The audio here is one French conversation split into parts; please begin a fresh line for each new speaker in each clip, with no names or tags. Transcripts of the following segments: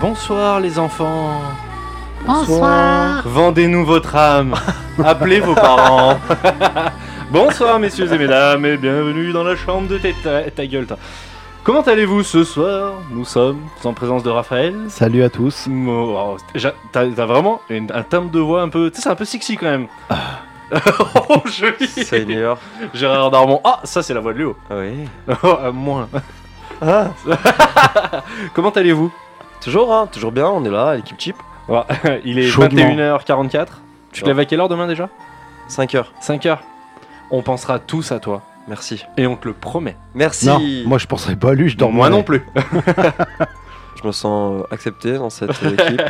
Bonsoir les enfants.
Bonsoir.
Vendez-nous votre âme. Appelez vos parents. Bonsoir messieurs et mesdames et bienvenue dans la chambre de tes- ta, ta gueule. toi. Comment allez-vous ce soir Nous sommes en présence de Raphaël.
Salut à tous.
Mo- oh, j'a- T'as t'as vraiment une- un timbre de voix un peu... Tu sais, c'est un peu sexy quand même.
Ah.
oh, joli
Seigneur.
Gérard Darmon. Ah, ça c'est la voix de Léo.
Oui.
Oh, euh, moins.
Ah.
Comment allez-vous
Toujours, hein, toujours bien, on est là, l'équipe chip.
Bon, Oh, Il est
Chaudement. Oh.
21h44. Tu te
Ouais.
lèves à quelle heure demain déjà
5 heures,
5 heures. On pensera tous à toi.
merci.
Et on te le promet.
Merci
Non, moi je penserais pas à lui, je dors
plus.
Je me sens accepté dans cette euh, équipe.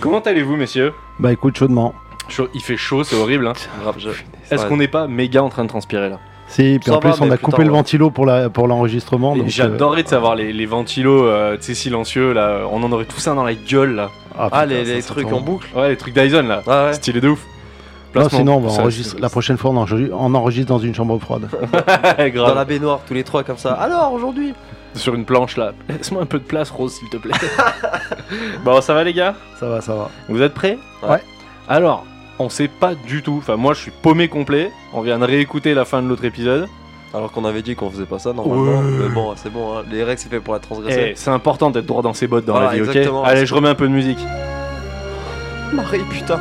Comment allez-vous, messieurs
Bah écoute chaudement.
Chaud- Il fait chaud, c'est horrible. hein.
Grave, je-
Est-ce
Ouais.
qu'on n'est pas méga en train de transpirer là
Si, puis
Ça
en plus
va,
on
mais
a
putain,
coupé le
ouais.
ventilo pour la pour l'enregistrement. donc, euh,
J'adorerais de savoir les, les ventilos, euh, tu sais, silencieux là. On en aurait tous un dans la gueule là.
euh, putain,
Ah, les,
ça,
les
ça
trucs
tombe.
en boucle
Ouais, les trucs Dyson là.
Ah ouais.
Stylé de ouf.
Non,
Placement.
sinon on va
Ça,
enregistrer. La prochaine fois on enregistre, on enregistre dans une chambre froide.
c'est-
Dans
Grave.
la baignoire, tous les trois comme ça. Alors aujourd'hui
Sur une planche là. Laisse-moi un peu de place, Rose, s'il te plaît. bon, ça va les gars
ça va, ça va.
Vous êtes prêts
Ouais.
Alors, on sait pas du tout. Enfin, moi, je suis paumé complet. On vient de réécouter la fin de l'autre épisode.
Alors qu'on avait dit qu'on faisait pas ça normalement.
Ouais.
Mais bon, c'est bon, hein, les règles c'est fait pour la transgresser.
Eh, c'est important d'être droit dans ses bottes dans
Voilà,
la vie,
exactement.
ok Allez, je remets un peu de musique.
Marie, putain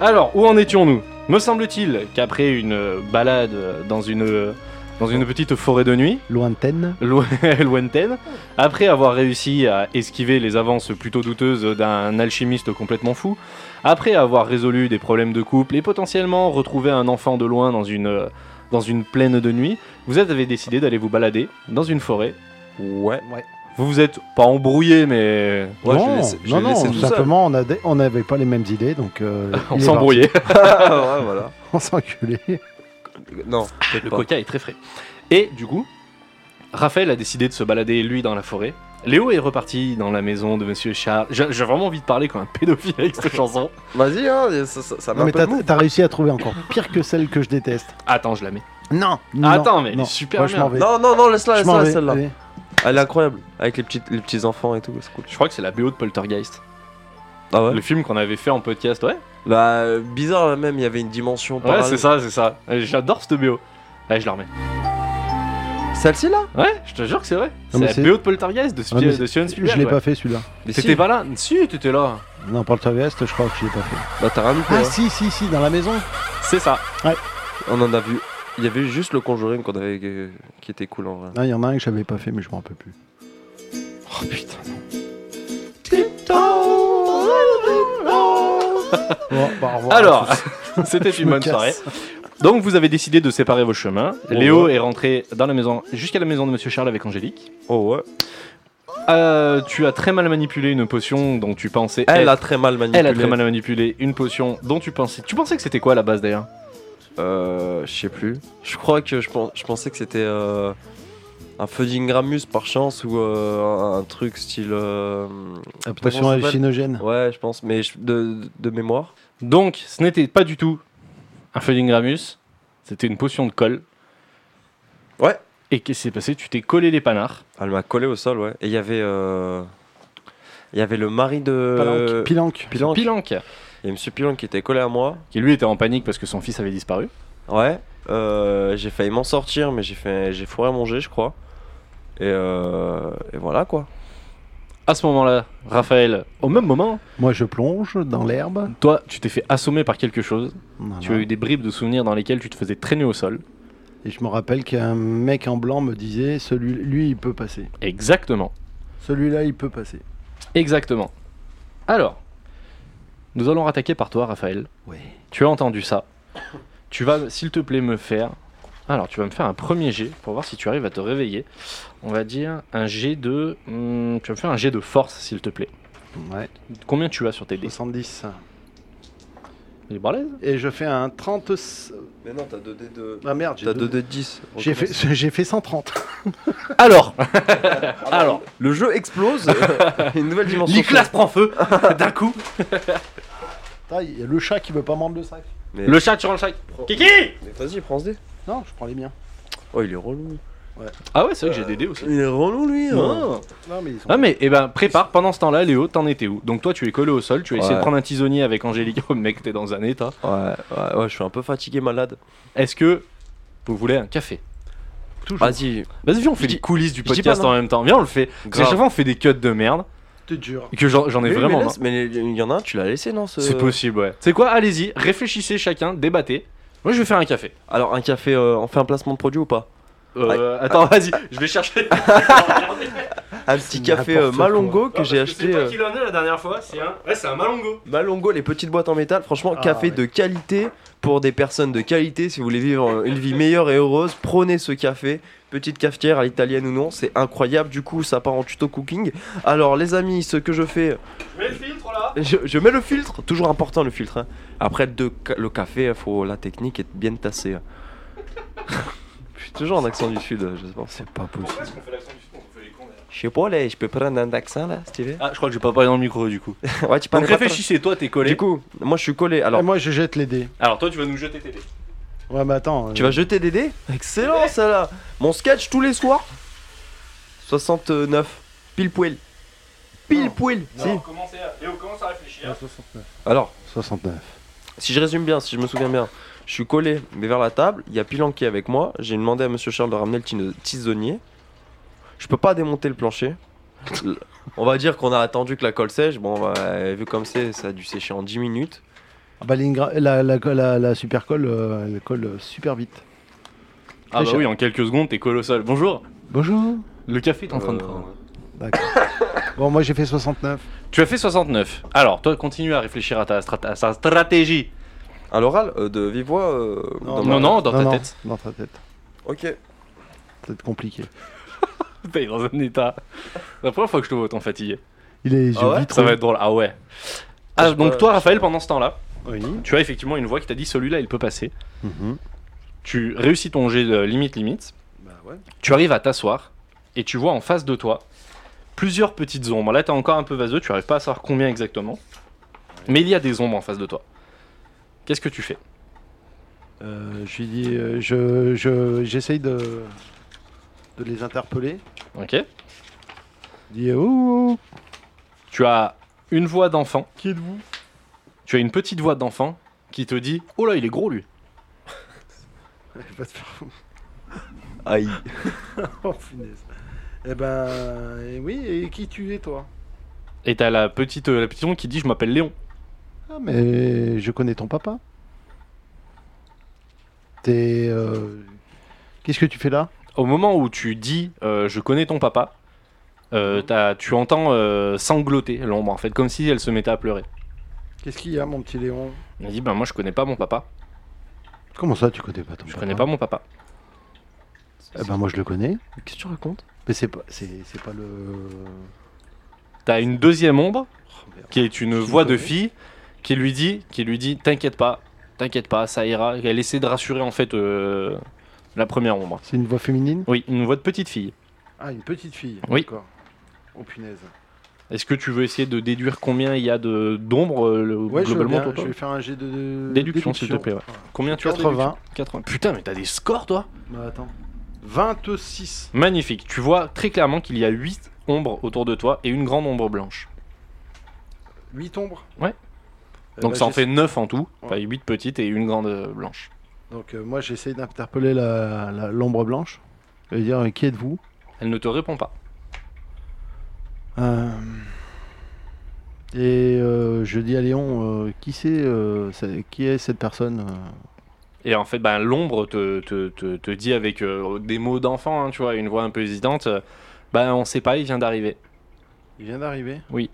Alors, où en étions-nous Me semble-t-il qu'après une euh, balade euh, dans une, euh, dans une petite forêt de nuit,
Lointaine.
lo- lointaine, après avoir réussi à esquiver les avances plutôt douteuses d'un alchimiste complètement fou, après avoir résolu des problèmes de couple et potentiellement retrouvé un enfant de loin dans une, euh, dans une plaine de nuit, vous avez décidé d'aller vous balader dans une forêt.
Ouais.
Vous vous êtes pas embrouillé, mais
Ouais, je
non,
l'ai laissé- je
non,
l'ai laissé
non,
tout seul.
simplement on a des- on n'avait pas les mêmes idées donc. euh,
on
il est
s'embrouillait.
Ah, ouais, voilà.
parti. On s'enculait.
Non, peut-être
Le
pas.
coca est très frais. Et du coup, Raphaël a décidé de se balader lui dans la forêt. Léo est reparti dans la maison de Monsieur Charles. J'ai j'ai vraiment envie de parler comme un pédophile avec cette chanson.
Vas-y, hein, ça, ça, ça m'a
Non
un
mais
peu
t'as
mou.
t'as réussi à trouver encore pire que celle que je déteste.
Attends, je la mets.
Non.
Attends, mais elle est super
Moi je m'en
bien.
vais.
Non, non, non, laisse-la,
Je m'en
laisse-la,
vais,
celle-là.
allez.
Elle est incroyable. Avec les petits, les petits enfants et tout, c'est cool.
Je crois que c'est la BO de Poltergeist.
Ah ouais
Le film qu'on avait fait en podcast, ouais.
Bah, euh, bizarre là même, il y avait une dimension
Ouais,
parallèle.
c'est ça, c'est ça. Euh, J'adore cette BO. Allez, je la remets.
Celle-ci là
Ouais, je te jure que c'est vrai. C'est
mais
la
c'est-
BO de Poltergeist de, Spi-
Ah, mais
de Steven
Je
Spielberg.
l'ai
ouais.
pas fait celui-là.
Mais
T'étais pas là Si, t'étais là.
Non, pour le Poltergeist, je crois que je l'ai pas fait.
Bah, t'as rien loupé,
Ah
hein.
si, si, si, dans la maison.
C'est ça.
On en a vu. Il y avait juste le Conjuring qu'on avait... euh, qui était cool en vrai.
Ah, il y en a un que j'avais pas fait, mais je m'en rappelle plus.
Oh putain.
Bon, bah, au revoir
Alors,
à tous.
c'était
Je
une
me
bonne
casse. Oh,
soirée. Donc vous avez décidé de séparer vos chemins.
Ouais.
Léo est rentré dans la maison jusqu'à la maison de Monsieur Charles avec Angélique.
Oh ouais.
Euh, tu as très mal manipulé une potion dont tu pensais.
Elle
être-
a très mal manipulé.
elle a très mal manipulé une potion dont tu pensais. Tu pensais que c'était quoi à la base d'ailleurs
Euh, je sais plus. Je crois que je, pens- je pensais que c'était euh, un feu d'Ingramus par chance ou euh, un, un truc style. euh,
La
Comment
potion
ça s'appelle
hallucinogène.
Ouais, je pense, mais je- de, de mémoire.
Donc ce n'était pas du tout un feu d'Ingramus. C'était une potion de colle.
Ouais.
Et qu'est-ce qui s'est passé Tu t'es collé les panards.
Elle m'a collé au sol, ouais. Et il y avait. euh, Il y avait le mari de.
Pilanque. Pilanque.
Pilanque.
Pilanque,
Il y a Monsieur Pilon qui était collé à moi.
qui lui était en panique parce que son fils avait disparu.
Ouais. euh, j'ai failli m'en sortir, mais j'ai fait, j'ai foiré à manger, je crois. Et, euh, et voilà quoi.
À ce moment-là, Raphaël, au même moment,
Moi, je plonge dans l'herbe.
toi, tu t'es fait assommer par quelque chose.
Voilà.
Tu as eu des bribes de souvenirs dans lesquels tu te faisais traîner au sol.
Et je me rappelle qu'un mec en blanc me disait celui lui, il peut passer.
Exactement.
Celui-là, il peut passer.
Exactement. Alors, nous allons rattaquer par toi, Raphaël.
Ouais.
Tu as entendu ça. Tu vas, s'il te plaît, me faire. Alors, tu vas me faire un premier jet pour voir si tu arrives à te réveiller. On va dire un jet de. hum, tu vas me faire un jet de force, s'il te plaît.
Ouais.
Combien tu as sur tes dés
70.
Les barlaises
Et je fais un 30.
Mais non, t'as 2D de.
Ah merde,
T'as
j'ai
2D
deux-
de 10.
j'ai fait, j'ai fait 130.
Alors,
Alors, le jeu explose. une nouvelle dimension.
Nicolas prend feu d'un coup.
Putain, Il y a le chat qui veut pas mordre le sac.
Mais,
Le chat sur le chat. Kiki
mais vas-y, prends ce dé.
Non, je prends les miens.
Oh, il est relou.
Ah ouais, c'est vrai que j'ai des dés aussi.
Il est relou, lui. hein.
Ah.
Non, mais ils sont.
Ah mais eh ben prépare pendant ce temps-là Léo t'en étais où Donc toi tu es collé au sol, tu as essayé de
Ouais.
prendre un tisonnier avec Angélique, oh, mec t'es dans un état.
Ouais, ouais, ouais, je suis un peu fatigué, malade.
Est-ce que vous voulez un café
toujours.
Vas-y.
Vas-y viens on fait
Je
les
dis-
coulisses du
je dis
podcast
pas non.
en même temps, viens on le fait. Parce qu'à
Grave.
chaque fois on fait des cuts de merde,
C'était dur.
et que j'en j'en ai
Oui,
vraiment marre.
mais laisse- euh, Mais il y en a un, tu l'as laissé, non ce-
C'est possible ouais. C'est quoi Allez-y, réfléchissez chacun, débattez. Moi je vais faire un café.
Alors, un café, euh, on fait un placement de produit ou pas
Euh, attends vas-y, je vais chercher.
Un petit
C'est
café euh,
n'importe quoi.
Malongo que j'ai acheté. euh,
en est la dernière fois, c'est un... Ouais c'est un malongo.
Malongo, les petites boîtes en métal, franchement,
Ah,
café
ouais.
de qualité pour des personnes de qualité. Si vous voulez vivre une vie meilleure et heureuse, prenez ce café. Petite cafetière à l'italienne ou non, c'est incroyable. Du coup, ça part en tuto cooking. Alors, les amis, ce que je fais,
Je mets le filtre là.
je, je mets le filtre, toujours important le filtre. hein. Après, de ca- le café, faut la technique est bien tassée. hein. je suis toujours en accent du sud, je sais pas.
C'est pas possible.
qu'on fait l'accent du fond On fait les cons d'ailleurs.
Je sais pas, là, je peux prendre un accent là, si tu veux.
Ah je crois que j'ai pas parlé dans le micro du coup.
Ouais, tu parles
Donc
pas
réfléchissez, toi t'es
trop.
collé.
Du coup, moi je suis collé. Alors,
Et moi, je jette les dés.
Alors toi tu vas nous jeter tes dés.
Ouais, mais attends. euh,
Tu vas jeter des dés Excellent ça là Mon sketch tous les soirs 69. Pile poil. Pile poil si.
commencez à... Léo commence à réfléchir.
69.
Alors,
69.
si je résume bien, si je me souviens bien, je suis collé mais vers la table, il y a Pilan qui est avec moi, j'ai demandé à Monsieur Charles de ramener le tino- tisonnier. Je peux pas démonter le plancher. L- On va dire qu'on a attendu que la colle sèche. Bon, bah, euh, vu comme c'est, ça a dû sécher en 10 minutes.
Ah bah, l'Ingra- la, la, la, la super colle, euh, elle colle euh, super vite.
Ah bah
Très
oui, en quelques secondes t'es colossal. Bonjour,
Bonjour.
le café est en train de
Euh,
prendre.
Bon, moi, j'ai fait 69.
Tu as fait 69. Alors toi continue à réfléchir à ta, strat- à sa stratégie.
À l'oral, euh, de vive voix. euh,
Non,
dans ma-
non, non, dans ta
Non, non,
tête.
Dans ta tête.
Ok.
Peut-être compliqué.
T'es dans un état. C'est la première fois que je te vois autant fatigué.
Il est les
Ah
yeux
ouais
vitreux.
Ça va être drôle. Ah ouais. Ah,
Je sais
donc
pas,
toi
je sais
Raphaël
pas.
pendant ce temps-là,
Oui.
tu as effectivement une voix qui t'a dit celui-là il peut passer.
Mhm.
Tu réussis ton jet de limite limite. Tu arrives à t'asseoir et tu vois en face de toi plusieurs petites ombres. Là, t'es encore un peu vaseux, tu arrives pas à savoir combien exactement. Mais il y a des ombres en face de toi. Qu'est-ce que tu fais
Euh, je lui dis, euh, je, je, j'essaye de, de les interpeller.
Ok
Je dis, oh,
Tu as une voix d'enfant,
qui êtes-vous
tu as une petite voix d'enfant qui te dit Oh là, il est gros lui.
Je vais pas te faire
Aïe.
Oh, punaise. Eh ben, eh oui, et qui tu es, toi
Et t'as la petite, euh, la petite onde qui dit Je m'appelle Léon.
Ah, mais je connais ton papa. T'es. euh, Qu'est-ce que tu fais là
Au moment où tu dis euh, Je connais ton papa, euh, t'as- tu entends euh, sangloter l'ombre en fait, comme si elle se mettait à pleurer.
Qu'est-ce qu'il y a, mon petit Léon
Elle dit Ben moi je connais pas mon papa,
Comment ça, tu connais pas ton
je
papa
connais pas mon papa.
Eh ben, moi, je le connais.
Qu'est-ce que tu racontes
Mais c'est pas, c'est, c'est pas le.
T'as une deuxième ombre
Oh, merde.
qui est une
Qui
voix de
connaît
fille qui lui dit qui lui dit t'inquiète pas t'inquiète pas ça ira elle essaie de rassurer en fait euh, la première ombre
C'est une voix féminine
oui une voix de petite fille
Ah, une petite fille.
Oui.
D'accord. Oh, punaise.
est-ce que tu veux essayer de déduire combien il y a de d'ombres euh, le-
Ouais, je, veux
globalement
bien,
pour toi
je vais faire un jet de. de-
Déduction, s'il te plaît, ouais. combien tu as de
80.
déduction 80 putain mais t'as des scores toi
Bah, attends. 26.
magnifique tu vois très clairement qu'il y a 8 ombres autour de toi et une grande ombre blanche
8 ombres
Ouais.
Euh,
donc
bah,
ça en
j'essa-
fait 9 en tout
Ouais.
enfin 8 petites et une grande euh, blanche
Donc euh, moi j'essaye d'interpeller la- la- l'ombre blanche. Je veux dire, euh, qui êtes-vous
elle ne te répond pas
Euh, Et euh, je dis à Léon, euh, qui c'est euh, c'est- Qui est cette personne euh
Et en fait, ben, l'ombre te, te, te, te dit avec euh, des mots d'enfant, hein, tu vois, une voix un peu hésitante, euh, ben on sait pas, il vient d'arriver.
Il vient d'arriver
Oui.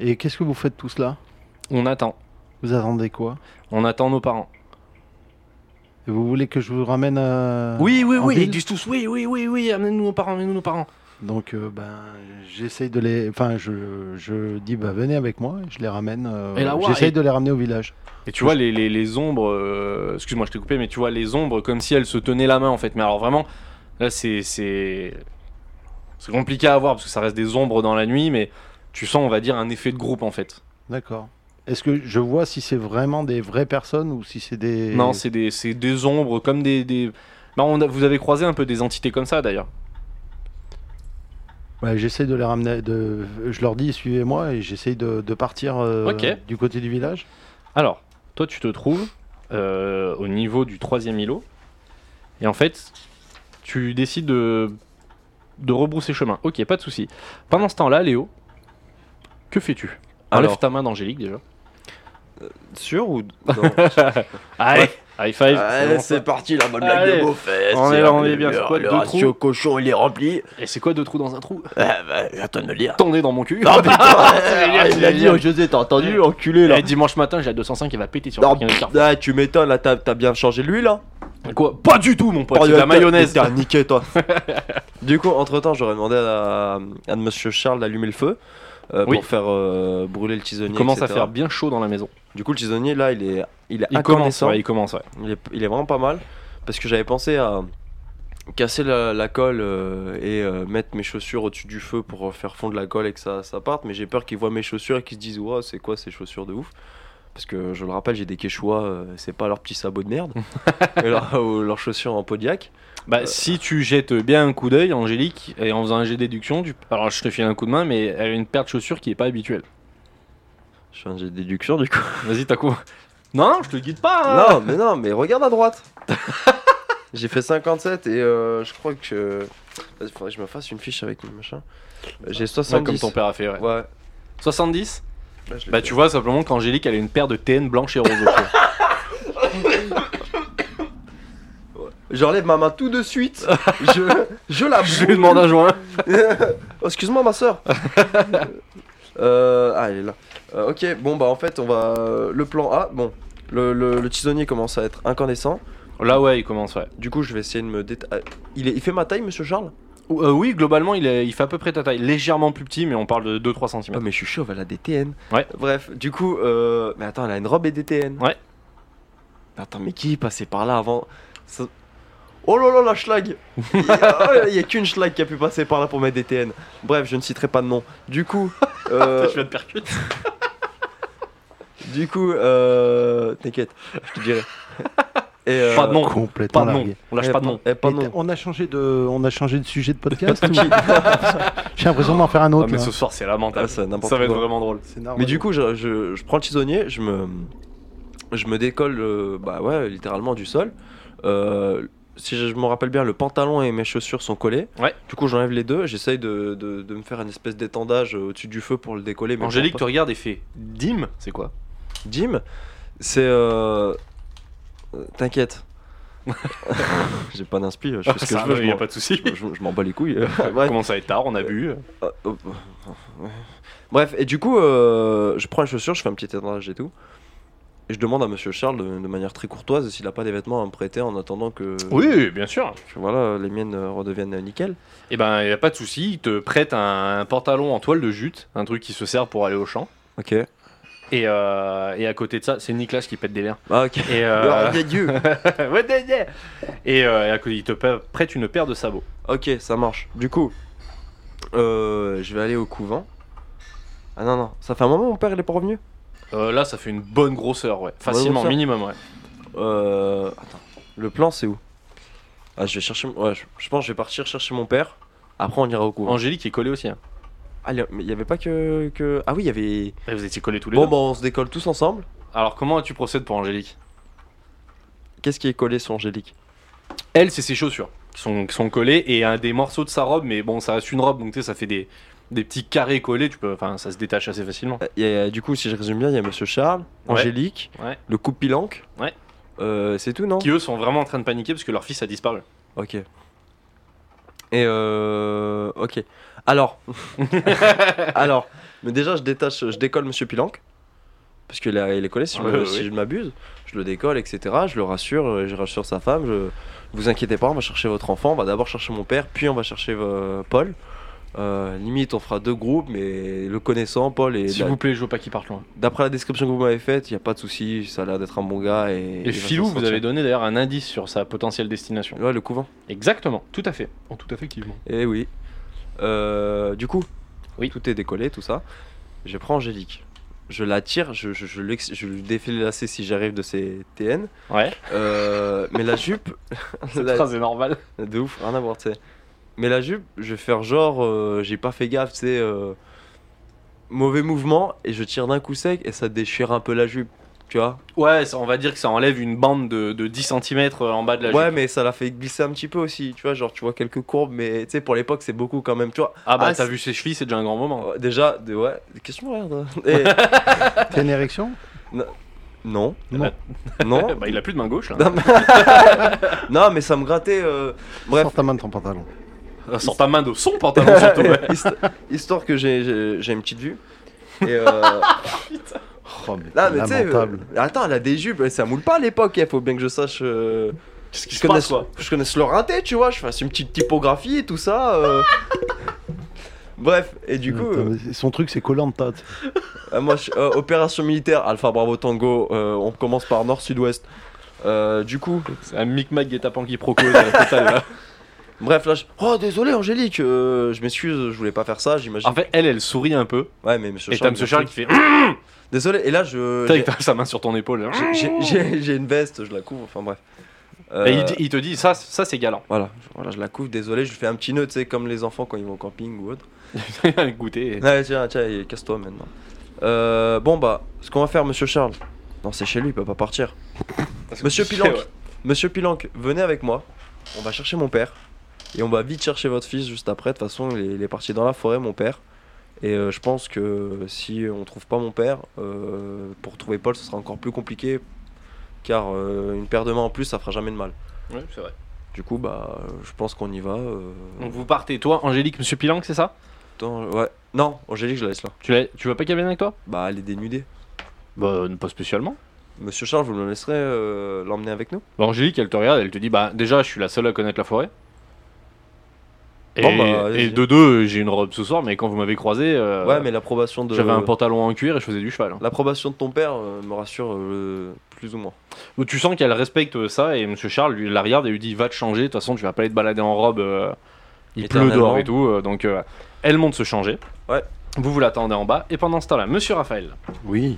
Et qu'est-ce que vous faites tous là
On attend.
Vous attendez quoi
On attend nos parents.
Et Vous voulez que je vous ramène à...
oui, oui,
Euh, en
oui,
ville
ils disent tous, oui, oui, oui, oui, amenez-nous nos parents, amenez-nous nos parents.
Donc, euh, ben, j'essaye de les. Enfin, je, je dis, bah, venez avec moi, je les ramène. euh,
Et la wa-
j'essaye
et-
de les ramener au village.
Et tu vois les, les- les ombres, euh, excuse-moi, je t'ai coupé, mais tu vois les ombres comme si elles se tenaient la main en fait. Mais alors vraiment, là c'est c'est c'est compliqué à voir parce que ça reste des ombres dans la nuit, mais tu sens, on va dire, un effet de groupe en fait.
D'accord. Est-ce que je vois si c'est vraiment des vraies personnes ou si c'est des.
Non, c'est des, c'est des ombres comme des. des... Bah, on a- vous avez croisé un peu des entités comme ça d'ailleurs.
Ouais, j'essaye de les ramener. De... Je leur dis, suivez-moi, et j'essaye de, de partir euh,
Ok.
du côté du village.
Alors, toi, tu te trouves euh, au niveau du troisième îlot. Et en fait, tu décides de, de rebrousser chemin. Ok, pas de souci. Pendant ce temps-là, Léo, que fais-tu Enlève
Alors.
ta main d'Angélique déjà.
Sûr ou.
Allez, high five.
Allez,
c'est
c'est
bon,
parti, la bonne blague
Allez.
de Beaufest.
On est là, on est bien,
Le,
squat de
le ratio cochon, il est rempli.
ça. Et c'est quoi deux trous dans un trou
Ah, bah, j'attends de le lire.
Ton nez dans mon cul.
Ah,
C'est
putain,
génial,
il a
c'est
dit
génial.
oh, José, t'as entendu, enculé là.
Eh, dimanche matin, j'ai la 205 qui va péter sur
Non,
le parking de Carrefour.
ah, tu m'étonnes, là, t'as t'as bien changé lui là.
Quoi Pas du tout, mon pote.
Oh,
c'est de la
t'as-
mayonnaise.
T'es un niqué, toi. du coup, entre temps, j'aurais demandé à, à Monsieur Charles d'allumer le feu euh,
Oui.
pour faire euh, brûler le tisonnier.
Il commence à
etc..
faire bien chaud dans la maison.
Du coup, le tisonnier là, il est, il est
Il commence,
incandescent.
ouais, il commence, ouais.
Il est, il est vraiment pas mal parce que j'avais pensé à casser la, la colle euh, et euh, mettre mes chaussures au-dessus du feu pour faire fondre la colle et que ça, ça parte, mais j'ai peur qu'ils voient mes chaussures et qu'ils se disent Wow, c'est quoi ces chaussures de ouf Parce que je le rappelle, j'ai des quechua, euh, c'est pas leurs petits sabots de merde, et leur- ou leurs chaussures en podiac.
Bah,
Euh.
si tu jettes bien un coup d'œil, Angélique, et en faisant un jet de déduction, tu... alors je te file un coup de main, mais elle a une paire de chaussures qui est pas habituelle.
Je fais un jet de déduction du coup.
Vas-y, t'as coup. Non, je te guide pas. hein.
non, mais non, mais regarde à droite J'ai fait 57 et euh, je crois que. Vas-y, faudrait que je me fasse une fiche avec mes machins. J'ai
Ouais,
70.
comme ton père a fait, ouais.
Ouais.
70
Là, je l'ai
Bah,
fait.
tu vois simplement qu'Angélique, elle a une paire de TN blanche et rose. au pied.
J'enlève ma main tout de suite. je, je la
je lui demande un joint.
Oh, Excuse-moi, ma soeur. euh, ah, elle est là. Euh, ok, bon, bah en fait, on va. Le plan A, bon, le, le, le tisonnier commence à être incandescent.
Là, ouais, il commence, ouais.
Du coup, je vais essayer de me déta... ah, Il, est- il fait ma taille, monsieur Charles
Ou- euh, oui, globalement, il, est- il fait à peu près ta taille. Légèrement plus petit, mais on parle de 2-3
Oh,
cm.
mais je suis chauve, elle a des TN.
Ouais.
Bref, du coup, euh... mais attends, elle a une robe et des TN.
Ouais.
Mais attends, mais qui est passé par là avant Ça- Oh là là, la schlag Il y a, oh, il y a qu'une schlag qui a pu passer par là pour mettre des TN. Bref, je ne citerai pas de nom. Du coup. euh,
viens de percuter.
Du coup, euh... t'inquiète, je te dirai. Et, euh,
Pas de nom,
Complètement
pas de nom.
largué.
On lâche
eh,
pas de nom.
eh, pas
Et
de
t'as-
nom.
On a changé de, on a changé de sujet de podcast.
Qui-
J'ai l'impression d'en faire un
Ah,
autre.
mais
là.
ce soir, c'est
Ah,
lamentable.
c'est n'importe
Ça va être
quoi.
vraiment drôle.
C'est normal.
Mais du coup, je, je- je prends le tisonnier, je me, je me décolle, euh, bah ouais, littéralement du sol. Euh, si je, je me rappelle bien, le pantalon et mes chaussures sont collés.
Ouais.
Du coup, j'enlève les deux. J'essaye de, de- de me faire une espèce d'étendage euh, au-dessus du feu pour le décoller. mais
Angélique
je
te regarde et fait Dim, c'est quoi
prends pas. Dim, c'est. euh, euh, T'inquiète. J'ai pas d'inspi, je fais ce que je veux.
il
je
Ah, y a
m'en-
pas de souci.
je, je m'en bats les couilles.
Il
Bref,
commence à être tard, on a bu.
Euh, euh, ouais. Bref, et du coup, euh, je prends les chaussures, je fais un petit étendage et tout. Et je demande à monsieur Charles de, de manière très courtoise s'il a pas des vêtements à me prêter en attendant que,
Oui, bien sûr.
que, voilà, les miennes euh, redeviennent nickel.
Et ben, y a pas de souci, il te prête un, un pantalon en toile de jute, un truc qui se sert pour aller au champ.
Ok.
Et, euh, et à côté de ça, c'est Nicolas qui pète des verres.
Ah, ok.
Et,
Ah,
euh,
mon Dieu.
Ouais, ouais, ouais. et, euh, et à côté, il te pa- prête une paire de sabots.
ok, ça marche. Du coup, euh, je vais aller au couvent. Ah non, non, ça fait un moment mon père il est pas revenu.
Euh, là, ça fait une bonne grosseur, ouais. Facilement,
grosseur.
minimum, ouais.
Euh, attends, le plan c'est où Ah, je vais chercher. Ouais, je, je pense que je vais partir chercher mon père. Après, on ira au couvent.
Angélique est collée aussi. hein.
Ah, mais il y avait pas que, que... Ah oui, il y avait...
Et vous étiez collés tous les
Bon,
deux.
bah on se décolle tous ensemble.
Alors, comment tu procèdes pour Angélique
Qu'est-ce qui est collé sur Angélique
Elle, c'est ses chaussures qui sont, qui sont collées et un des morceaux de sa robe, mais bon, ça reste une robe, donc tu sais, ça fait des, des petits carrés collés, tu peux, enfin, ça se détache assez facilement.
Euh, il y a- Du coup, si je résume bien, il y a Monsieur Charles,
Ouais.
Angélique,
Ouais.
le couple Pilanque.
Ouais.
Euh, c'est tout, non
Qui eux sont vraiment en train de paniquer parce que leur fils a disparu.
Ok. Et euh... Ok. Alors... Alors, mais déjà, je détache, je décolle Monsieur Pilanque. Parce qu'il a- il est collé, si je
Ouais,
me-
ouais,
si
ouais.
je ne m'abuse. Je le décolle, etc. Je le rassure, euh, je rassure sa femme. Je... Vous inquiétez pas, on va chercher votre enfant. On va d'abord chercher mon père, puis on va chercher euh, Paul. Euh, limite, on fera deux groupes, mais le connaissant, Paul, et bah,
S'il vous plaît, je veux pas qu'il parte loin.
d'après la description que vous m'avez faite, il n'y a pas de souci, ça a l'air d'être un bon gars. Et, il
Et
va
Philou,
s'en
vous
sortir.
avez donné d'ailleurs un indice sur sa potentielle destination.
Ouais, le couvent.
Exactement, tout à fait. En tout effectivement.
Eh oui. Euh, du coup,
Oui.
tout est décollé, tout ça. Je prends Angélique. Je la tire, je, je, je, l'ex- je lui défile les lacets si j'arrive de ses TN.
Ouais,
Euh, mais la jupe.
cette
la-
phrase est normale.
De ouf, rien à voir, tu sais. Mais la jupe, je vais faire genre, euh, j'ai pas fait gaffe, tu sais. euh, mauvais mouvement, et je tire d'un coup sec, et ça déchire un peu la jupe, tu vois.
Ouais, ça- on va dire que ça enlève une bande de, de 10 cm en bas de la
ouais,
jupe.
mais ça l'a fait glisser un petit peu aussi, tu vois. Genre, tu vois quelques courbes, mais tu sais, pour l'époque, c'est beaucoup quand même, tu vois.
Ah bah
Ah,
t'as
c'est-
vu ses chevilles, c'est déjà un grand moment.
Euh, Déjà, de, ouais, qu'est-ce que tu me regardes Et-
T'as une érection
Non,
Non.
non,
Ouais, bah il a plus de main gauche là.
Non, non, mais ça me grattait. euh, Bref,
Sors ta main de ton pantalon.
Ah, Sors ta main de son pantalon surtout. ouais.
histo- histoire que j'ai- j'ai j'ai une petite vue. Et euh,
Oh, mais
là,
t'es
mais tu sais,
lamentable.
euh, attends, elle a des jupes, ça moule pas à l'époque. Il faut bien que je sache. euh,
Qu'est-ce qui
je,
se passe
connaisse,
quoi
je connaisse le rinté, tu vois. Je fasse une petite typographie et tout ça. euh. Bref, et du coup,
Attends, mais son truc, c'est Colanta.
euh, moi, je- euh, opération militaire, Alpha Bravo Tango, euh, on commence par Nord-Sud-Ouest. Euh, du coup,
C'est un micmac guet-apens qui procose à la totale, là.
bref, là, je... oh désolé Angélique, euh, je m'excuse, je voulais pas faire ça, j'imagine.
En fait, elle, elle sourit un peu.
Ouais, mais Monsieur
Et t'as
Charles,
Monsieur
bien
Charles
sûr.
qui fait
Désolé, et là je.
avec sa main sur ton épaule. hein.
j'ai- j'ai- J'ai j'ai une veste, je la couvre, enfin bref. Euh,
Et il, dit- il te dit ça, ça c'est galant.
Voilà, je- voilà, je la couvre, désolé, je lui fais un petit nœud, tu sais, comme les enfants quand ils vont au camping ou autre.
Goûter.
Ouais, tiens, tiens, et casse-toi maintenant. Euh, bon, bah, ce qu'on va faire, monsieur Charles. Non, c'est chez lui, il peut pas partir. Monsieur Pilanque, monsieur Pilanque, venez avec moi, on va chercher mon père. Et on va vite chercher votre fils juste après, de toute façon, il est, il est parti dans la forêt, mon père. Et euh, je pense que si on trouve pas mon père, euh, pour trouver Paul, ce sera encore plus compliqué. Car euh, une paire de mains en plus, ça fera jamais de mal.
Ouais, c'est vrai.
Du coup, bah, euh, je pense qu'on y va. euh,
Donc vous partez, toi, Angélique, Monsieur Pilanque, c'est ça
attends, ouais. Non, Angélique, je la laisse là.
tu, l'as- tu veux pas qu'elle vienne avec toi
Bah, elle est dénudée.
Bah,
euh,
pas spécialement.
Monsieur Charles, vous me laisserez euh, l'emmener avec nous
Bah, Angélique, elle te regarde, elle te dit Bah, déjà, je suis la seule à connaître la forêt. Et,
Bon, bah,
et
vas-y.
de deux, j'ai une robe ce soir, mais quand vous m'avez croisé, euh,
Ouais, mais l'approbation de.
j'avais un pantalon en cuir et je faisais du cheval. hein.
L'approbation de ton père euh, me rassure euh, plus ou moins.
Ou Tu sens qu'elle respecte ça et Monsieur Charles lui, la regarde et lui dit Va te changer, de toute façon, tu vas pas aller te balader en robe. euh, il pleut
Éternellement.
dehors et tout. euh, donc, euh, elle monte se changer.
Ouais.
Vous vous l'attendez en bas. Et pendant ce temps-là, Monsieur Raphaël.
Oui.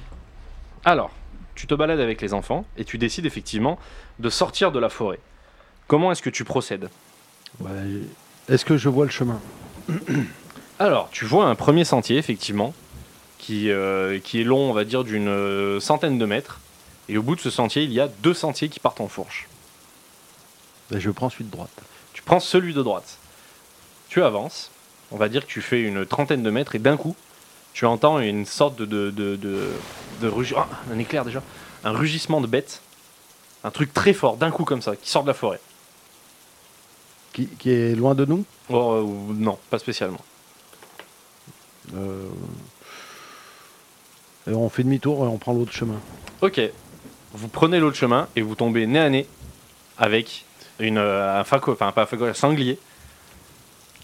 Alors, tu te balades avec les enfants et tu décides effectivement de sortir de la forêt. Comment est-ce que tu procèdes
Bah, Est-ce que je vois le chemin
Alors, tu vois un premier sentier, effectivement, qui, euh, qui est long, on va dire, d'une euh, centaine de mètres. Et au bout de ce sentier, il y a deux sentiers qui partent en fourche.
Bah, Je prends celui de droite.
Tu prends celui de droite. Tu avances. On va dire que tu fais une trentaine de mètres et d'un coup, tu entends une sorte de, de, de, de, de rugi- Ah, un éclair déjà. Un rugissement de bête. Un truc très fort, d'un coup comme ça, qui sort de la forêt.
Qui, qui est loin de nous
Oh, euh, non, pas spécialement.
Euh, et On fait demi-tour et on prend l'autre chemin.
Ok, vous prenez l'autre chemin et vous tombez nez à nez avec une, euh, un faco, enfin pas un faco, un sanglier.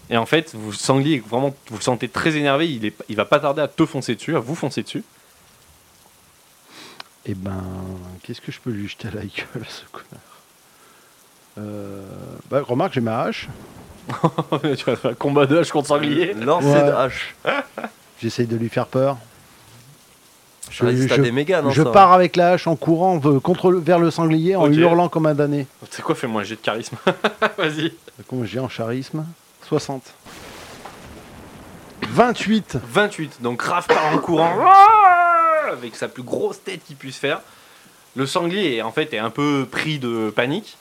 Et en fait, vous sanglier, vraiment, vous le sentez très énervé, il, est, il va pas tarder à te foncer dessus, à vous foncer dessus.
Eh ben, qu'est-ce que je peux lui jeter à la gueule, ce connard Euh, bah, Remarque, j'ai ma hache.
tu vas faire un combat de hache contre sanglier.
Lancer
Ouais.
de hache.
J'essaye de lui faire peur. Je,
Vas-y, t'as
je-
des
Ah
méga, non
je
ça
pars avec la hache en courant v- contre le- vers le sanglier en
Ok.
hurlant comme un damné.
C'est quoi, fais-moi un jet de charisme. Vas-y.
Comment j'ai en charisme 60. 28
28, donc Raph part en courant Ah avec sa plus grosse tête qu'il puisse faire. Le sanglier est en fait est un peu pris de panique.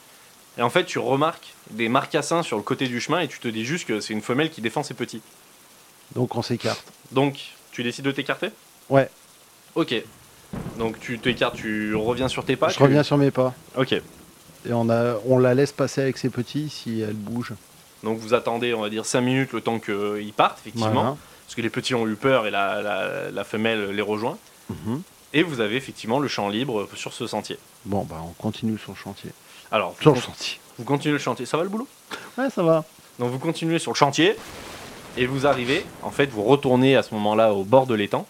Et en fait, tu remarques des marcassins sur le côté du chemin et tu te dis juste que c'est une femelle qui défend ses petits.
Donc on s'écarte.
Donc, tu décides de t'écarter
Ouais.
Ok. Donc, tu t'écartes, tu reviens sur tes pas.
je
tu-
reviens sur mes pas.
Ok.
Et on, a, on la laisse passer avec ses petits si elle bouge.
Donc, vous attendez, on va dire, 5 minutes le temps qu'ils partent, effectivement.
Voilà.
Parce que les petits ont eu peur et la, la- la femelle les rejoint.
Mhm.
Et vous avez effectivement le champ libre sur ce sentier.
Bon, bah on continue son chantier.
Alors, vous
Sur le chantier.
Vous continuez le chantier, ça va le boulot
Ouais, ça va.
Donc vous continuez sur le chantier. Et vous arrivez, en fait, vous retournez à ce moment-là au bord de l'étang.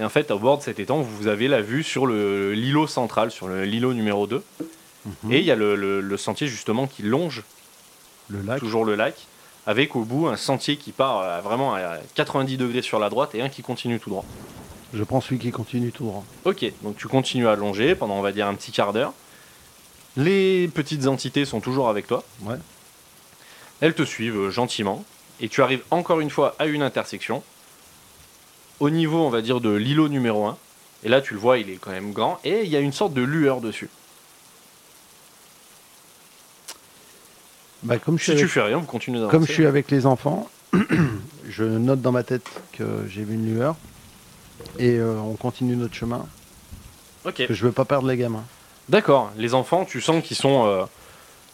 Et en fait, au bord de cet étang, vous avez la vue sur le- l'îlot central, sur le- l'îlot numéro 2.
Mhm.
Et il y a le, le- le sentier justement qui longe
Le lac.
toujours le lac, avec au bout un sentier qui part euh, vraiment à 90 degrés sur la droite et un qui continue tout droit.
Je prends celui qui continue tout droit.
Ok, donc tu continues à longer pendant, on va dire, un petit quart d'heure. Les petites entités sont toujours avec toi.
Ouais.
Elles te suivent euh, gentiment. Et tu arrives encore une fois à une intersection. Au niveau, on va dire, de l'îlot numéro 1. Et là, tu le vois, il est quand même grand. Et il y a une sorte de lueur dessus.
Bah, comme je suis
Si tu
avec-
fais rien, vous continuez d'avancer.
Comme je suis avec les enfants, je note dans ma tête que j'ai vu une lueur et euh, on continue notre chemin.
Ok.
Que je veux pas perdre les gamins.
D'accord. Les enfants, tu sens qu'ils sont... euh,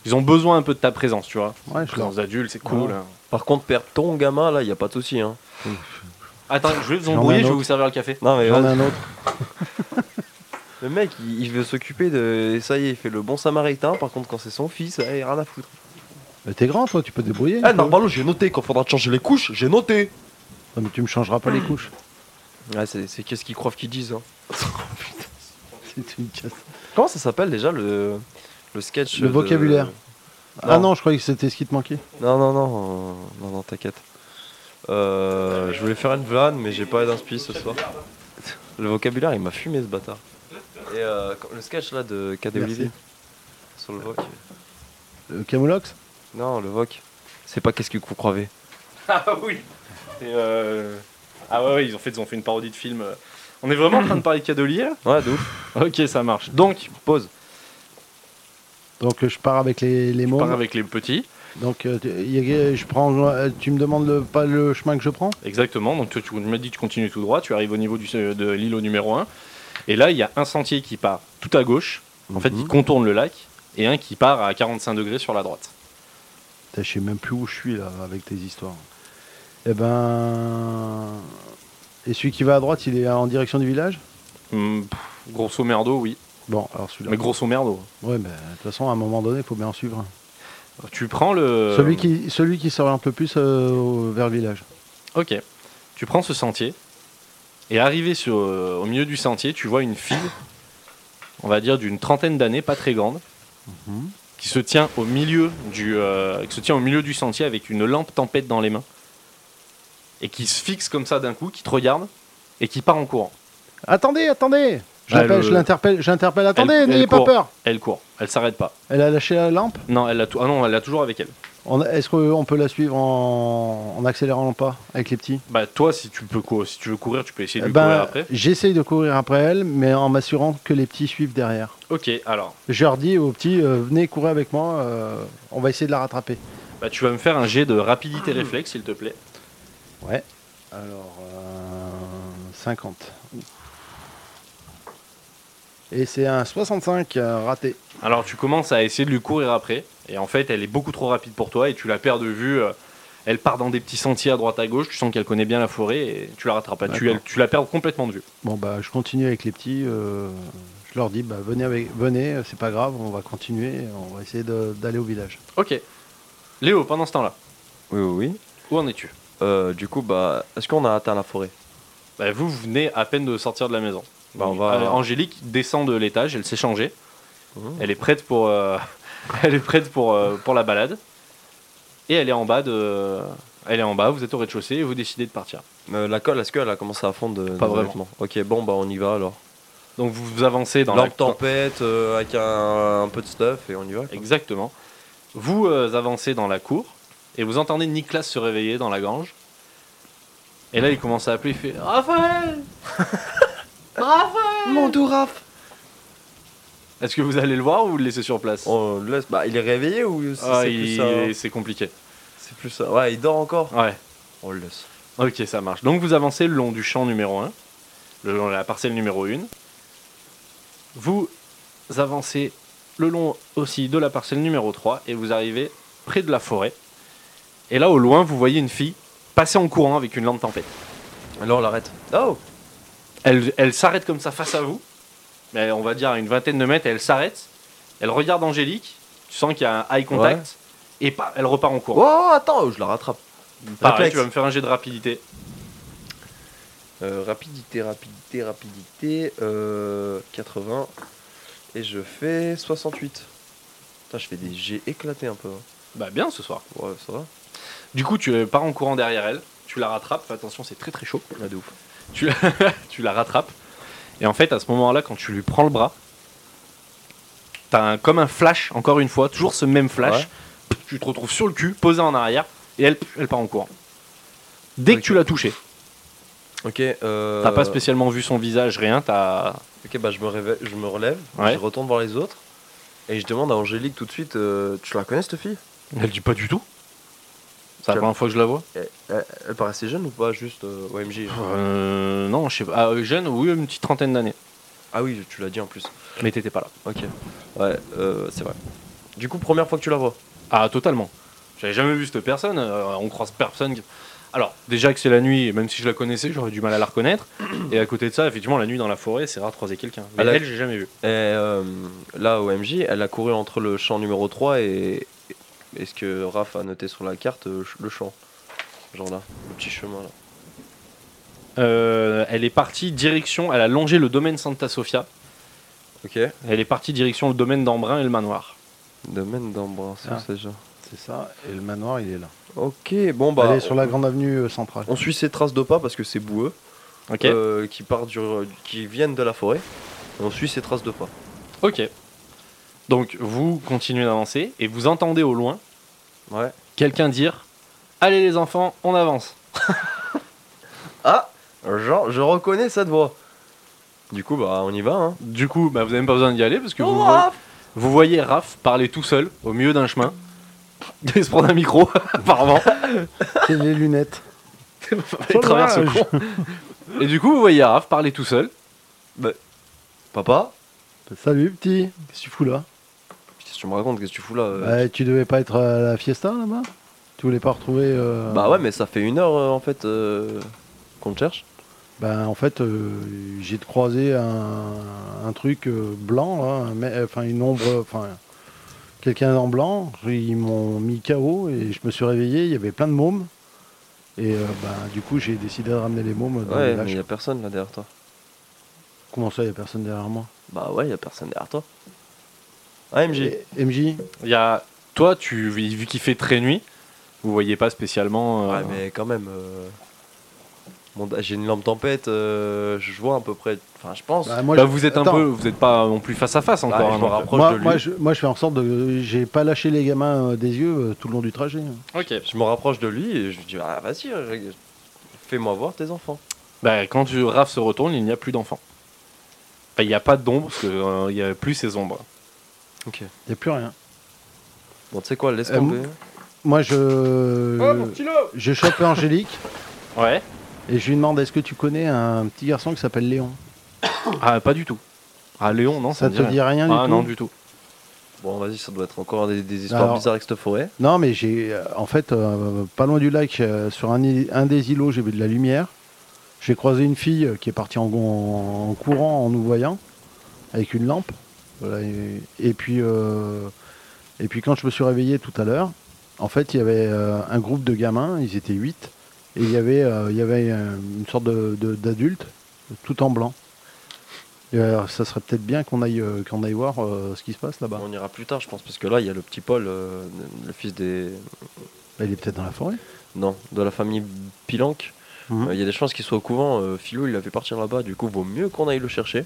ils ont besoin un peu de ta présence, tu vois.
Ouais, je leur-
Présence d'adulte, c'est cool.
Ouais.
hein.
Par contre, perdre ton gamin, là, il n'y a pas de souci. Hein.
Attends, je vais vous
J'en ai un
embrouiller, je vais
autre.
vous servir le café.
Non, mais
J'en ai
vas-y.
un autre.
le mec, il, il veut s'occuper de. et Ça y est, il fait le bon samaritain. Par contre, quand c'est son fils, eh, rien à foutre.
Mais t'es grand, toi, tu peux te débrouiller.
Ah,
tu vois.
normalement, j'ai noté. Quand faudra te changer les couches, j'ai noté.
Non, mais tu me changeras pas les couches.
Ouais, c'est c'est qu'est-ce qu'ils croient qu'ils disent. hein.
C'est une casse.
Comment ça s'appelle déjà le, le sketch
Le
de-
vocabulaire. Ah non, je croyais que c'était ce qui te manquait.
Non, non, non, euh, non, non, t'inquiète. Euh, je voulais faire une vanne, mais j'ai pas d'inspi ce soir. Le vocabulaire, il m'a fumé ce bâtard. Et euh, quand- le sketch là de Cadet
Merci.
Olivier sur le voc.
Le Euh, Camoulox
Non, le voc. C'est pas qu'est-ce que vous croyez.
Ah oui Et, euh, Ah ouais, ouais, ils ont, fait, ils ont fait une parodie de film. euh. On est vraiment en train de parler de Cadolier là
Ouais, de ouf.
Ok, ça marche. Donc, pause.
Donc euh, je pars avec les, les
On
mômes.
part avec les petits.
Donc euh, tu- y a- je prends, euh, tu me demandes le, pas le chemin que je prends
Exactement. Donc, tu, tu m'as dit, tu continues tout droit. Tu arrives au niveau du, de l'îlot numéro 1. Et là, il y a un sentier qui part tout à gauche. En fait,
Mhm.
il contourne le lac. Et un qui part à 45 degrés sur la droite.
Putain, Je sais même plus où je suis là avec tes histoires. Eh ben. Et celui qui va à droite, il est en direction du village
Hum, pff, grosso merdo, oui.
Bon, alors celui-là.
Mais grosso merdo.
Ouais, mais de toute façon, à un moment donné, il faut bien en suivre. un.
Tu prends le.
Celui qui, celui qui s'oriente le plus euh, au- vers le village.
Ok. Tu prends ce sentier et arrivé sur, euh, au milieu du sentier, tu vois une fille, on va dire d'une trentaine d'années, pas très grande,
Mhm.
qui se tient au milieu du, euh, qui se tient au milieu du sentier avec une lampe tempête dans les mains et qui se fixe comme ça d'un coup, qui te regarde et qui part en courant.
Attendez, attendez Je
Ah,
l'appelle,
le-
je l'interpelle, je l'interpelle. Attendez,
elle
n'ayez pas
court.
peur
Elle court, elle s'arrête pas.
Elle a lâché la lampe
Non, elle l'a tou- ah non, elle l'a toujours avec elle.
On- Est-ce qu'on peut la suivre en, en accélérant le pas avec les petits
Bah toi, si tu peux cou- si tu veux courir, tu peux essayer de
Eh
lui
ben,
courir après.
J'essaye de courir après elle, mais en m'assurant que les petits suivent derrière.
Ok, alors
Je leur dis aux petits, euh, venez courir avec moi, euh, on va essayer de la rattraper.
bah, tu vas me faire un jet de rapidité réflexe, s'il te plaît.
Ouais. Alors, euh, 50. Et c'est un 65 euh, raté.
Alors tu commences à essayer de lui courir après, et en fait elle est beaucoup trop rapide pour toi, et tu la perds de vue, euh, elle part dans des petits sentiers à droite à gauche, tu sens qu'elle connaît bien la forêt, et tu la rattrapes pas, tu,
D'accord.
elle- tu la perds complètement de vue.
Bon, bah, je continue avec les petits. euh, je leur dis, bah, venez, avec, venez euh, c'est pas grave, on va continuer, on va essayer de- d'aller au village.
Ok. Léo, pendant ce temps-là,
Oui, oui, oui.
où en es-tu
Euh, du coup, bah, est-ce qu'on a atteint la forêt
bah, Vous vous venez à peine de sortir de la maison.
Bah, on va-
Euh, Angélique descend de l'étage, elle s'est changée,
Mhm.
elle est prête pour, euh, elle est prête pour, euh, pour la balade, et elle est en bas de... Elle est en bas, vous êtes au rez-de-chaussée et vous décidez de partir.
Euh, La colle, est-ce qu'elle a commencé à fondre de,
Pas
de
vraiment.
vêtements Ok, bon, bah, on y va alors.
Donc vous vous avancez dans la,
Lampe tempête euh, avec un, un peu de stuff et on y va. quoi.
Exactement. Vous euh, avancez dans la cour et vous entendez Nicolas se réveiller dans la grange. Et là, il commence à appeler, il fait Raphaël Raphaël
Mon doux Raph
Est-ce que vous allez le voir ou vous le laissez sur place
On le laisse. Bah, il est réveillé ou c'est
Ah,
c'est
il-
plus ça hein
C'est compliqué.
C'est plus ça. Ouais, il dort encore.
Ouais,
On le laisse.
ok, ça marche. Donc vous avancez le long du champ numéro 1, le long de la parcelle numéro 1. Vous avancez le long aussi de la parcelle numéro 3 et vous arrivez près de la forêt. Et là, au loin, vous voyez une fille passer en courant avec une lampe tempête.
Alors on l'arrête. Oh
Elle, elle s'arrête comme ça face à vous. Mais on va dire à une vingtaine de mètres, elle s'arrête. Elle regarde Angélique. Tu sens qu'il y a un eye contact. Et pa- elle repart en courant.
Oh, attends, je la rattrape.
Pareil,
Réflexe.
tu vas me faire un jet de rapidité.
Euh, rapidité, rapidité, rapidité. euh, 80. Et je fais 68. Putain, je fais des G éclatés un peu. hein.
Bah bien ce soir.
Ouais, ça va.
Du coup, tu pars en courant derrière elle, tu la rattrapes, fais attention, c'est très très chaud.
Ah, de ouf.
Tu, tu la rattrapes. Et en fait, à ce moment-là, quand tu lui prends le bras, t'as un- comme un flash, encore une fois, toujours ce même flash. Tu te retrouves sur le cul, posé en arrière, et elle, elle part en courant. Dès
Ok.
que tu l'as touchée,
Ok. Euh...
t'as pas spécialement vu son visage, rien, t'as.
Ok, bah je me, réveille, je me relève,
Ouais.
je retourne voir les autres. Et je demande à Angélique tout de suite euh, Tu la connais cette fille
Elle dit pas du tout. C'est la
Quel-
première fois que je la vois
elle, elle- elle paraissait jeune ou pas Juste euh, OMG.
Euh. Non, je sais pas. Ah, jeune, oui, une petite trentaine d'années.
Ah oui, tu l'as dit en plus.
Mais t'étais pas là.
Ok. Ouais, euh, c'est vrai. Du coup, première fois que tu la vois.
Ah, totalement. J'avais jamais vu cette personne. euh, on croise personne. qui- Alors, déjà que c'est la nuit, et même si je la connaissais, j'aurais du mal à la reconnaître. Et à côté de ça, effectivement, la nuit dans la forêt, c'est rare de croiser quelqu'un. Mais
Elle a-
elle, j'ai jamais vu.
Et euh, là, OMJ, elle a couru entre le champ numéro 3 et. et ce que Raph a noté sur la carte, euh, le champ. Genre là, le petit chemin là.
Euh, elle est partie direction. Elle a longé le domaine Santa Sofia.
Ok.
Elle est partie direction le domaine d'Embrun et le manoir.
Domaine d'Ambrun, c'est
Ah.
où, c'est déjà.
C'est ça, et le manoir il est là.
Ok, bon bah.
Allez, sur la
on-
grande avenue euh, centrale.
On suit ces traces de pas parce que c'est boueux,
Ok.
euh, qui, part du, qui viennent de la forêt. Et on suit ces traces de pas.
Ok. Donc, vous continuez d'avancer et vous entendez au loin
Ouais.
quelqu'un dire Allez, les enfants, on avance.
Ah Genre, je reconnais cette voix. Du coup, bah, on y va, hein.
Du coup, bah, vous n'avez pas besoin d'y aller parce que vous,
Raph
Vous voyez Raph parler tout seul au milieu d'un chemin. Il se prend un micro, apparemment.
C'est les lunettes.
Il traverse ce
Dommage.
coin. Et du coup, vous voyez Raph parler tout seul.
Papa
Salut petit, qu'est-ce que tu fous là
Qu'est-ce que tu me racontes Qu'est-ce que tu fous là euh,
Bah, Tu devais pas être à la fiesta là-bas Tu voulais pas retrouver. euh,
Bah ouais, mais ça fait une heure euh, en fait euh, qu'on te cherche.
Bah, en fait, euh, j'ai croisé un, un truc euh, blanc, là, un mec- enfin une ombre, enfin quelqu'un en blanc. Ils m'ont mis KO et je me suis réveillé. Il y avait plein de mômes. Et euh, bah, du coup, j'ai décidé de ramener les mômes dans le
Ouais, mais
village.
y a personne là derrière toi.
Comment ça, il n'y a personne derrière moi
Bah ouais, y a personne derrière toi. Ah, AMG.
Et- MJ
Il y a toi, tu vu qu'il fait très nuit, vous voyez pas spécialement. euh,
Ouais, mais quand même. euh, mon- J'ai une lampe tempête, euh, je vois à peu près. Enfin, je pense.
Bah, moi,
Bah,
je-
vous êtes un
Attends.
peu, vous êtes pas non plus face à face encore.
je
hein,
me
donc.
rapproche.
Moi,
de lui.
moi, je, moi, je fais en sorte de. J'ai pas lâché les gamins euh, des yeux euh, tout le long du trajet. hein.
Ok.
Je me rapproche de lui et je lui dis Ah, vas-y, euh, fais-moi voir tes enfants.
Bah, quand tu- Raph se retourne, il n'y a plus d'enfants. Enfin, Il n'y a pas d'ombre parce qu'il n'y a plus ces ombres.
Ok.
Y a plus rien.
Bon, tu sais quoi, laisse
Euh,
tomber.
Moi, je.
Oh,
je chope Angélique
Ouais.
et je lui demande est-ce que tu connais un petit garçon qui s'appelle Léon
Ah, pas du tout. Ah, Léon, non, ça,
Ça
me
te dit rien du
Ah,
tout
non, du tout.
Bon, vas-y, ça doit être encore des, des histoires
Alors-
bizarres avec cette forêt.
Non, mais j'ai. euh, En fait, euh, pas loin du lac, euh, sur un, î- un des îlots, j'ai vu de la lumière. J'ai croisé une fille euh, qui est partie en, gon- en courant en nous voyant, avec une lampe. Voilà, et, et puis, euh, et puis, quand je me suis réveillé tout à l'heure, en fait, il y avait euh, un groupe de gamins, ils étaient huit, et il y avait, euh, il y avait euh, une sorte de- de- d'adulte, tout en blanc. Et, euh, ça serait peut-être bien qu'on aille, euh, qu'on aille voir euh, ce qui se passe là-bas.
On ira plus tard, je pense, parce que là, il y a le petit Paul, euh, le fils des,
Bah, il est peut-être dans la forêt.
Non, de la famille Pilanque. Euh, Il
Mhm.
y a des chances qu'il soit au couvent. euh, Philo, il a fait partir là-bas. Du coup, vaut mieux qu'on aille le chercher.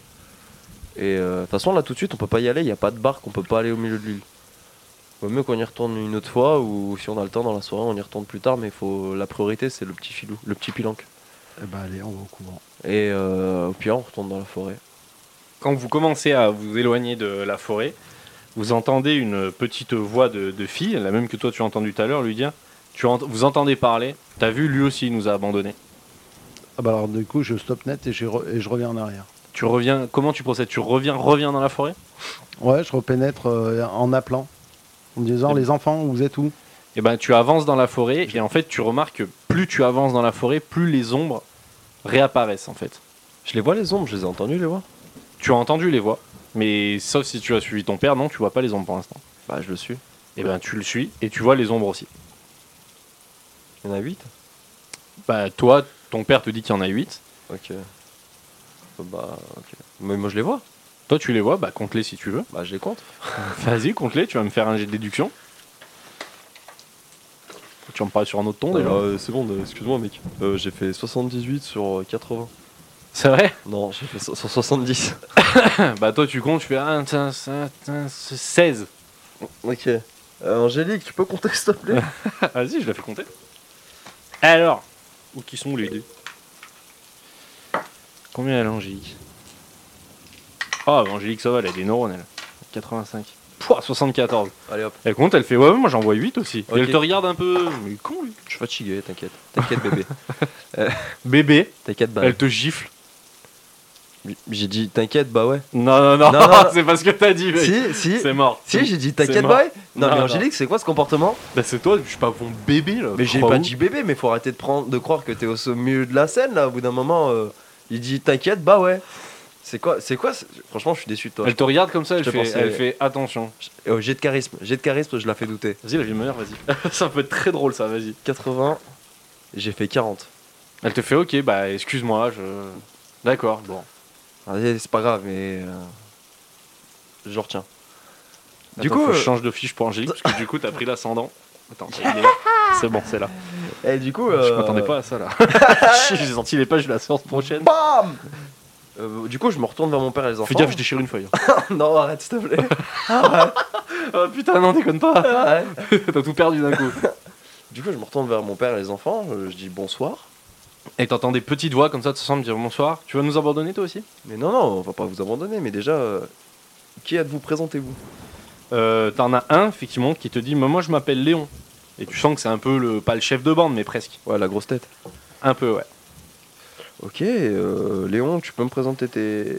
Et euh, de toute façon, là, tout de suite, on peut pas y aller. Il n'y a pas de barque. On peut pas aller au milieu de l'île. Vaut mieux qu'on y retourne une autre fois. Ou si on a le temps dans la soirée, on y retourne plus tard. Mais faut la priorité, c'est le petit Philou, le petit Pilanque.
Eh ben, allez, on va au courant.
Et euh, puis, on retourne dans la forêt.
quand vous commencez à vous éloigner de la forêt, vous entendez une petite voix de, de fille, la même que toi tu as entendu tout à l'heure, lui dire tu ent- Vous entendez parler, t'as vu, lui aussi il nous a abandonnés.
Ah bah alors du coup je stop net et je, re- et je reviens en arrière.
Tu reviens, comment tu procèdes Tu reviens, reviens dans la forêt
Ouais, je repénètre euh, en appelant, en me disant les enfants, vous êtes où
Et ben tu avances dans la forêt et en fait tu remarques que plus tu avances dans la forêt, plus les ombres réapparaissent en fait.
Je les vois, les ombres. Je les ai entendues, les voix.
Tu as entendu les voix, mais sauf si tu as suivi ton père, non, tu vois pas les ombres pour l'instant.
Bah, je le suis.
Et ben tu le suis et tu vois les ombres aussi.
Il y en a 8
Bah, toi, ton père te dit qu'il y en a 8.
Ok. Bah, ok. Mais moi, je les vois.
Toi, tu les vois, bah, compte-les si tu veux.
Bah, je les compte.
Vas-y, compte-les, tu vas me faire un jet de déduction. Tu vas me parles sur un autre ton déjà.
Alors, euh, seconde, euh, excuse-moi, mec. Euh, j'ai fait 78 sur euh, 80.
C'est vrai
Non, j'ai fait so- sur 70.
Bah, toi, tu comptes, tu fais 1, 16.
Ok. Euh, Angélique, tu peux compter, s'il te plaît
Ah, Vas-y, je la fais compter. Alors, où qui sont les dés Combien elle, Angélique Ah, bah, Angélique, ça va, elle a des neurones, elle. 85. Pouah, 74.
Allez hop,
Elle compte, elle fait Ouais, ouais, moi j'en vois 8 aussi. Et
Ok.
elle te regarde un peu. Mais con, lui.
je suis fatigué, t'inquiète. T'inquiète, bébé. Euh,
Bébé,
T'inquiète, bah.
elle te gifle.
J'ai dit, t'inquiète, bah ouais.
Non, non, non,
Non, non, non.
c'est pas ce que t'as dit, mec.
Si, si.
C'est mort.
Si, j'ai dit,
C'est
t'inquiète,
mort.
bah ouais. Non,
Non,
mais
non.
Angélique, c'est quoi ce comportement
Bah, c'est toi, je suis pas bon bébé là.
Mais j'ai
Crois
pas
où
dit bébé, mais faut arrêter de, prendre, de croire que t'es au so- milieu de la scène là. Au bout d'un moment, euh, il dit t'inquiète, bah ouais. C'est quoi, c'est quoi c'est- Franchement, je suis déçu de toi.
Elle te regarde comme ça, elle,
Je
fait,
te pensais-
elle fait attention.
Euh, j'ai de charisme, j'ai de charisme, je la fais douter.
Vas-y, la vie meilleure, vas-y. ça peut être très drôle, ça, vas-y.
80, j'ai fait 40.
Elle te fait Ok, bah, excuse-moi, je. D'accord, bon.
Allez, Ah, eh, c'est pas grave, mais euh, je le retiens. Du
Attends,
coup,
faut que je
euh,
change de fiche pour Angélique, parce que du coup, t'as pris l'ascendant. Attends, j'ai une idée. c'est bon, c'est là.
Et du coup,
Je
euh,
m'attendais pas à ça là. j'ai senti les pages de la séance prochaine.
Bam Euh, Du coup, je me retourne vers mon père et les enfants.
Fais gaffe, je déchire une feuille.
non, arrête, s'il te plaît. Arrête,
Ah putain, non, déconne pas.
arrête.
T'as tout perdu d'un coup.
Du coup, je me retourne vers mon père et les enfants. euh, Je dis bonsoir.
Et t'entends des petites voix comme ça, tu ensemble dire bonsoir. Tu vas nous abandonner toi aussi
Mais non, non, on va pas vous abandonner, mais déjà, euh, qui êtes-vous Présentez-vous.
euh, T'en as un, effectivement, qui te dit Mais Moi, je m'appelle Léon. Et tu sens que c'est un peu le. Pas le chef de bande, mais presque.
Ouais, la grosse tête.
Un peu, ouais.
Ok, euh, Léon, tu peux me présenter tes,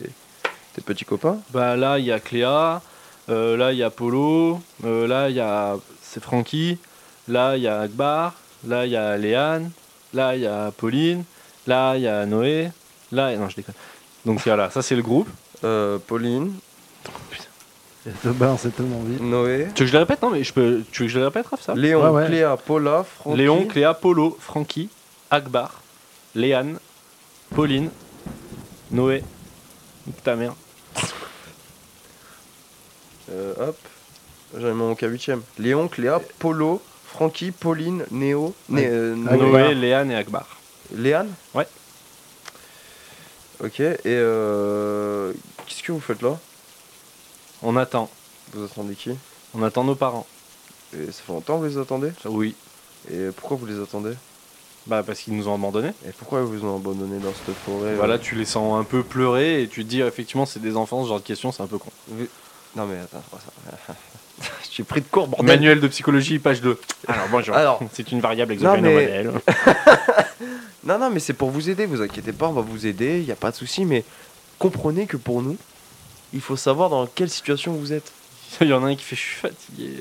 tes petits copains
Bah là, il y a Cléa. euh, là, il y a Polo. euh, là, il y a. C'est Francky. Là, il y a Akbar. Là, il y a Léane. Là, il y a Pauline. Là, il y a Noé. Là, non, je déconne. Donc voilà, ça c'est le groupe.
Euh, Pauline,
Le bain, ben, c'est tellement vite.
Noé,
Tu veux que je le répète Non, mais je peux. Tu veux que je le répète, Raph, ça
Léon,
Ouais, ouais.
Cléa, Paula, Francky.
Léon, Cléa, Polo, Francky, Akbar, Léane, Pauline, Noé, nique ta mère.
Euh, hop, j'avais mon cas huitième. Léon, Cléa, Polo, Francky, Pauline, Néo, Né- euh,
Ah,
Noé,
Akbar.
Noé, Léane et Akbar.
Léane
Ouais.
Ok, et euh, qu'est-ce que vous faites là
On attend.
Vous attendez qui
On attend nos parents.
et Ça fait longtemps que vous les attendez
Oui.
Et pourquoi vous les attendez
Bah parce qu'ils nous ont abandonnés.
Et pourquoi ils vous ont abandonné dans cette forêt euh
Voilà, tu les sens un peu pleurer et tu te dis effectivement c'est des enfants, ce genre de question, c'est un peu con.
euh Non mais attends, attends. je suis pris de court, bordel.
Manuel de psychologie, page 2. Alors bonjour.
Alors,
C'est une variable exogène
Non, mais-
au modèle.
non, non, mais c'est pour vous aider, vous inquiétez pas, on va vous aider, il n'y a pas de souci, mais comprenez que pour nous, il faut savoir dans quelle situation vous êtes.
Il y en a un qui fait je suis fatigué.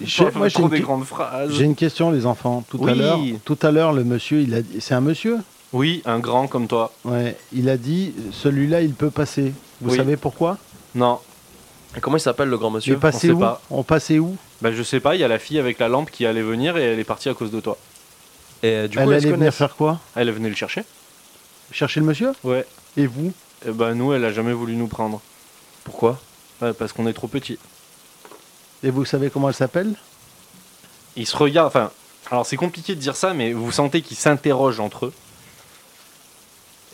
J'ai-
Parle
moi, j'ai
trop
une
des
que-
grandes phrases.
J'ai une question, les enfants. Tout à
Oui.
l'heure, tout à l'heure, le monsieur, il a. C'est un monsieur.
Oui, un grand comme toi.
Ouais. Il a dit, celui-là, il peut passer. Vous
Oui.
savez pourquoi
Non.
Et comment il s'appelle le grand monsieur
Mais passer
sait
où
pas.
On passait où
Bah je sais pas, il y a la fille avec la lampe qui allait venir et elle est partie à cause de toi.
Et euh, du
Elle
coup, elle se
allait venir
connaissent.
faire quoi
Elle est venue le chercher
Chercher le monsieur
Ouais.
Et vous
Et bah nous, elle a jamais voulu nous prendre.
Pourquoi
Ouais, parce qu'on est trop petits.
Et vous savez comment elle s'appelle
Ils se regardent, enfin... Alors c'est compliqué de dire ça, mais vous sentez qu'ils s'interrogent entre eux.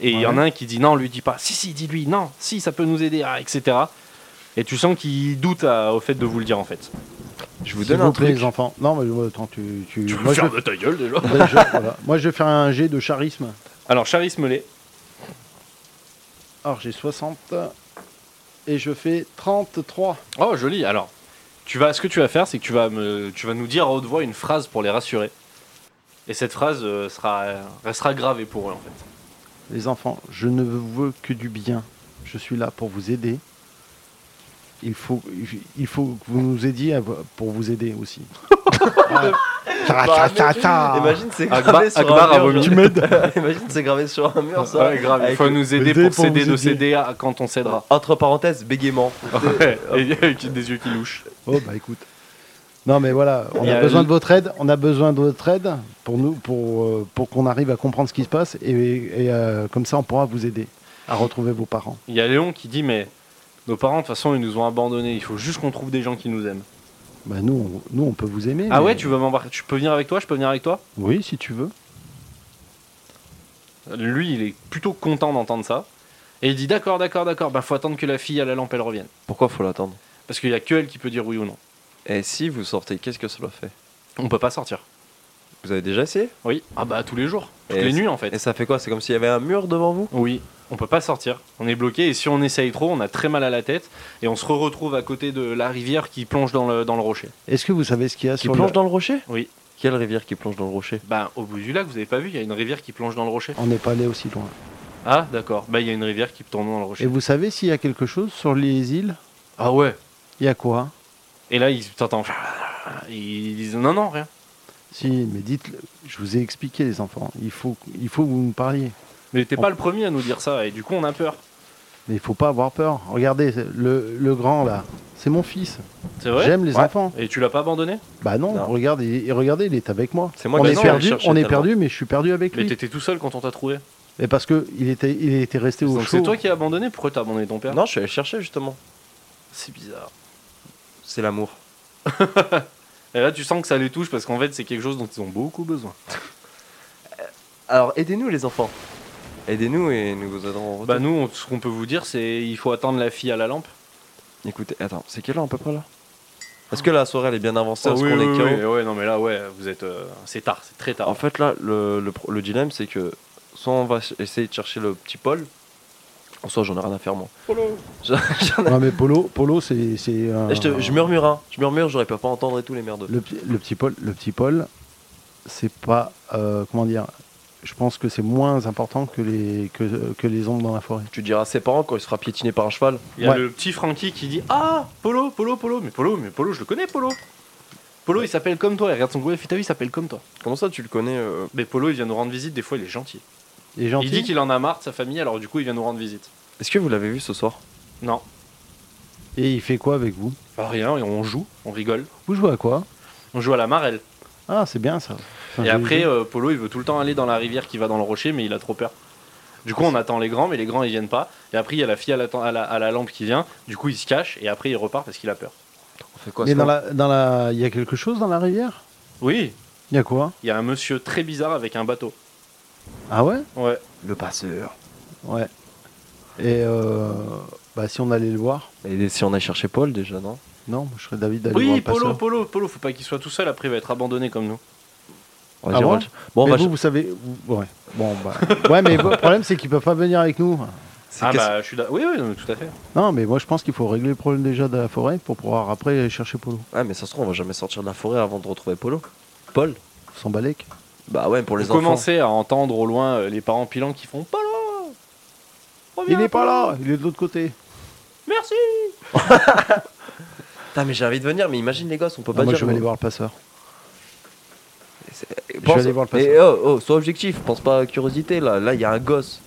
Et il y en a un qui dit non, lui dis pas. Si, si, dis-lui, non, si, ça peut nous aider, ah, etc. Et tu sens qu'ils doutent à- au fait de vous le dire en fait.
Je vous
S'il
donne un
plaît,
truc.
les enfants. Non, mais euh, attends, tu. tu-
Tu veux
moi, je...
faire de ta gueule déjà
Ben, je- voilà. Moi, je vais faire un jet de charisme.
Alors charisme les.
Alors, j'ai 60. Et je fais 33.
Oh joli. Alors, tu vas, ce que tu vas faire, c'est que tu vas me, tu vas nous dire à haute voix une phrase pour les rassurer. Et cette phrase euh, sera, euh, restera gravée pour eux en fait.
Les enfants, je ne veux que du bien. Je suis là pour vous aider. Il faut, il faut que vous nous aidiez à- pour vous aider aussi. Ah.
Bah,
Ta, ta, ta, ta. Bah, Imagine, c'est gravé
Akbar-
sur
Akbar a
un mur.
vomi.
genre.
Tu
Imagine, c'est gravé sur un mur, ça.
Ouais, grave. Il
Avec
faut nous aider
aider
pour
pour
s'aider
vous
de
aider.
s'aider à- quand on s'aidera.
Entre parenthèses, bégaiement.
Ouais, Et avec des yeux qui louchent.
Oh, bah écoute. Non, mais voilà, on
Il y
a
a
besoin
l-
de votre aide. On a besoin de votre aide pour nous, pour, euh, pour qu'on arrive à comprendre ce qui se passe et, et, euh, comme ça, on pourra vous aider à retrouver vos parents.
Il y a Léon qui dit mais nos parents de toute façon ils nous ont abandonnés, il faut juste qu'on trouve des gens qui nous aiment.
Bah, nous, on, nous, on peut vous aimer.
Ah
mais-
ouais, tu veux m'embarquer Tu peux venir avec toi Je peux venir avec toi
Oui, si tu veux.
Lui, il est plutôt content d'entendre ça. Et il dit d'accord, d'accord, d'accord. Bah faut attendre que la fille à la lampe elle revienne.
Pourquoi faut l'attendre
Parce qu'il y a que elle qui peut dire oui ou non.
Et si vous sortez, qu'est-ce que cela fait
On peut pas sortir.
Vous avez déjà essayé
Oui. Ah bah tous les jours, toutes
Et
les
c'est-
nuits en fait.
Et ça fait quoi C'est comme s'il y avait un mur devant vous
Oui, on peut pas sortir. On est bloqué et si on essaye trop, on a très mal à la tête et on se retrouve à côté de la rivière qui plonge dans le, dans le rocher.
Est-ce que vous savez ce qu'il y a
Qui
sur le-
plonge dans le rocher
Oui.
Quelle rivière qui plonge dans le rocher
Bah au bout du lac, vous avez pas vu, il y a une rivière qui plonge dans le rocher.
On n'est pas allé aussi loin.
Ah d'accord. Bah il y a une rivière qui tourne dans le
Et
rocher.
vous savez s'il y a quelque chose sur les îles
Ah ouais.
Il y a quoi
Et là ils t'entendent. Ils disent non non rien.
Si, mais dites, je vous ai expliqué les enfants. Il faut, il faut que vous me parliez.
Mais t'es pas le premier à nous dire ça et du coup on a peur.
Mais il faut pas avoir peur. Regardez, le, le grand là, c'est mon fils.
C'est vrai.
J'aime les enfants.
Et tu l'as pas abandonné
Bah non,
Non.
regarde, il- il- regardez, il est avec moi.
C'est moi bah
on
qui
est
ai essayé de
perdu,
chercher
on est
tellement.
perdu, mais je suis perdu avec
Mais
lui.
t'étais tout seul quand on t'a trouvé.
Mais parce que il était, il était resté au
Donc c'est
chaud.
toi qui as abandonné. Pourquoi t'as abandonné ton père
Non, je suis allé le chercher justement.
C'est bizarre.
C'est l'amour.
Et là tu sens que ça les touche parce qu'en fait c'est quelque chose dont ils ont beaucoup besoin.
Alors aidez-nous les enfants. Aidez-nous et nous vous aiderons en retour.
Bah nous on- ce qu'on peut vous dire c'est il faut attendre la fille à la lampe.
Écoutez, attends, c'est quelle heure à peu près là Est-ce que la soirée elle est bien avancée
Ah
Est-ce
oui,
qu'on
oui,
est KO
oui, ouais, non mais là ouais, vous êtes, euh, c'est tard, c'est très tard.
En fait là, le, le pro- le dilemme c'est que soit on va ch- essayer de chercher le petit Paul, ou soit j'en ai rien à faire moi. J'en- j'en ai-
Ouais, mais Polo, Polo, c'est, c'est. un-
Et je, te- je murmure, hein. je murmure, j'aurais peur pas entendre et tout les merdes.
Ah. Le, petit- le petit Paul, le petit Paul, c'est pas, euh, comment dire. Je pense que c'est moins important que les que, que les ombres dans la forêt.
Tu diras à ses parents quand il sera piétiné par un cheval.
Il y a
ouais.
le petit Francky qui dit ah Polo, Polo, Polo, mais Polo, mais Polo, je le connais Polo. Polo, il s'appelle comme toi. Il regarde son goût, t'as vu, il s'appelle comme toi.
Comment ça tu le connais euh,
Mais Polo, il vient nous rendre visite. Des fois, il est gentil.
Et gentil.
Il dit qu'il en a marre de sa famille, alors du coup, il vient nous rendre visite.
Est-ce que vous l'avez vu ce soir
Non,
Et il fait quoi avec vous
pas rien. Et on joue, on rigole,
Vous jouez à quoi
on joue à la marelle.
Ah, c'est bien ça. Enfin,
Et
je-
après, euh, Polo, il veut tout le temps aller dans la rivière qui va dans le rocher, mais il a trop peur. Du coup, on attend les grands, mais les grands, ils viennent pas. Et après, il y a la fille à la, à la- à la lampe qui vient. Du coup, il se cache et après, il repart parce qu'il a peur.
On fait
euh,
quoi
Mais
ce
dans
soir
la, dans la, il y a quelque chose dans la rivière
Oui,
Il y a quoi
il y a un monsieur très bizarre avec un bateau.
Ah ouais
Ouais.
Le passeur.
Ouais. Et euh, bah, si on allait le voir,
Et si on a cherché Paul déjà, non
non, moi, je serais David d'aller voir
Oui,
le
Polo,
passeur.
Polo, Polo, faut pas qu'il soit tout seul, après il va être abandonné comme nous.
On
Ah
dire,
bon
on va- Bon, on
bah,
mais
va
vous,
ch-
vous savez, vous- ouais. Bon, bah, ouais, mais le problème c'est qu'ils peuvent pas venir avec nous.
c'est
Ah
qu'est-ce-
bah, je suis d'a- Oui, oui, non, mais tout à fait.
Non, mais moi je pense qu'il faut régler le problème déjà de la forêt pour pouvoir après aller chercher Polo.
Ah, mais ça se trouve, on va jamais sortir de la forêt avant de retrouver Polo. Paul
Sans balèque.
Bah ouais, pour les
Vous
enfants.
commencez à entendre au loin euh, les parents pilants qui font Polo
Il
Reviens,
n'est pas
Polo Ah,
là, il est de l'autre côté. Ah,
Merci
Putain, mais j'ai envie de venir, mais imagine les gosses, on peut
Non,
pas
Ah, moi
dire.
je vais aller voir le passeur.
Et
vais aller voir le passeur.
Et oh, oh, sois objectif, pense pas à curiosité là. Là, il y a un gosse.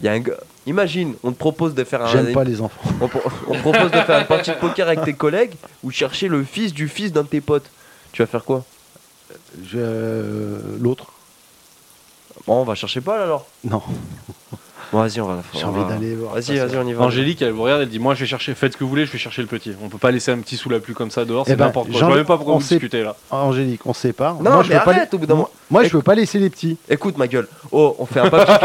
Il y a un go- Imagine, on te propose de
Ah,
faire un.
J'aime pas les enfants.
On, pro- on te propose de faire une partie de poker avec tes collègues ou chercher le fils du fils d'un de tes potes. Tu vas faire quoi
Je... euh, L'autre
Bon, on va chercher Paul alors.
Non,
Bon, vas-y, on va la
j'ai
on
envie
va-
d'aller voir. le
Vas-y,
passeur.
vas-y, on y va.
Angélique, elle vous regarde, elle dit Moi je vais chercher, faites ce que vous voulez, je vais chercher le petit. On peut pas laisser un petit sous la pluie comme ça dehors,
Eh
c'est
ben,
n'importe quoi. Je
Jean-
vois même pas pourquoi
on
vous
sait-
discutez là.
Angélique, on se sépare.
Non,
moi, je
mais
veux pas
arrête, au bout d'un
moi,
moment.
moi, je veux pas laisser les petits.
Écoute ma gueule. Oh, on fait un papier,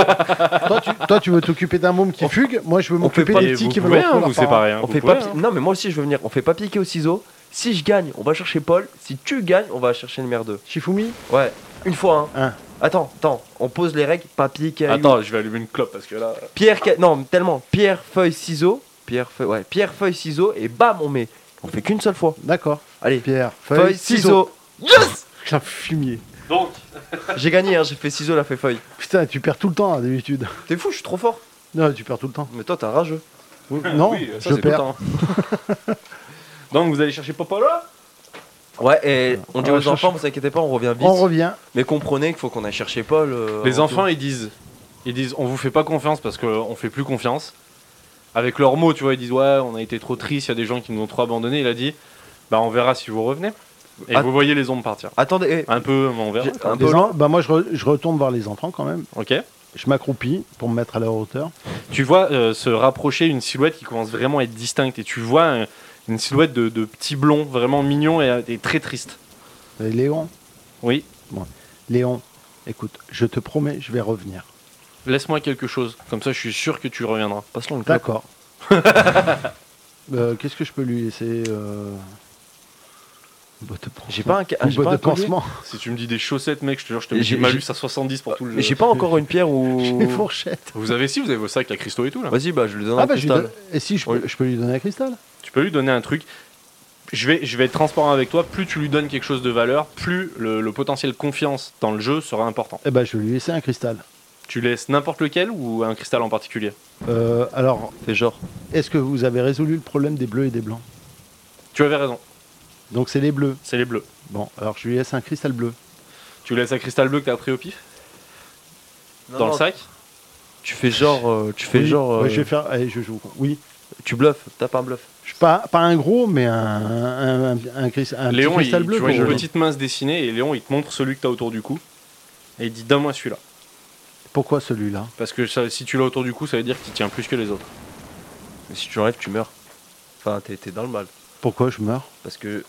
toi, tu, toi, tu veux t'occuper d'un môme qui fugue. Moi, je veux m'occuper
fait pas
des
Et
petits
vous
qui veulent
pouvez, hein,
retrouver leurs
vous
parents.
séparer. hein,
on
vous
fait
pouvez,
papier-
hein.
Non mais moi aussi je veux venir. On fait papier au ciseau. Si je gagne, on va chercher Paul. Si tu gagnes, on va chercher le merdeux.
Shifumi
Ouais, une fois hein.
Hein.
Attends, attends. On pose les règles. Papier caillou.
Attends, je vais allumer une clope parce que là.
Pierre ca- non tellement. Pierre feuille ciseaux. Pierre feuille ouais. Pierre feuille ciseaux et bam on met. On fait qu'une seule fois.
D'accord.
Allez.
Pierre,
Feuille ciseaux. Yes.
Putain, fumier.
Donc,
J'ai gagné. Hein, J'ai fait ciseaux, la fait feuille.
Putain, tu perds tout le temps hein, d'habitude.
T'es fou, je suis trop fort.
Non, tu perds tout le temps.
Mais toi t'es un rageux.
Non,
oui, ça,
je
c'est tout le
perds.
temps. Donc vous allez chercher Polo
hein. Ouais et on dit
On
aux
va chercher.
enfants, vous inquiétez pas, on revient vite.
Ah, On revient.
Mais comprenez qu'il faut qu'on aille chercher Paul. euh,
Les
avant
enfants,
tout.
ils disent, ils disent, on vous fait pas confiance parce qu'on fait plus confiance. Avec leurs mots, tu vois, ils disent, ouais, on a été trop tristes, il y a des gens qui nous ont trop abandonnés. Il a dit, bah, on verra si vous revenez. Et
Ah.
vous voyez les ombres partir.
Attendez, eh,
Ah,
Un peu, on verra.
j'ai- un
Des
peu loin.
en- Bah moi je, re- je retourne voir les enfants quand même.
Ok.
Je m'accroupis pour me mettre à leur hauteur.
Tu vois euh, se rapprocher une silhouette qui commence vraiment à être distincte. Et tu vois euh, une silhouette de, de petit blond, vraiment mignon et, euh, et très triste.
Et Léon,
Oui.
Léon, écoute, je te promets, je vais revenir.
Laisse-moi quelque chose. Comme ça, je suis sûr que tu reviendras. Passe-le une clope.
D'accord. Euh, Qu'est-ce que je peux lui laisser euh, une boîte de pansement.
J'ai pas un, ca- ah,
Une
j'ai
boîte
pas
de
un collier.
pansement,
Si tu me dis des chaussettes, mec, je te jure, je te mets
J'ai-
du malus à 70 pour tout le
Mais J'ai
jeu.
pas encore une pierre ou.
une fourchette.
Vous avez si, vous avez vos sacs à cristaux et tout là.
Vas-y, bah je lui donne
Ah
un
bah je lui
cristal.
donne- Et si je
Oui.
peux, je peux lui donner un cristal
Tu peux lui donner un truc. Je vais, je vais être transparent avec toi. Plus tu lui donnes quelque chose de valeur, plus le, le potentiel confiance dans le jeu sera important.
Eh bah je vais lui laisser un cristal.
Tu laisses n'importe lequel ou un cristal en particulier
Euh, alors,
C'est genre.
est-ce que vous avez résolu le problème des bleus et des blancs
Tu avais raison,
Donc c'est les bleus.
c'est les bleus.
Bon, alors je lui laisse un cristal bleu.
Tu laisses un cristal bleu que t'as pris au pif dans le sac
Tu fais genre. euh, tu fais
Oui,
genre. euh,
ouais, je vais faire. Allez, je joue. Oui.
Tu bluffes, tape un bluff.
Je suis pas, pas un gros, mais un, un, un, un cris- un petit
Léon, il,
cristal bleu.
tu vois
pour
une
le-
petite main se dessiner et Léon il te montre celui que t'as autour du cou. Et il dit donne-moi celui-là.
Pourquoi celui-là
Parce que ça- si tu l'as autour du cou, ça veut dire qu'il tient plus que les autres.
Mais si tu l'enlèves, tu meurs. Enfin, t'es t'es dans le mal.
Pourquoi je meurs
Parce que.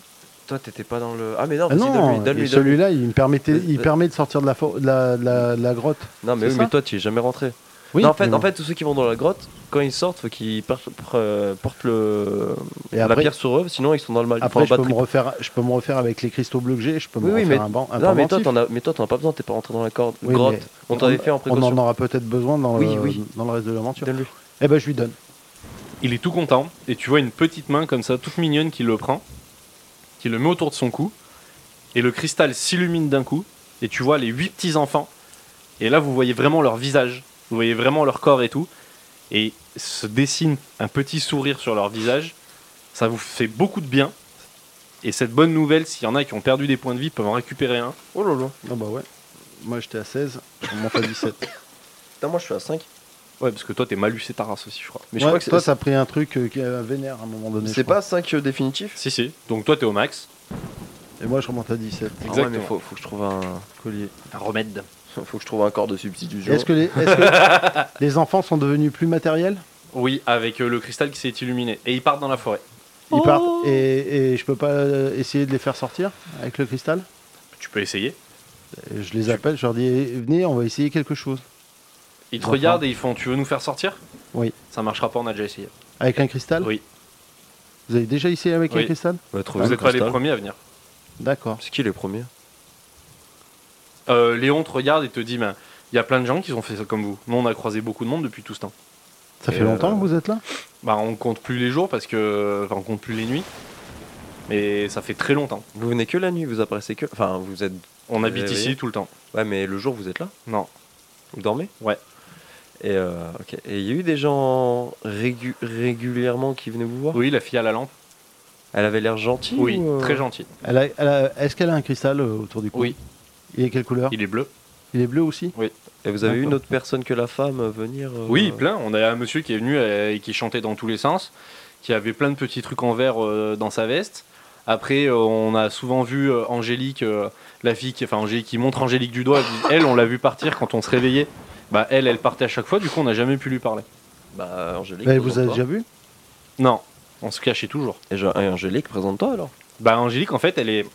Toi, t'étais pas dans le. Ah, mais non,
Ah
vas-y, donne-lui,
Non,
donne-lui,
et
donne-lui.
celui-là, il me permettait, il
Euh,
permet de sortir de la, fo- de la, de la- de la grotte.
Non, mais
C'est
oui,
ça
mais toi, tu es jamais rentré.
Oui.
non, en fait,
mais
en
bon.
fait, tous ceux qui vont dans la grotte, quand ils sortent, faut qu'ils per- pre- euh, portent le...
Et après,
la pierre sur eux, sinon ils sont dans le mal. Ils font
après
un
je
bad
peux me
trip.
refaire, je peux me refaire avec les cristaux bleus que j'ai. Je peux me
Oui, oui,
refaire
mais-
un ban. Un
Non, mais toi,
pendentif.
t'en as, mais toi, t'en as pas besoin, t'es pas rentré dans la corde-
Oui,
grotte.
mais
On t'avait fait en
On en
précaution.
aura peut-être besoin dans le,
Oui, oui.
dans le reste de l'aventure.
Donne-lui.
Eh ben, je lui donne.
Il est tout content et tu vois une petite main comme ça, toute mignonne, qui le prend, qui le met autour de son cou et le cristal s'illumine d'un coup et tu vois les huit petits enfants et là vous voyez vraiment leur visage, vous voyez vraiment leur corps et tout et se dessine un petit sourire sur leur visage. Ça vous fait beaucoup de bien et cette bonne nouvelle, s'il y en a qui ont perdu des points de vie, peuvent en récupérer un.
Oh là là.
Ah bah ouais. Moi, j'étais à 16. On m'en fait 17.
Putain, moi, je suis à 5.
Ouais, parce que toi t'es malus et ta race aussi, je crois.
Mais
Ouais,
je crois
toi,
que c'est-
t'as pris un truc euh, qui est vénère à un moment donné.
c'est
je crois.
pas 5 définitif.
Si si. Donc toi t'es au max.
Et moi, je remonte à 17.
Exact. Exactement.
Ah ouais, mais faut, faut que je trouve un collier.
Un remède.
Faut que je trouve un corps de substitution.
Est-ce que, les, est-ce que les enfants sont devenus plus matériels
Oui, avec euh, le cristal qui s'est illuminé et ils partent dans la forêt.
Ils
Oh.
partent et, et je peux pas euh, essayer de les faire sortir avec le cristal
Tu peux essayer.
Et Je les appelle, je leur dis eh, venez, on va essayer quelque chose.
Ils te
Enfin.
regardent et ils font Tu veux nous faire sortir
Oui.
Ça marchera pas, on a déjà essayé.
Avec un cristal
Oui.
Vous avez déjà essayé avec
Oui.
un cristal
On va
Vous
trouver
n'êtes
le
pas les
cristal.
premiers à venir.
D'accord.
C'est qui les premiers
Euh, Léon te regarde et te dit Ben, Il y a plein de gens qui ont fait ça comme vous. Nous, on a croisé beaucoup de monde depuis tout ce temps.
Ça
Et
fait longtemps
euh,
que vous êtes là
Bah, on compte plus les jours parce que. Enfin, on compte plus les nuits. Mais ça fait très longtemps.
Vous venez que la nuit, vous apparaissez que. Enfin, vous êtes.
On
Eh
habite
oui.
ici tout le temps.
Ouais, mais le jour, vous êtes là
Non.
Vous dormez
Ouais.
Et euh, ok. Et il y a eu des gens régu- régulièrement qui venaient vous voir
Oui, la fille à la lampe
Elle avait l'air gentille
Oui,
ou, euh,
très gentil.
Elle a- elle a- Est-ce qu'elle a un cristal euh, autour du cou
Oui.
Il est quelle couleur
Il est bleu.
Il est bleu aussi
Et vous avez eu une
D'accord.
autre personne que la femme euh, venir euh,
Oui, plein. On a un monsieur qui est venu euh, et qui chantait dans tous les sens, qui avait plein de petits trucs en verre euh, dans sa veste. Après, euh, on a souvent vu euh, Angélique, euh, la fille qui, enfin, Angélique, qui montre Angélique du doigt. Elle, dit- elle, on l'a vu partir quand on se réveillait. Bah, elle, elle partait à chaque fois, du coup, on n'a jamais pu lui parler.
Bah, Angélique.
Eh, Vous avez
présente-toi.
déjà vu
Non, on se cachait toujours.
Et je- et Angélique, présente-toi alors.
Bah, Angélique, en fait, elle est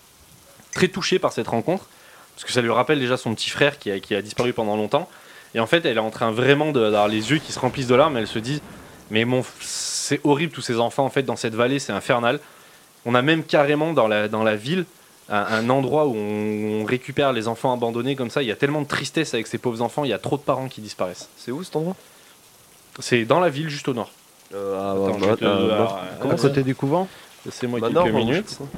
très touchée par cette rencontre, parce que ça lui rappelle déjà son petit frère qui a, qui a disparu pendant longtemps. Et en fait, elle est en train vraiment de- d'avoir les yeux qui se remplissent de larmes. Elle se dit Mais mon, f- c'est horrible, tous ces enfants, en fait, dans cette vallée, c'est infernal. On a même carrément dans la, dans la ville un, un endroit où on, on récupère les enfants abandonnés comme ça. Il y a tellement de tristesse avec ces pauvres enfants, il y a trop de parents qui disparaissent.
C'est où cet endroit
C'est dans la ville, juste au nord.
euh,
Attends, je vais te- alors,
À
euh,
côté du couvent
Laissez-moi
Bah, bah,
quelques
non, bon,
minutes.
je sais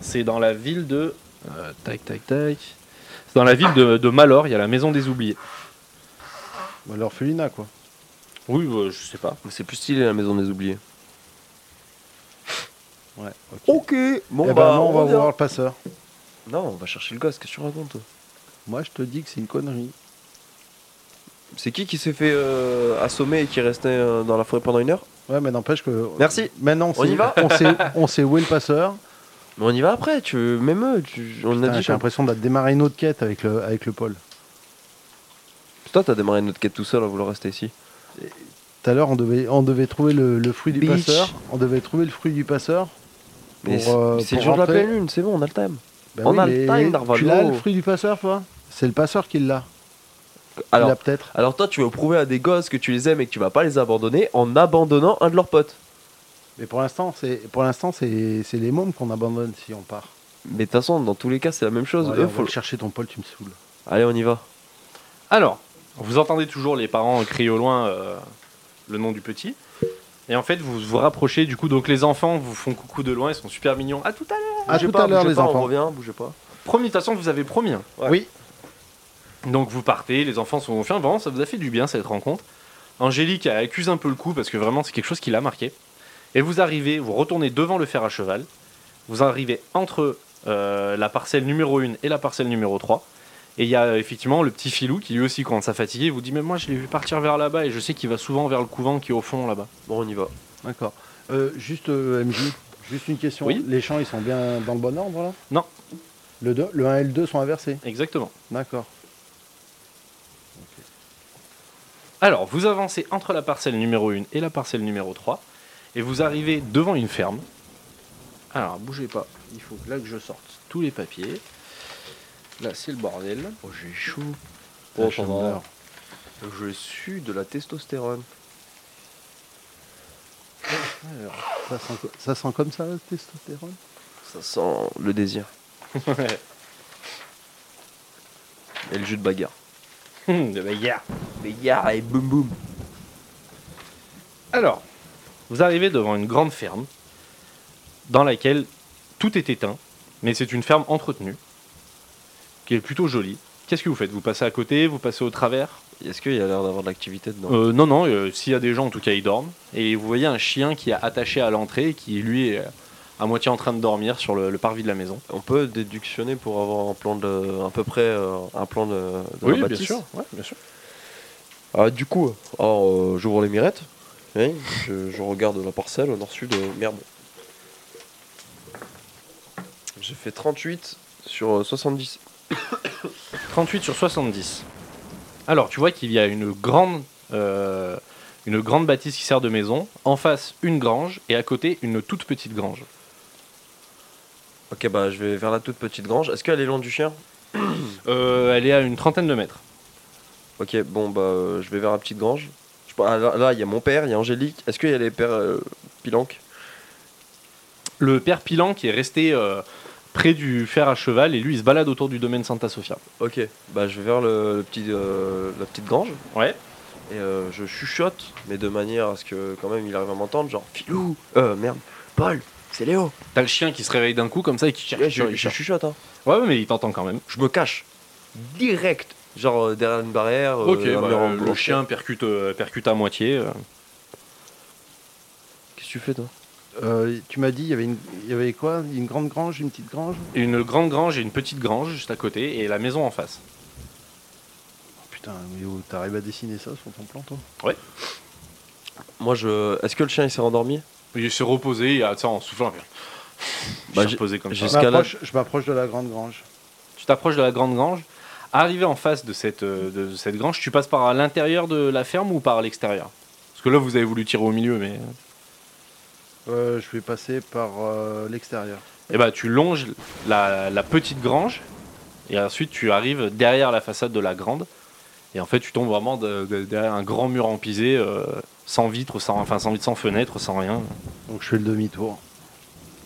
C'est dans la ville de. euh, tac, tac, tac. C'est dans la ville de, de Malor, il y a la maison des oubliés.
Bah, L'orphelinat, quoi.
Oui, euh, je sais pas.
pas. C'est plus stylé la maison des oubliés.
Ouais. ok.
Ok. Bon
Eh ben,
bah,
non, on va
verra.
voir le passeur.
Non, on va chercher le gosse. Qu'est-ce que tu racontes toi
Moi, je te dis que c'est une connerie.
C'est qui qui s'est fait euh, assommer et qui est resté euh, dans la forêt pendant une heure
Ouais, mais n'empêche que. euh,
Merci.
Maintenant, on,
On
sait,
y va
on, sait, on sait où est le passeur.
Mais on y va après, tu même eux, tu- on a
Putain,
dit
J'ai
que
l'impression de démarrer une autre quête avec le, avec le pôle.
toi t'as démarré notre quête tout seul en voulant rester ici.
Tout à l'heure, on devait, on devait trouver le, le fruit du
Bitch.
passeur. On devait trouver le fruit du passeur.
Mais
Pour, euh,
c'est- c'est le
pour
jour de la
rentrer.
pleine lune, c'est bon, on a le time.
Ben
On a le
mais
time, Narvalo.
Tu l'as le fruit du passeur, toi C'est le passeur qui l'a. Il
Alors,
l'a peut-être.
alors toi tu veux prouver à des gosses que tu les aimes et que tu vas pas les abandonner en abandonnant un de leurs potes.
Mais pour l'instant, c'est pour l'instant, c'est c'est les mômes qu'on abandonne si on part.
Mais de toute façon, dans tous les cas, c'est la même chose.
Bon, allez,
Eux,
on va
faut-
le chercher ton pôle, tu me saoules.
Allez, on y va.
Alors, vous entendez toujours les parents crier au loin euh, le nom du petit. Et en fait, vous vous rapprochez du coup. Donc, les enfants vous font coucou de loin. Ils sont super mignons. À tout à l'heure.
À
Bougez
tout
pas,
à l'heure,
bougez
les
pas, On
enfants.
revient, bougez pas.
Promis, de toute façon, vous avez promis. hein.
Ouais.
Oui.
Donc, vous partez. Les enfants sont confiants. Vraiment, ça vous a fait du bien cette rencontre. Angélique elle accuse un peu le coup parce que vraiment, c'est quelque chose qui l'a marqué. Et vous arrivez, vous retournez devant le fer à cheval. Vous arrivez entre euh, la parcelle numéro 1 et la parcelle numéro 3. Et il y a euh, effectivement le petit filou qui lui aussi commence à fatiguer. Il vous dit Mais moi je l'ai vu partir vers là-bas et je sais qu'il va souvent vers le couvent qui est au fond là-bas.
Bon, on y va.
D'accord. Euh, juste euh, MJ, juste une question.
Oui.
Les champs, ils sont bien dans le bon ordre là
Non.
Le, deux- le 1 et le 2 sont inversés.
Exactement.
D'accord.
Alors vous avancez entre la parcelle numéro 1 et la parcelle numéro 3. Et vous arrivez devant une ferme. Alors bougez pas, il faut là que je sorte tous les papiers. Là c'est le bordel.
Oh, j'ai chaud.
Putain, je meurs.
Oh, Je suis de la testostérone.
Ça sent, co- ça sent comme ça, le testostérone
Ça sent le désir. Et le jeu de bagarre.
De bagarre.
Bagarre et boum boum.
Alors, vous arrivez devant une grande ferme dans laquelle tout est éteint, mais c'est une ferme entretenue qui est plutôt jolie. Qu'est-ce que vous faites Vous passez à côté, vous passez au travers
Est-ce qu'il y a l'air d'avoir de l'activité dedans
Euh, Non, non, euh, s'il y a des gens, en tout cas, ils dorment. Et vous voyez un chien qui est attaché à l'entrée et qui, lui, est à moitié en train de dormir sur le, le parvis de la maison.
On peut déductionner pour avoir un plan de. à peu près euh, un plan de. de la bâtisse.
bien sûr.
Ah, du coup, alors, euh, j'ouvre les mirettes. Oui, je, je regarde la parcelle au nord-sud. euh, merde. J'ai fait 38 sur euh, 70.
38 sur 70. Alors, tu vois qu'il y a une grande, euh, une grande bâtisse qui sert de maison, en face une grange et à côté une toute petite grange.
Ok, bah je vais vers la toute petite grange. Est-ce qu'elle est loin du chien
Euh, elle est à une trentaine de mètres.
Ok, bon, bah euh, je vais vers la petite grange. Je, sais pas, ah, là, là, il y a mon père, il y a Angélique. Est-ce qu'il y a les pères euh, Pilanque
Le père Pilan qui est resté euh, près du fer à cheval et lui, il se balade autour du domaine Santa Sofia.
Ok, bah je vais vers le, le petit, euh, la petite grange.
Ouais.
Et euh, je chuchote, mais de manière à ce que quand même il arrive à m'entendre, genre Filou, euh merde, Paul, c'est Léo.
T'as le chien qui se réveille d'un coup comme ça et qui cherche.
Ouais, je,
il
je
cherche.
chuchote, hein.
Ouais, ouais, mais il t'entend quand même.
Je me cache direct, genre euh, derrière une barrière. euh,
Ok,
un
bah,
mur en
le
blanc.
chien percute, euh, percute à moitié. euh.
Qu'est-ce que tu fais toi
Euh, tu m'as dit, il y avait une- il y avait quoi Une grande grange, une petite grange
Une grande grange et une petite grange juste à côté et la maison en face.
Putain, mais oh, t'arrives à dessiner ça sur ton plan, toi
Moi je. Est-ce que le chien il s'est rendormi
Il s'est reposé, il a, tu sais, en soufflant. mais- Il
Bah,
s'est
j'ai-
reposé comme
j'ai-
ça.
Je
Escalade.
m'approche- Je m'approche de la grande grange.
Tu t'approches de la grande grange. Arrivé en face de cette, euh, de cette grange, tu passes par l'intérieur de la ferme ou par l'extérieur Parce que là, vous avez voulu tirer au milieu, mais.
Euh, je vais passer par euh, l'extérieur.
Eh bah, tu longes la, la petite grange et ensuite tu arrives derrière la façade de la grande. Et en fait, tu tombes vraiment de- de- derrière un grand mur empisé, euh, sans vitre, sans, enfin sans vitre, sans fenêtre, sans rien.
Donc je fais le demi-tour.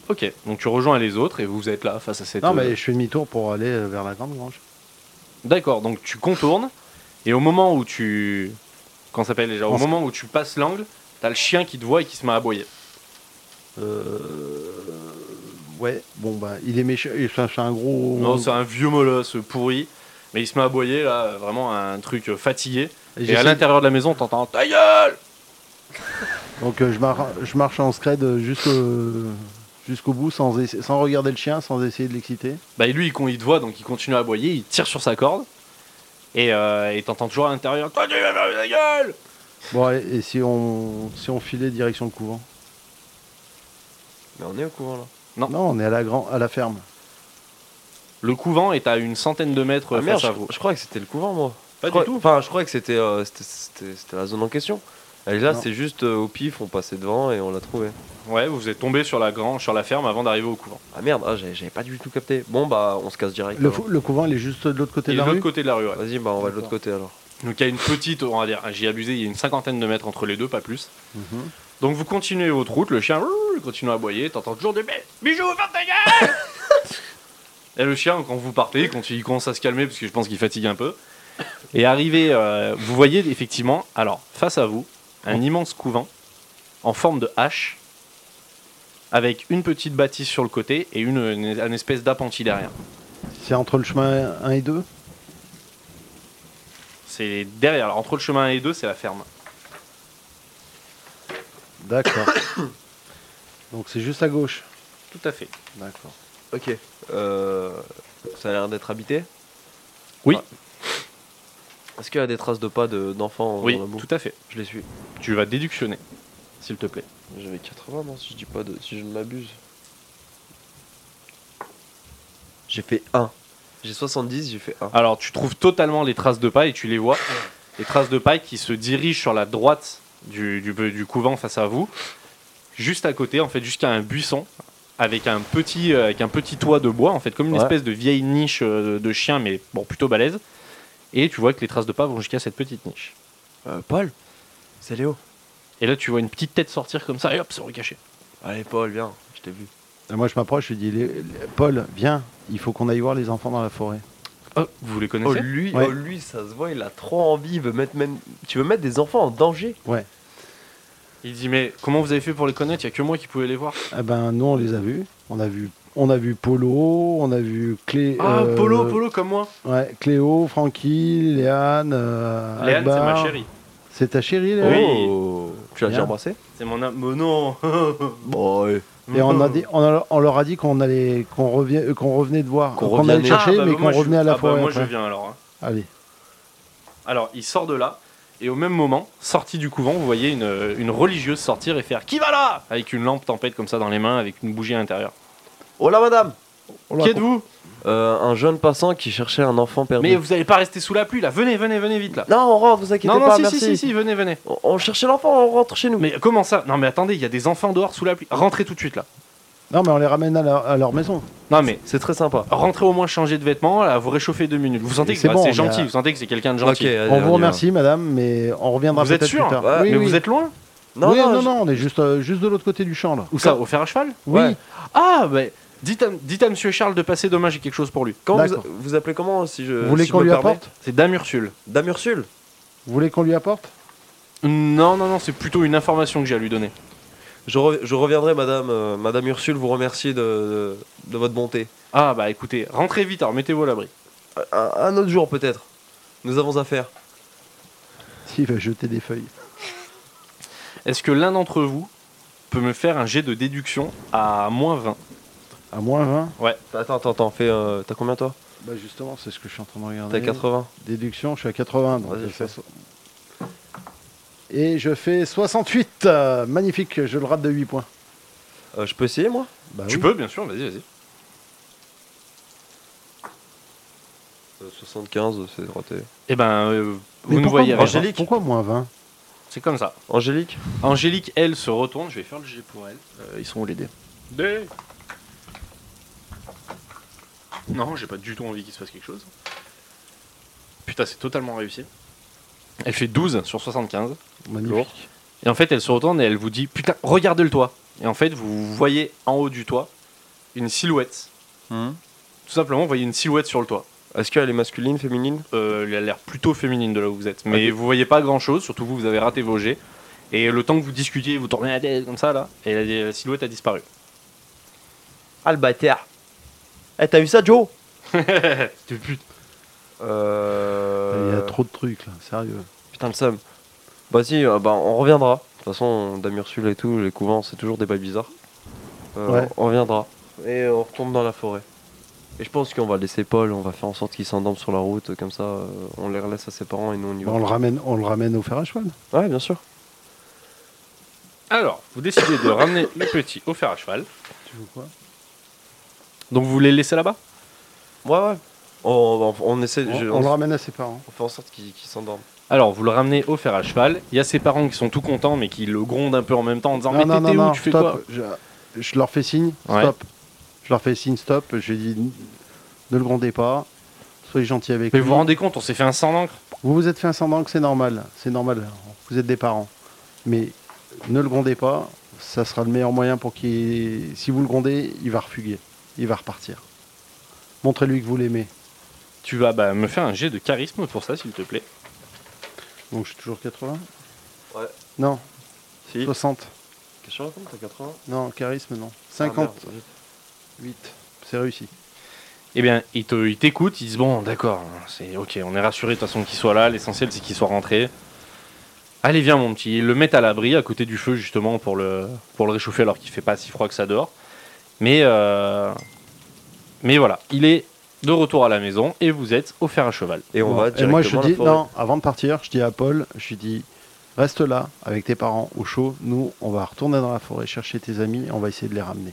Ok, donc tu rejoins les autres et vous êtes là face à cette.
Non,
euh,
mais je fais demi-tour pour aller euh, vers la grande grange.
D'accord, donc tu contournes et au moment où tu. Qu'on s'appelle déjà Au
On s-
moment où tu passes l'angle, t'as le chien qui te voit et qui se met à aboyer.
Euh... Ouais, bon, bah, il est méchant. il- C'est un gros.
Non, c'est un vieux molosse pourri, mais il se met à aboyer là, vraiment un truc euh, fatigué.
Et
Et
j'essaie-
à l'intérieur de la maison, t'entends Ta gueule
Donc euh, je, mar- je marche en scred euh, jusqu'au jusqu'au bout sans, essa- sans regarder le chien, sans essayer de l'exciter.
Bah lui il, con- il te voit donc il continue à aboyer, il tire sur sa corde et euh, et t'entends toujours à l'intérieur Ta gueule, ta gueule
Bon, et, et si, on, si on filait direction le couvent
Mais on est au courant là.
Non, on est à la, grand... à la ferme.
Le couvent est à une centaine de mètres
Ah
face
merde,
à vous.
je, je crois que c'était le couvent, moi.
Pas
Je
du
crois-
tout.
Enfin, je crois que c'était euh, c'était- c'était c'était la zone en question. Et là,
Non.
c'est juste euh, au pif, on passait devant et on l'a trouvé.
Ouais, vous êtes tombé sur la grange, sur la ferme avant d'arriver au couvent.
Ah merde, ah, j'avais j'avais pas du tout capté. Bon, bah, on se casse direct.
Le,
alors.
fou- le couvent, il est juste de l'autre côté
Et
de
de
la
l'autre
rue.
côté de la rue, ouais.
Vas-y, bah, on va de l'autre côté alors.
Donc il y a une petite, on va dire, j'ai abusé, il y a une cinquantaine de mètres entre les deux, pas plus.
Mhm.
Donc vous continuez votre route, le chien ouh, continue à aboyer, t'entends toujours des bêtes. Bijou, ferme ta gueule Et le chien, quand vous partez, quand il commence à se calmer, parce que je pense qu'il fatigue un peu. Et arrivé, euh, vous voyez effectivement, alors, face à vous, un immense couvent en forme de hache, avec une petite bâtisse sur le côté et une, une- une espèce d'appentis derrière.
C'est entre le chemin 1 et 2.
C'est derrière, alors, entre le chemin et les deux, c'est la ferme.
D'accord. Donc c'est juste à gauche.
Tout à fait.
D'accord.
Ok. Euh, ça a l'air d'être habité
Oui.
Ah. Est-ce qu'il y a des traces de pas de- d'enfants
Oui,
dans la boue
tout à fait.
Je les suis.
Tu vas déductionner, s'il te plaît.
J'avais 80, non, si je dis pas de, si je ne m'abuse. J'ai fait 1. J'ai 70, j'ai fait 1.
Alors, tu trouves totalement les traces de paille, tu les vois. Les traces de paille qui se dirigent sur la droite du, du, du couvent face à vous, juste à côté, en fait, jusqu'à un buisson, avec un, petit, euh, avec un petit toit de bois, en fait, comme une
Ouais.
espèce de vieille niche euh, de chien, mais bon, plutôt balèze. Et tu vois que les traces de pas vont jusqu'à cette petite niche.
Euh, Paul C'est Léo.
Et là, tu vois une petite tête sortir comme ça, et hop, se recacher.
Allez, Paul, viens, je t'ai vu.
Et moi je m'approche, je dis Les- les- Paul, viens, il faut qu'on aille voir les enfants dans la forêt.
Oh, vous les
Oh,
connaissez
lui,
Ouais.
oh, lui, ça se voit, il a trop envie. Il veut mettre même... Tu veux mettre des enfants en danger
Il dit, mais comment vous avez fait pour les connaître Il n'y a que moi qui pouvais les voir.
Eh ben nous on les a vus. On a vu, on a vu Polo, on a vu Clé.
Ah,
euh,
Polo, Polo, comme moi.
Ouais, Cléo, Francky, Léane. euh,
Léane, c'est ma
Akbar.
chérie.
C'est ta chérie, Léane
Oui.
Oh. Tu l'as déjà
Bien.
embrassé
C'est mon âme. Mais non
Bon, ouais.
Et on, a dit, on, a- on leur a dit qu'on allait, qu'on revient, euh, qu'on revenait de voir,
Qu'on
qu'on
revienne
allait
les-
chercher,
Ah, bah,
mais
bah,
qu'on
moi, je-
revenait à la
ah, bah,
forêt.
moi
après.
je viens alors. hein.
Allez.
Alors il sort de là et au même moment, sorti du couvent, vous voyez une, euh, une religieuse sortir et faire qui va là avec une lampe tempête comme ça dans les mains avec une bougie à l'intérieur.
Oh là, madame
On leur
qui
a-
êtes-vous
Euh, Un jeune passant qui cherchait un enfant perdu.
Mais vous allez pas rester sous la pluie là. Venez, venez, venez vite là.
Non, on rentre, vous inquiétez
Non, non,
pas,
si,
merci.
si, si, si, venez, venez.
On, on cherchait l'enfant, on rentre chez nous.
Mais comment ça Non, mais attendez, il y a des enfants dehors sous la pluie. Rentrez tout de suite là.
Non, mais on les ramène à, leur- à leur maison.
Non, mais
C'est très sympa.
rentrez au moins changer de vêtements, là, vous réchauffez deux minutes. Vous sentez
Mais
que
c'est
bah,
bon,
c'est
on
gentil,
a-
vous sentez que c'est quelqu'un de gentil.
Ok, allez,
on
y va.
vous remercie, madame, mais on reviendra
Vous êtes
peut-être plus
sûr
tard.
Ouais,
oui,
mais
oui.
vous êtes loin
Non,
oui,
non,
non,
je-
non, on est juste, euh, juste de l'autre côté du champ, là.
Où ça Au fer à cheval
Oui,
Ouais.
Ah, ben, dites à, dites à monsieur Charles de passer, dommage, j'ai quelque chose pour lui.
Comment vous,
D'accord.
vous appelez comment si je.
vous voulez
si je
qu'on
me
lui
permets
apporte
C'est Dame Ursule.
Dame Ursule
Vous voulez qu'on lui apporte
Non, non, non, c'est plutôt une information que j'ai à lui donner.
je, re- je reviendrai, madame, euh, madame Ursule, vous remercier de, de, de votre bonté.
Ah, bah écoutez, rentrez vite, alors mettez-vous à l'abri.
Un, un autre jour, peut-être. Nous avons affaire.
Il va jeter des feuilles.
Est-ce que l'un d'entre vous peut me faire un jet de déduction à moins 20
À moins 20
Attends, attends, attends, fais. euh, T'as combien toi
Bah, justement, c'est ce que je suis en train de regarder.
T'as 80.
Déduction, je suis à 80. donc ça
Vas-y, fais.
sera- Et je fais 68. euh, magnifique, je le rate de 8 points.
Euh, je peux essayer, moi
Bah
Tu
oui.
peux, bien sûr, vas-y, vas-y.
Euh, 75, c'est raté.
Eh ben, euh,
Mais
vous ne
pourquoi
voyez
moins-
rien.
Angélique
Pourquoi moins 20
C'est comme ça.
Angélique
Angélique, elle, se retourne, je vais faire le jet pour elle. Euh, ils sont où les dés Non, j'ai pas du tout envie qu'il se passe quelque chose. Putain, c'est totalement réussi. Elle fait 12 sur 75.
Magnifique.
Et en fait, elle se retourne et elle vous dit Putain, regardez le toit. Et en fait, vous voyez en haut du toit une silhouette.
Hmm.
Tout simplement, vous voyez une silhouette sur le toit.
Est-ce qu'elle est masculine, féminine
Euh, elle a l'air plutôt féminine de là où vous êtes. Mais vous voyez pas grand chose, surtout vous, vous avez raté vos jets. Et le temps que vous discutiez, vous tournez la tête comme ça là, et la, la silhouette a disparu.
Ah, le bâtard Eh, t'as vu ça, Joe
Tu pute.
Euh.
Euh,
Il y a trop de trucs là, sérieux.
Putain, le seum. Bah, si, euh, bah, on reviendra. De toute façon, Dame Ursule et tout, les couvents, c'est toujours des bails bizarres. Euh,
Ouais.
On reviendra. Et on retombe dans la forêt. Et je pense qu'on va laisser Paul, on va faire en sorte qu'il s'endorme sur la route, comme ça, euh, on les relaisse à ses parents et nous on y va.
Bah, on, le ramène, on le ramène au fer à cheval.
Ouais, bien sûr.
Alors, vous décidez de ramener le petit au fer à cheval.
Tu veux quoi
Donc vous les laissez là-bas
Ouais, ouais. On, on- on essaie.
On,
je-
on le
on,
ramène à ses parents.
on fait en sorte qu'il qu'il s'endorme.
Alors, vous le ramenez au fer à cheval. Il y a ses parents qui sont tout contents, mais qui le grondent un peu en même temps en disant Mais t'étais où Tu fais quoi
stop. Je, je leur fais signe,
Ouais.
stop. Je leur fais signe, stop. Je dis, ne le grondez pas. Soyez gentil avec
Mais
lui.
vous vous rendez compte, on s'est fait un sang d'encre.
Vous vous êtes fait un sang que c'est normal, c'est normal. Vous êtes des parents. Mais ne le grondez pas, ça sera le meilleur moyen pour qu'il. Si vous le grondez, il va refuguer, il va repartir. Montrez-lui que vous l'aimez.
Tu vas bah, me faire un jet de charisme pour ça, s'il te plaît.
Donc je suis toujours 80
Ouais.
Non,
Si.
60.
Qu'est-ce que tu racontes T'as 80
Non, charisme, non.
Ah,
58,
merde.
c'est réussi.
Eh bien, ils te- ils t'écoutent, ils disent Bon, d'accord, c'est ok, on est rassuré de toute façon qu'il soit là. L'essentiel, c'est qu'il soit rentré. Allez, viens, mon petit. Ils le mettent à l'abri, à côté du feu, justement, pour le, pour le réchauffer, alors qu'il fait pas si froid que ça dehors. Mais, euh, mais voilà, il est de retour à la maison et vous êtes au fer à cheval.
Et on
Bon,
va
Et moi je
directement à la
dis,
forêt.
non, avant de partir, je dis à Paul, je lui dis, reste là avec tes parents au chaud, nous on va retourner dans la forêt chercher tes amis, on va essayer de les ramener.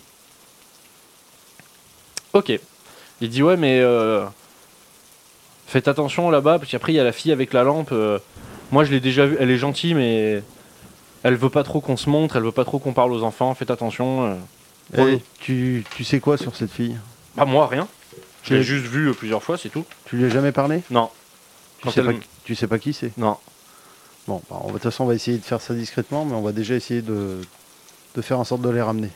Ok. Il dit ouais mais euh, faites attention là-bas parce qu'après il y a la fille avec la lampe. euh, moi je l'ai déjà vue, elle est gentille mais elle veut pas trop qu'on se montre, elle veut pas trop qu'on parle aux enfants. Faites attention. euh.
Eh,
Oui.
tu, tu sais quoi sur cette fille
Bah moi rien. Je l'ai
Tu-
juste vue euh, plusieurs fois c'est tout.
Tu lui as jamais parlé
Non.
tu
Quand
sais,
elle
pas,
me-
tu sais pas qui c'est
Non.
Bon, bah, on va- de toute façon, on va essayer de faire ça discrètement, mais on va déjà essayer de, de faire en sorte de les ramener.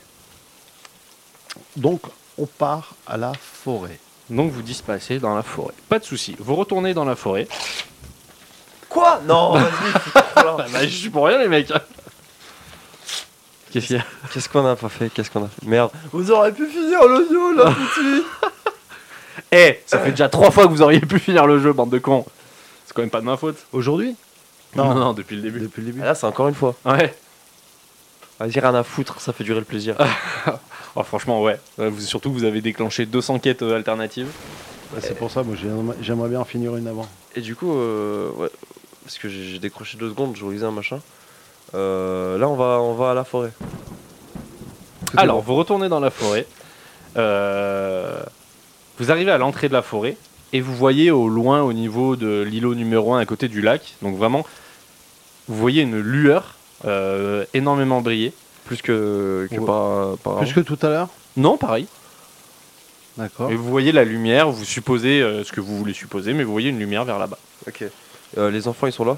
Donc, on part à la forêt.
Donc vous dispatchez dans la forêt. Pas de souci. Vous retournez dans la forêt.
Quoi Non, vas-y.
Bah,
voilà.
bah, je suis pour rien les mecs. Qu'est-ce qu'il y a
Qu'est-ce qu'on a pas fait Qu'est-ce qu'on a fait Merde. Vous aurez pu finir le jeu là tout de suite.
Eh, ça fait déjà trois fois que vous auriez pu finir le jeu, bande de cons. C'est quand même pas de ma faute.
Aujourd'hui
Non,
Non.
non, depuis le début.
Depuis le début
Là, c'est encore une fois.
Ouais.
Vas-y, rien à foutre, ça fait durer le plaisir.
Oh, franchement, ouais. Euh, vous- surtout que vous avez déclenché 200 quêtes euh, alternatives.
Bah, C'est pour ça, moi, j'aimerais- j'aimerais bien en finir une avant.
Et du coup, euh, ouais, parce que j'ai j'ai décroché deux secondes, je relisais un machin. Euh, là, on va, on va à la forêt.
Tout est
Alors,
bon.
vous retournez dans la forêt. Euh, vous arrivez à l'entrée de la forêt et vous voyez au loin, au niveau de l'îlot numéro 1 à côté du lac, donc vraiment, vous voyez une lueur euh, énormément briller.
Plus que, que
Ouais.
par, par
plus que tout à l'heure
Non, pareil.
D'accord.
Et vous voyez la lumière, vous supposez euh, ce que vous voulez supposer, mais vous voyez une lumière vers là-bas.
Ok. Euh, les enfants, ils sont là.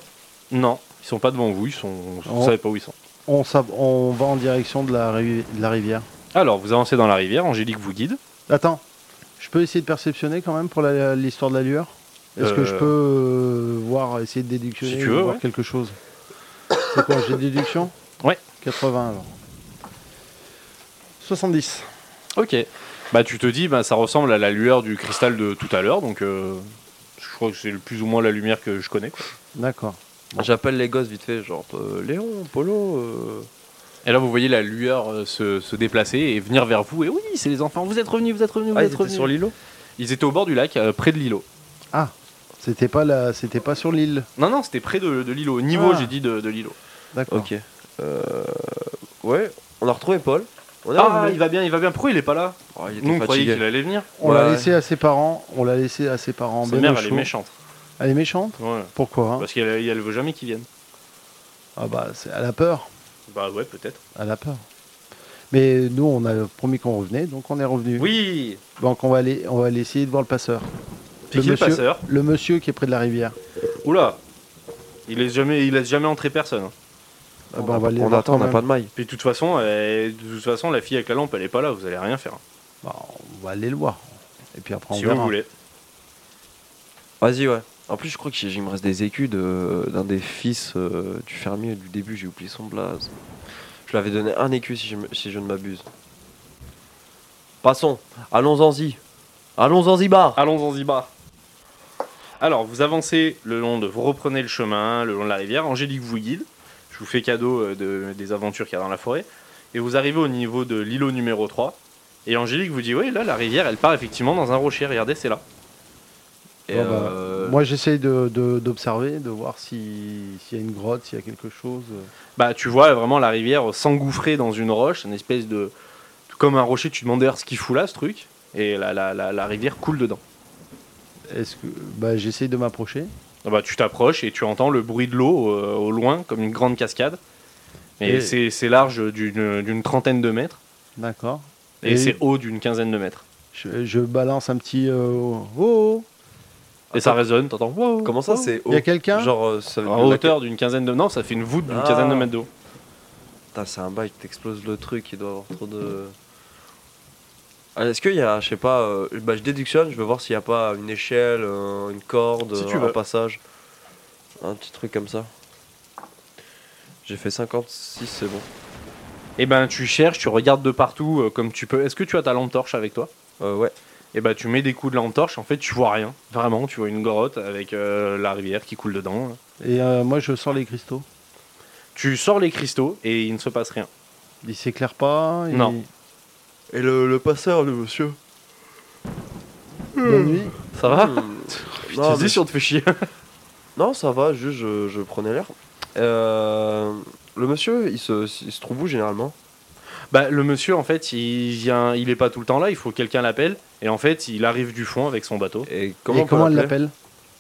Non, ils sont pas devant vous, ils sont. Vous
Oh.
savez pas où ils sont.
On, s'av- on va en direction de la, ri- de la rivière.
Alors, vous avancez dans la rivière, Angélique vous guide.
Attends, je peux essayer de perceptionner quand même pour la- l'histoire de la lueur Est-ce que je
Euh.
peux euh, voir, essayer de déductionner
Si tu
ou
veux,
voir
ouais.
quelque chose C'est quoi, j'ai déduction
Ouais.
80 alors. 70.
Ok. Bah tu te dis, bah, ça ressemble à la lueur du cristal de tout à l'heure, donc euh, je crois que c'est le plus ou moins la lumière que je connais. quoi.
D'accord. Bon.
J'appelle les gosses vite fait, genre euh, Léon, Polo. euh.
Et là vous voyez la lueur euh, se, se déplacer et venir vers vous. Et oui, c'est les enfants, vous êtes revenus, vous êtes revenus, vous
Ah, ils
êtes
étaient
revenus.
sur l'îlot
Ils étaient au bord du lac, euh, près de l'îlot.
Ah, c'était pas, la... c'était pas sur l'île.
Non, non, c'était près de, de l'îlot, au niveau
Ah.
j'ai dit de, de l'îlot.
D'accord.
Ok. Euh, ouais, on a retrouvé Paul. On est
Ah,
revenu.
il va bien, il va bien, pourquoi il est pas là
Oh, il était
Nous on croyait
fatigué.
qu'il allait venir.
On
Ouais,
l'a
ouais.
laissé à ses parents, on l'a laissé à ses parents.
Sa
bien
mère
au
elle est
chaud.
méchante.
Elle est méchante
Ouais.
Pourquoi hein
Parce qu'elle elle veut jamais qu'il vienne.
Ah bah, c'est... elle a peur.
Bah ouais, peut-être.
Elle a peur. Mais nous, on a promis qu'on revenait, donc on est revenu.
Oui
Donc on va aller, on va aller essayer de voir le passeur.
C'est qui le
monsieur,
passeur
le monsieur qui est près de la rivière.
Oula Il laisse jamais, il laisse jamais entrer personne.
Ah bah,
On,
on va aller
on
voir
attend, on
quand
n'a
même.
pas de maille.
Puis de toute façon, euh, de toute façon, la fille avec la lampe, elle est pas là, vous allez rien faire.
Bah, on va aller le voir. Et puis après on
si
verra.
vous voulez.
Vas-y, ouais. En plus, je crois que j'ai- il me reste des écus de- d'un des fils euh, du fermier du début, j'ai oublié son blaze. Je lui avais donné un écu si je, me- si je ne m'abuse. Passons, allons-en-y. Allons-en-y, bar
Allons Zanzibar. Alors, vous avancez le long de. Vous reprenez le chemin le long de la rivière. Angélique vous guide. Je vous fais cadeau euh, de- des aventures qu'il y a dans la forêt. Et vous arrivez au niveau de l'îlot numéro 3. Et Angélique vous dit Oui, là, la rivière, elle part effectivement dans un rocher. Regardez, c'est là.
Et,
Bon, bah,
euh,
Moi j'essaye de, de- d'observer, de voir si- s'il y a une grotte, s'il y a quelque chose. euh.
Bah, tu vois vraiment la euh, rivière s'engouffrer dans une roche, une espèce de. Comme un rocher, tu te demandes d'ailleurs ce qu'il fout là, ce truc. et la, la- la- la rivière coule dedans.
Est-ce que bah, j'essaye de m'approcher
Ah bah, tu t'approches et tu entends le bruit de l'eau euh, au loin, comme une grande cascade. Et,
Et-
c'est- c'est large d'une d'une trentaine de mètres
D'accord.
et,
Et-
c'est haut d'une quinzaine de mètres.
Je, je balance un petit euh, oh, oh,
Et ça résonne, t'entends wow,
Comment ça,
wow.
c'est
il
haut
y a quelqu'un
Genre, euh, ça veut
En
dire la-
hauteur d'une quinzaine de... Non, ça fait une voûte d'une
Ah.
quinzaine de mètres d'eau.
Putain, c'est un bail, t'exploses le truc, il doit avoir trop de. Ah, Est-ce qu'il y a, je sais pas, euh, bah, je déductionne, je veux voir s'il n'y a pas une échelle, euh, une corde,
Si tu
un
veux.
passage, un petit truc comme ça. J'ai fait 56, c'est bon.
Et ben tu cherches, tu regardes de partout euh, comme tu peux. Est-ce que tu as ta lampe torche avec toi
Euh, ouais.
Et ben tu mets des coups de lampe torche, en fait tu vois rien. Vraiment, tu vois une grotte avec euh, la rivière qui coule dedans.
Et euh, moi, je sors les cristaux.
Tu sors les cristaux et il ne se passe rien.
Il s'éclaire pas. il-
Non.
Et le, passeur, le monsieur
Bonne nuit.
Ça
Ah.
va
Hmm. non, mais-
on te fait chier.
non, ça va, juste je, je prenais l'air. Euh, le monsieur, il se, il se trouve où généralement
Bah le monsieur en fait il vient, il est pas tout le temps là, il faut que quelqu'un l'appelle. Et en fait il arrive du fond avec son bateau.
Et
Comment, Et
comment, on peut
comment elle
l'appeler
l'appelle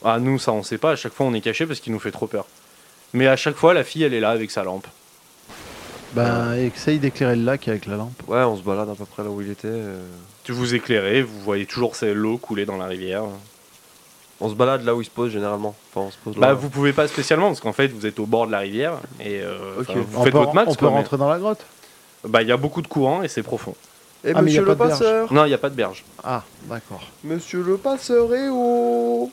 Ah nous ça on sait pas, à chaque fois on est caché parce qu'il nous fait trop peur. Mais à chaque fois la fille elle est là avec sa lampe.
Ben, essaye d'éclairer le lac avec la lampe.
Ouais, on se balade à peu près là où il était. euh.
Tu vous éclairez, vous voyez toujours c'est- l'eau couler dans la rivière. Bah,
On se balade là où il se pose généralement. Enfin, on se pose là.
Bah vous pouvez pas spécialement parce qu'en fait vous êtes au bord de la rivière et euh,
Ok.
enfin, vous
on
faites
peut,
votre max.
on peut
quoi, mais-
rentrer dans la grotte.
Bah il y a beaucoup de courant et c'est profond.
Ah,
Eh
mais y a
monsieur le
pas de berge.
passeur
Non il y a pas de berge.
Ah, d'accord.
Monsieur le passeur est au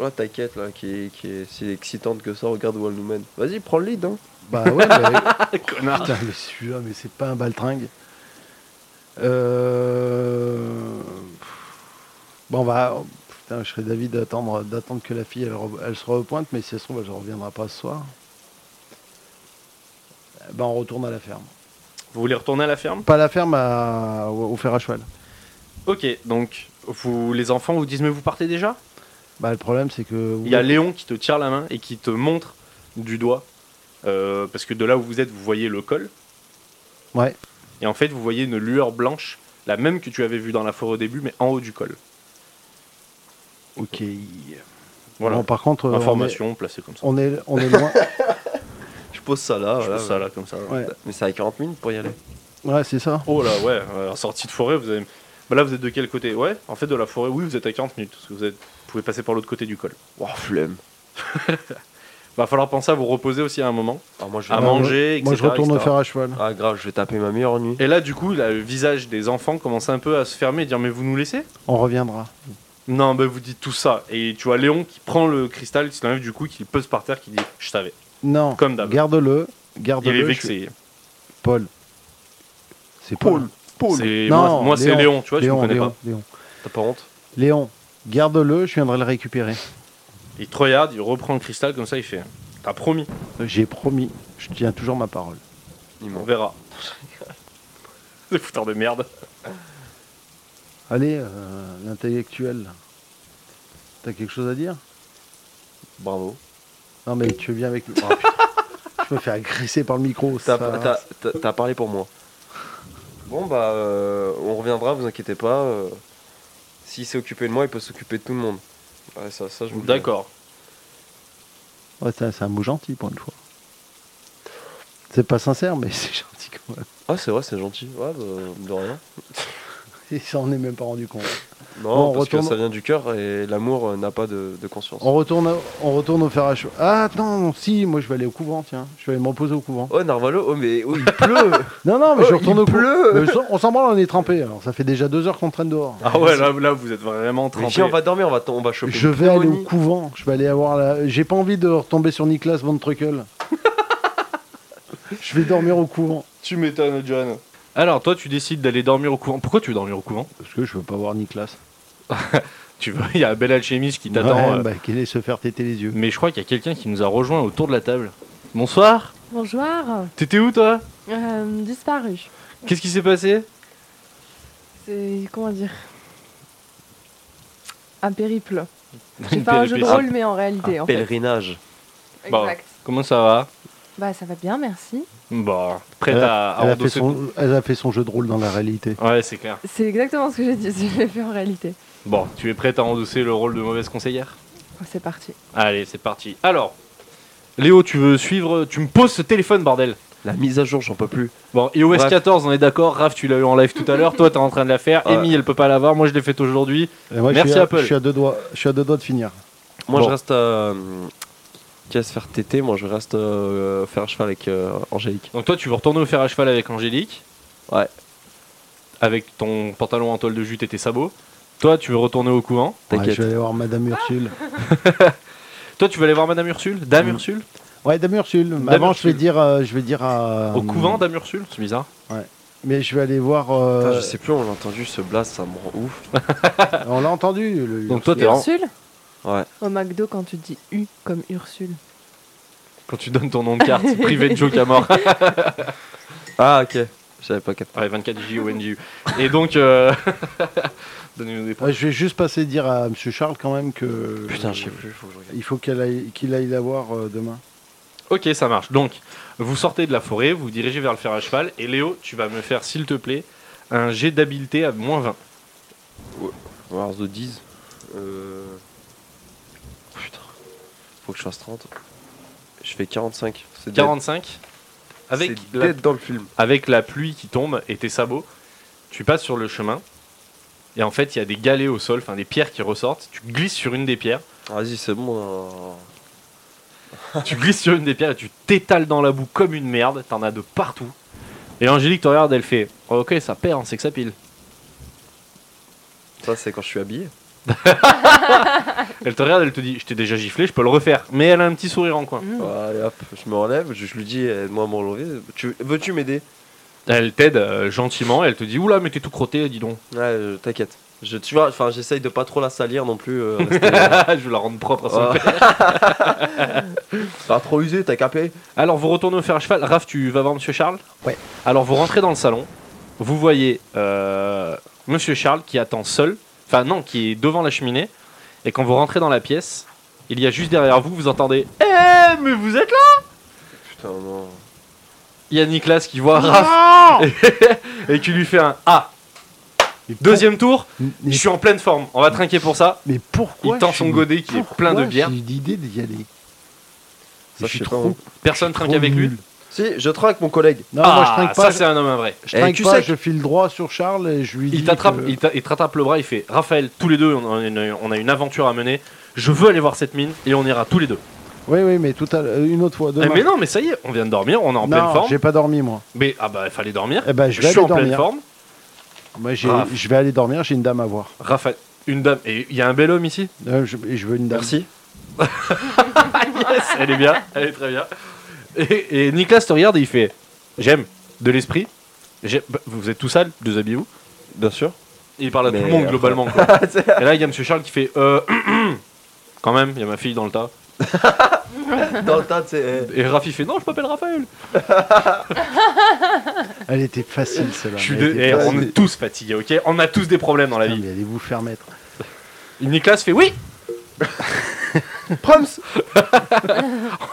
Là t'inquiète Oh, là, qui est, qui est si excitante que ça, regarde où elle nous mène. Vas-y, prends le lead hein
Bah ouais, mais
Connard.
Putain, mais celui-là, mais c'est pas un baltringue. Euh... Bon, bah, putain, je serais d'avis d'attendre, d'attendre que la fille elle, re- elle se repointe, mais si elle se trouve, elle ne reviendra pas ce soir. Eh Ben, on retourne à la ferme.
Vous voulez retourner à la ferme
Pas à la ferme, à- au au fer à cheval.
Ok donc vous les enfants vous disent mais vous partez déjà
Bah, le problème, c'est que.
Il y a Léon qui te tire la main et qui te montre du doigt euh, parce que de là où vous êtes vous voyez le col
Ouais,
et en fait vous voyez une lueur blanche la même que tu avais vue dans la forêt au début mais en haut du col.
ok.
Voilà.
Bon, par contre, euh,
Information placée comme ça.
On est, on est, on est loin.
Je pose ça là,
Je
voilà.
fais ça là comme ça. là.
Ah, ouais,
Mais ça a 40 minutes pour y aller.
ouais c'est ça.
Oh là, ouais, euh, en sortie de forêt, vous avez. Bah là, vous êtes de quel côté Ouais, en fait, de la forêt, oui, vous êtes à 40 minutes, parce que vous, êtes... vous pouvez passer par l'autre côté du col.
Oh flemme.
Va falloir penser à vous reposer aussi à un moment,
Ah moi je vais-
à
moi,
manger, etc.
Moi, je retourne au
etc.
fer à cheval.
Ah grave, je vais taper ma meilleure nuit.
Et là, du coup, là, le visage des enfants commence un peu à se fermer et dire Mais vous nous laissez
On reviendra.
Non, bah vous dites tout ça. Et tu vois Léon qui prend le cristal, qui se l'enlève du coup, qui le pose par terre, qui dit Je savais,
Non.
comme d'hab.
Garde-le,
Il est
garde-le. je suis-
vexé.
Paul. C'est Paul.
C'est-
Non,
moi, moi, c'est
Oh, Léon.
Léon, tu vois, je
Léon,
ne connais
Léon,
pas.
Léon.
T'as pas honte
Léon, garde-le, je viendrai le récupérer.
Il te regarde, il reprend le cristal, comme ça, il fait T'as promis,
J'ai promis, je tiens toujours ma parole.
Il
on
ment.
verra. C'est fouteur de merde.
Allez, euh, l'intellectuel, là. t'as quelque chose à dire
Bravo.
Non, mais tu viens avec nous. Oh, putain. je me fais agresser par le micro.
T'as
Ça...
t'as- t'as- t'as parlé pour moi. Bon bah euh, on reviendra, vous inquiétez pas. euh, S'il s'est occupé de moi, il peut s'occuper de tout le monde. Ouais, ça, ça je vous le dis.
D'accord.
Ouais, c'est un- c'est un mot gentil pour une fois. C'est pas sincère, mais c'est gentil quand même.
Ah c'est vrai, c'est gentil. Ouais, bah, de rien.
Il s'en est même pas rendu compte.
Non,
Bon, on
parce
retourne-
que ça vient du cœur et l'amour euh, n'a pas de, de conscience.
On retourne, au- on retourne au fer à cheval. Ah non, si, moi je vais aller au couvent, tiens. Je vais aller me reposer au couvent.
Oh Narvalo, oh mais oh, il pleut
Non, non, mais
Oh,
je retourne
il
au cou-
pleut.
Mais on- On s'en branle, on est trempé. Alors, ça fait déjà deux heures qu'on traîne dehors.
Ah ouais, là, là vous êtes vraiment
Mais
trempé.
viens, on va dormir, on va, t- on va choper.
Je
une
vais aller au
pneumonie.
couvent. Je vais aller avoir la. J'ai pas envie de retomber sur Niklas Van Truckel. je vais dormir au couvent.
Tu m'étonnes, John. Alors, toi, tu décides d'aller dormir au couvent. Pourquoi tu veux dormir au couvent
Parce que je veux pas voir Niklas.
Tu veux, il y a un bel alchimiste qui t'attend. euh,
bah, qu'il allait se faire téter les yeux.
Mais je crois qu'il y a quelqu'un qui nous a rejoint autour de la table. Bonsoir.
Bonjour.
T'étais où, toi
Euh, disparu.
Qu'est-ce qui s'est passé
C'est. Comment dire Un périple. C'est
Une
pas un jeu de
péripétie.
rôle, mais en réalité.
Un
en fait.
pèlerinage.
Bon.
Exact.
Comment ça va
Bah, ça va bien, merci.
Bah, prête
Elle
à, à
elle, a fait
endosser-
son, elle a fait son jeu de rôle dans la réalité.
Ouais, c'est clair.
C'est exactement ce que j'ai dit, je l'ai fait en réalité.
Bon, tu es prête à endosser le rôle de mauvaise conseillère
Bon, Oh, c'est parti.
Allez, c'est parti. Alors, Léo, tu veux suivre Tu me poses ce téléphone, bordel
La mise à jour, j'en peux plus.
Bon, iOS
Bref.
14, on est d'accord. Raph, tu l'as eu en live tout à l'heure. Toi, t'es en train de la faire.
Ouais.
Amy, elle peut pas l'avoir. Moi, je l'ai faite aujourd'hui.
Et moi,
Merci,
je suis à,
Apple.
Je suis à deux doigts, je suis à deux doigts de finir.
Moi,
Bon.
je reste euh, qui va se faire téter. Moi, je reste euh, faire à cheval avec euh, Angélique.
Donc, toi, tu veux retourner au fer à cheval avec Angélique.
Ouais.
Avec ton pantalon en toile de jute et tes sabots. Toi, tu veux retourner au couvent.
Ouais,
T'inquiète.
je vais aller voir Madame Ursule.
Toi, tu veux aller voir Madame Ursule Dame
Mm.
Ursule
Ouais, Dame Ursule.
Dame
Avant, je
Ursule.
vais dire, euh, je vais dire à.
Au couvent, Dame Ursule C'est bizarre.
Mais je vais aller voir. euh,
Putain, je sais plus, on l'a entendu ce blast, ça me rend ouf.
on l'a entendu. le-
Donc, toi, t'es en...
Ursule
Ouais.
Au McDo, quand tu dis U comme Ursule.
Quand tu donnes ton nom de carte, c'est privé de joke à mort.
Ah, ok. J'avais pas capté.
Ouais, 24 J ou NJU. Et donc. euh, Donnez-nous des points.
Ouais, je vais juste passer dire à Monsieur Charles quand même que. euh,
Putain, je sais plus, faut que je regarde.
Il faut qu'elle aille- qu'il aille la voir euh, demain.
Ok, ça marche. Donc, vous sortez de la forêt, vous vous dirigez vers le fer à cheval. Et Léo, tu vas me faire, s'il te plaît, un jet d'habileté à moins 20.
Wars of 10. Euh... Putain. Faut que je fasse 30. Je fais 45. C'est dead.
45 avec
C'est
la,
dead dans le film.
avec la pluie qui tombe et tes sabots, tu passes sur le chemin. Et en fait, il y a des galets au sol, enfin des pierres qui ressortent. Tu glisses sur une des pierres.
Ah, Vas-y, c'est bon. euh,
tu glisses sur une des pierres et tu t'étales dans la boue comme une merde. T'en as de partout. Et Angélique te regarde, elle fait Ok, ça perd, hein, c'est que ça pile.
Ça, c'est quand je suis habillé.
Elle te regarde, elle te dit Je t'ai déjà giflé, je peux le refaire. Mais elle a un petit sourire en coin.
Mm.
Ah, Allez, hop, je me relève. Je, je lui dis, eh, aide-moi à me relever. Tu- Veux-tu m'aider
Elle t'aide euh, gentiment, elle te dit Oula, mais t'es tout crotté, dis donc.
Ouais, euh, t'inquiète. Je, tu vois, enfin, j'essaye de pas trop la salir non plus. euh, rester, euh,
je vais la rendre propre à son
Ah.
père.
Pas trop usé, t'as capé
Alors vous retournez au fer à cheval. Raph, tu vas voir Monsieur Charles
Ouais.
Alors vous rentrez dans le salon, vous voyez euh, Monsieur Charles qui attend seul, enfin non, qui est devant la cheminée. Et quand vous rentrez dans la pièce, il y a juste derrière vous, vous entendez Eh, mais vous êtes là
Putain, non.
Il y a Nicolas qui voit
Ah.
Raph et qui lui fait un Ah
Mais pour-
Deuxième tour,
mais,
je suis en pleine forme, on va trinquer pour ça.
mais pourquoi
Il tend
je
son
suis-
godet qui est
pourquoi
plein de bière.
J'ai eu l'idée d'y aller.
Ça,
je
je
suis
sais
trop.
pas, moi.
Personne trinque avec lui.
nul.
Si, je traque mon collègue.
Non,
ah,
moi je trinque pas.
ça c'est un homme un vrai.
je
Eh,
trinque
tu
pas.
sais que-
Je file droit sur Charles et je lui dis.
Il t'attrape,
que-
il t'a- il te rattrape le bras, il fait Raphaël, tous les deux, on a, une, on a une aventure à mener. Je veux aller voir cette mine et on ira tous les deux.
Oui, oui, mais tout à l'heure- une autre fois.
Eh,
Demain.
mais non, mais ça y est, on vient de dormir, on est en pleine
non,
forme.
j'ai pas dormi moi.
Mais ah bah, il fallait dormir.
Eh ben, je
je
vais
suis en
aller
pleine
dormir.
forme.
Moi, j'ai-
Raph.
je vais aller dormir. J'ai une dame à voir.
Raphaël, une dame, et il y a un bel homme ici.
Euh, je, je veux une dame.
Merci.
Yes, elle est bien, elle est très bien. Et, et Nicolas te regarde et il fait J'aime, de l'esprit. J'aime- bah, Vous êtes tout sale, déshabillez-vous.
Bien sûr.
Et il parle à
Mais
tout le monde
après-
globalement. quoi. et là, il y a Monsieur Charles qui fait Euh, Quand même, il y a ma fille dans le tas.
Dans le tas, tu sais. eh.
Et Raph il fait Non, je m'appelle Raphaël.
Elle était facile celle-là.
Je suis
Elle
dé-
était
eh,
facile.
on est tous fatigués, ok On a tous des problèmes dans la
Putain,
vie.
mais allez vous faire mettre.
Nicolas fait oui
Proms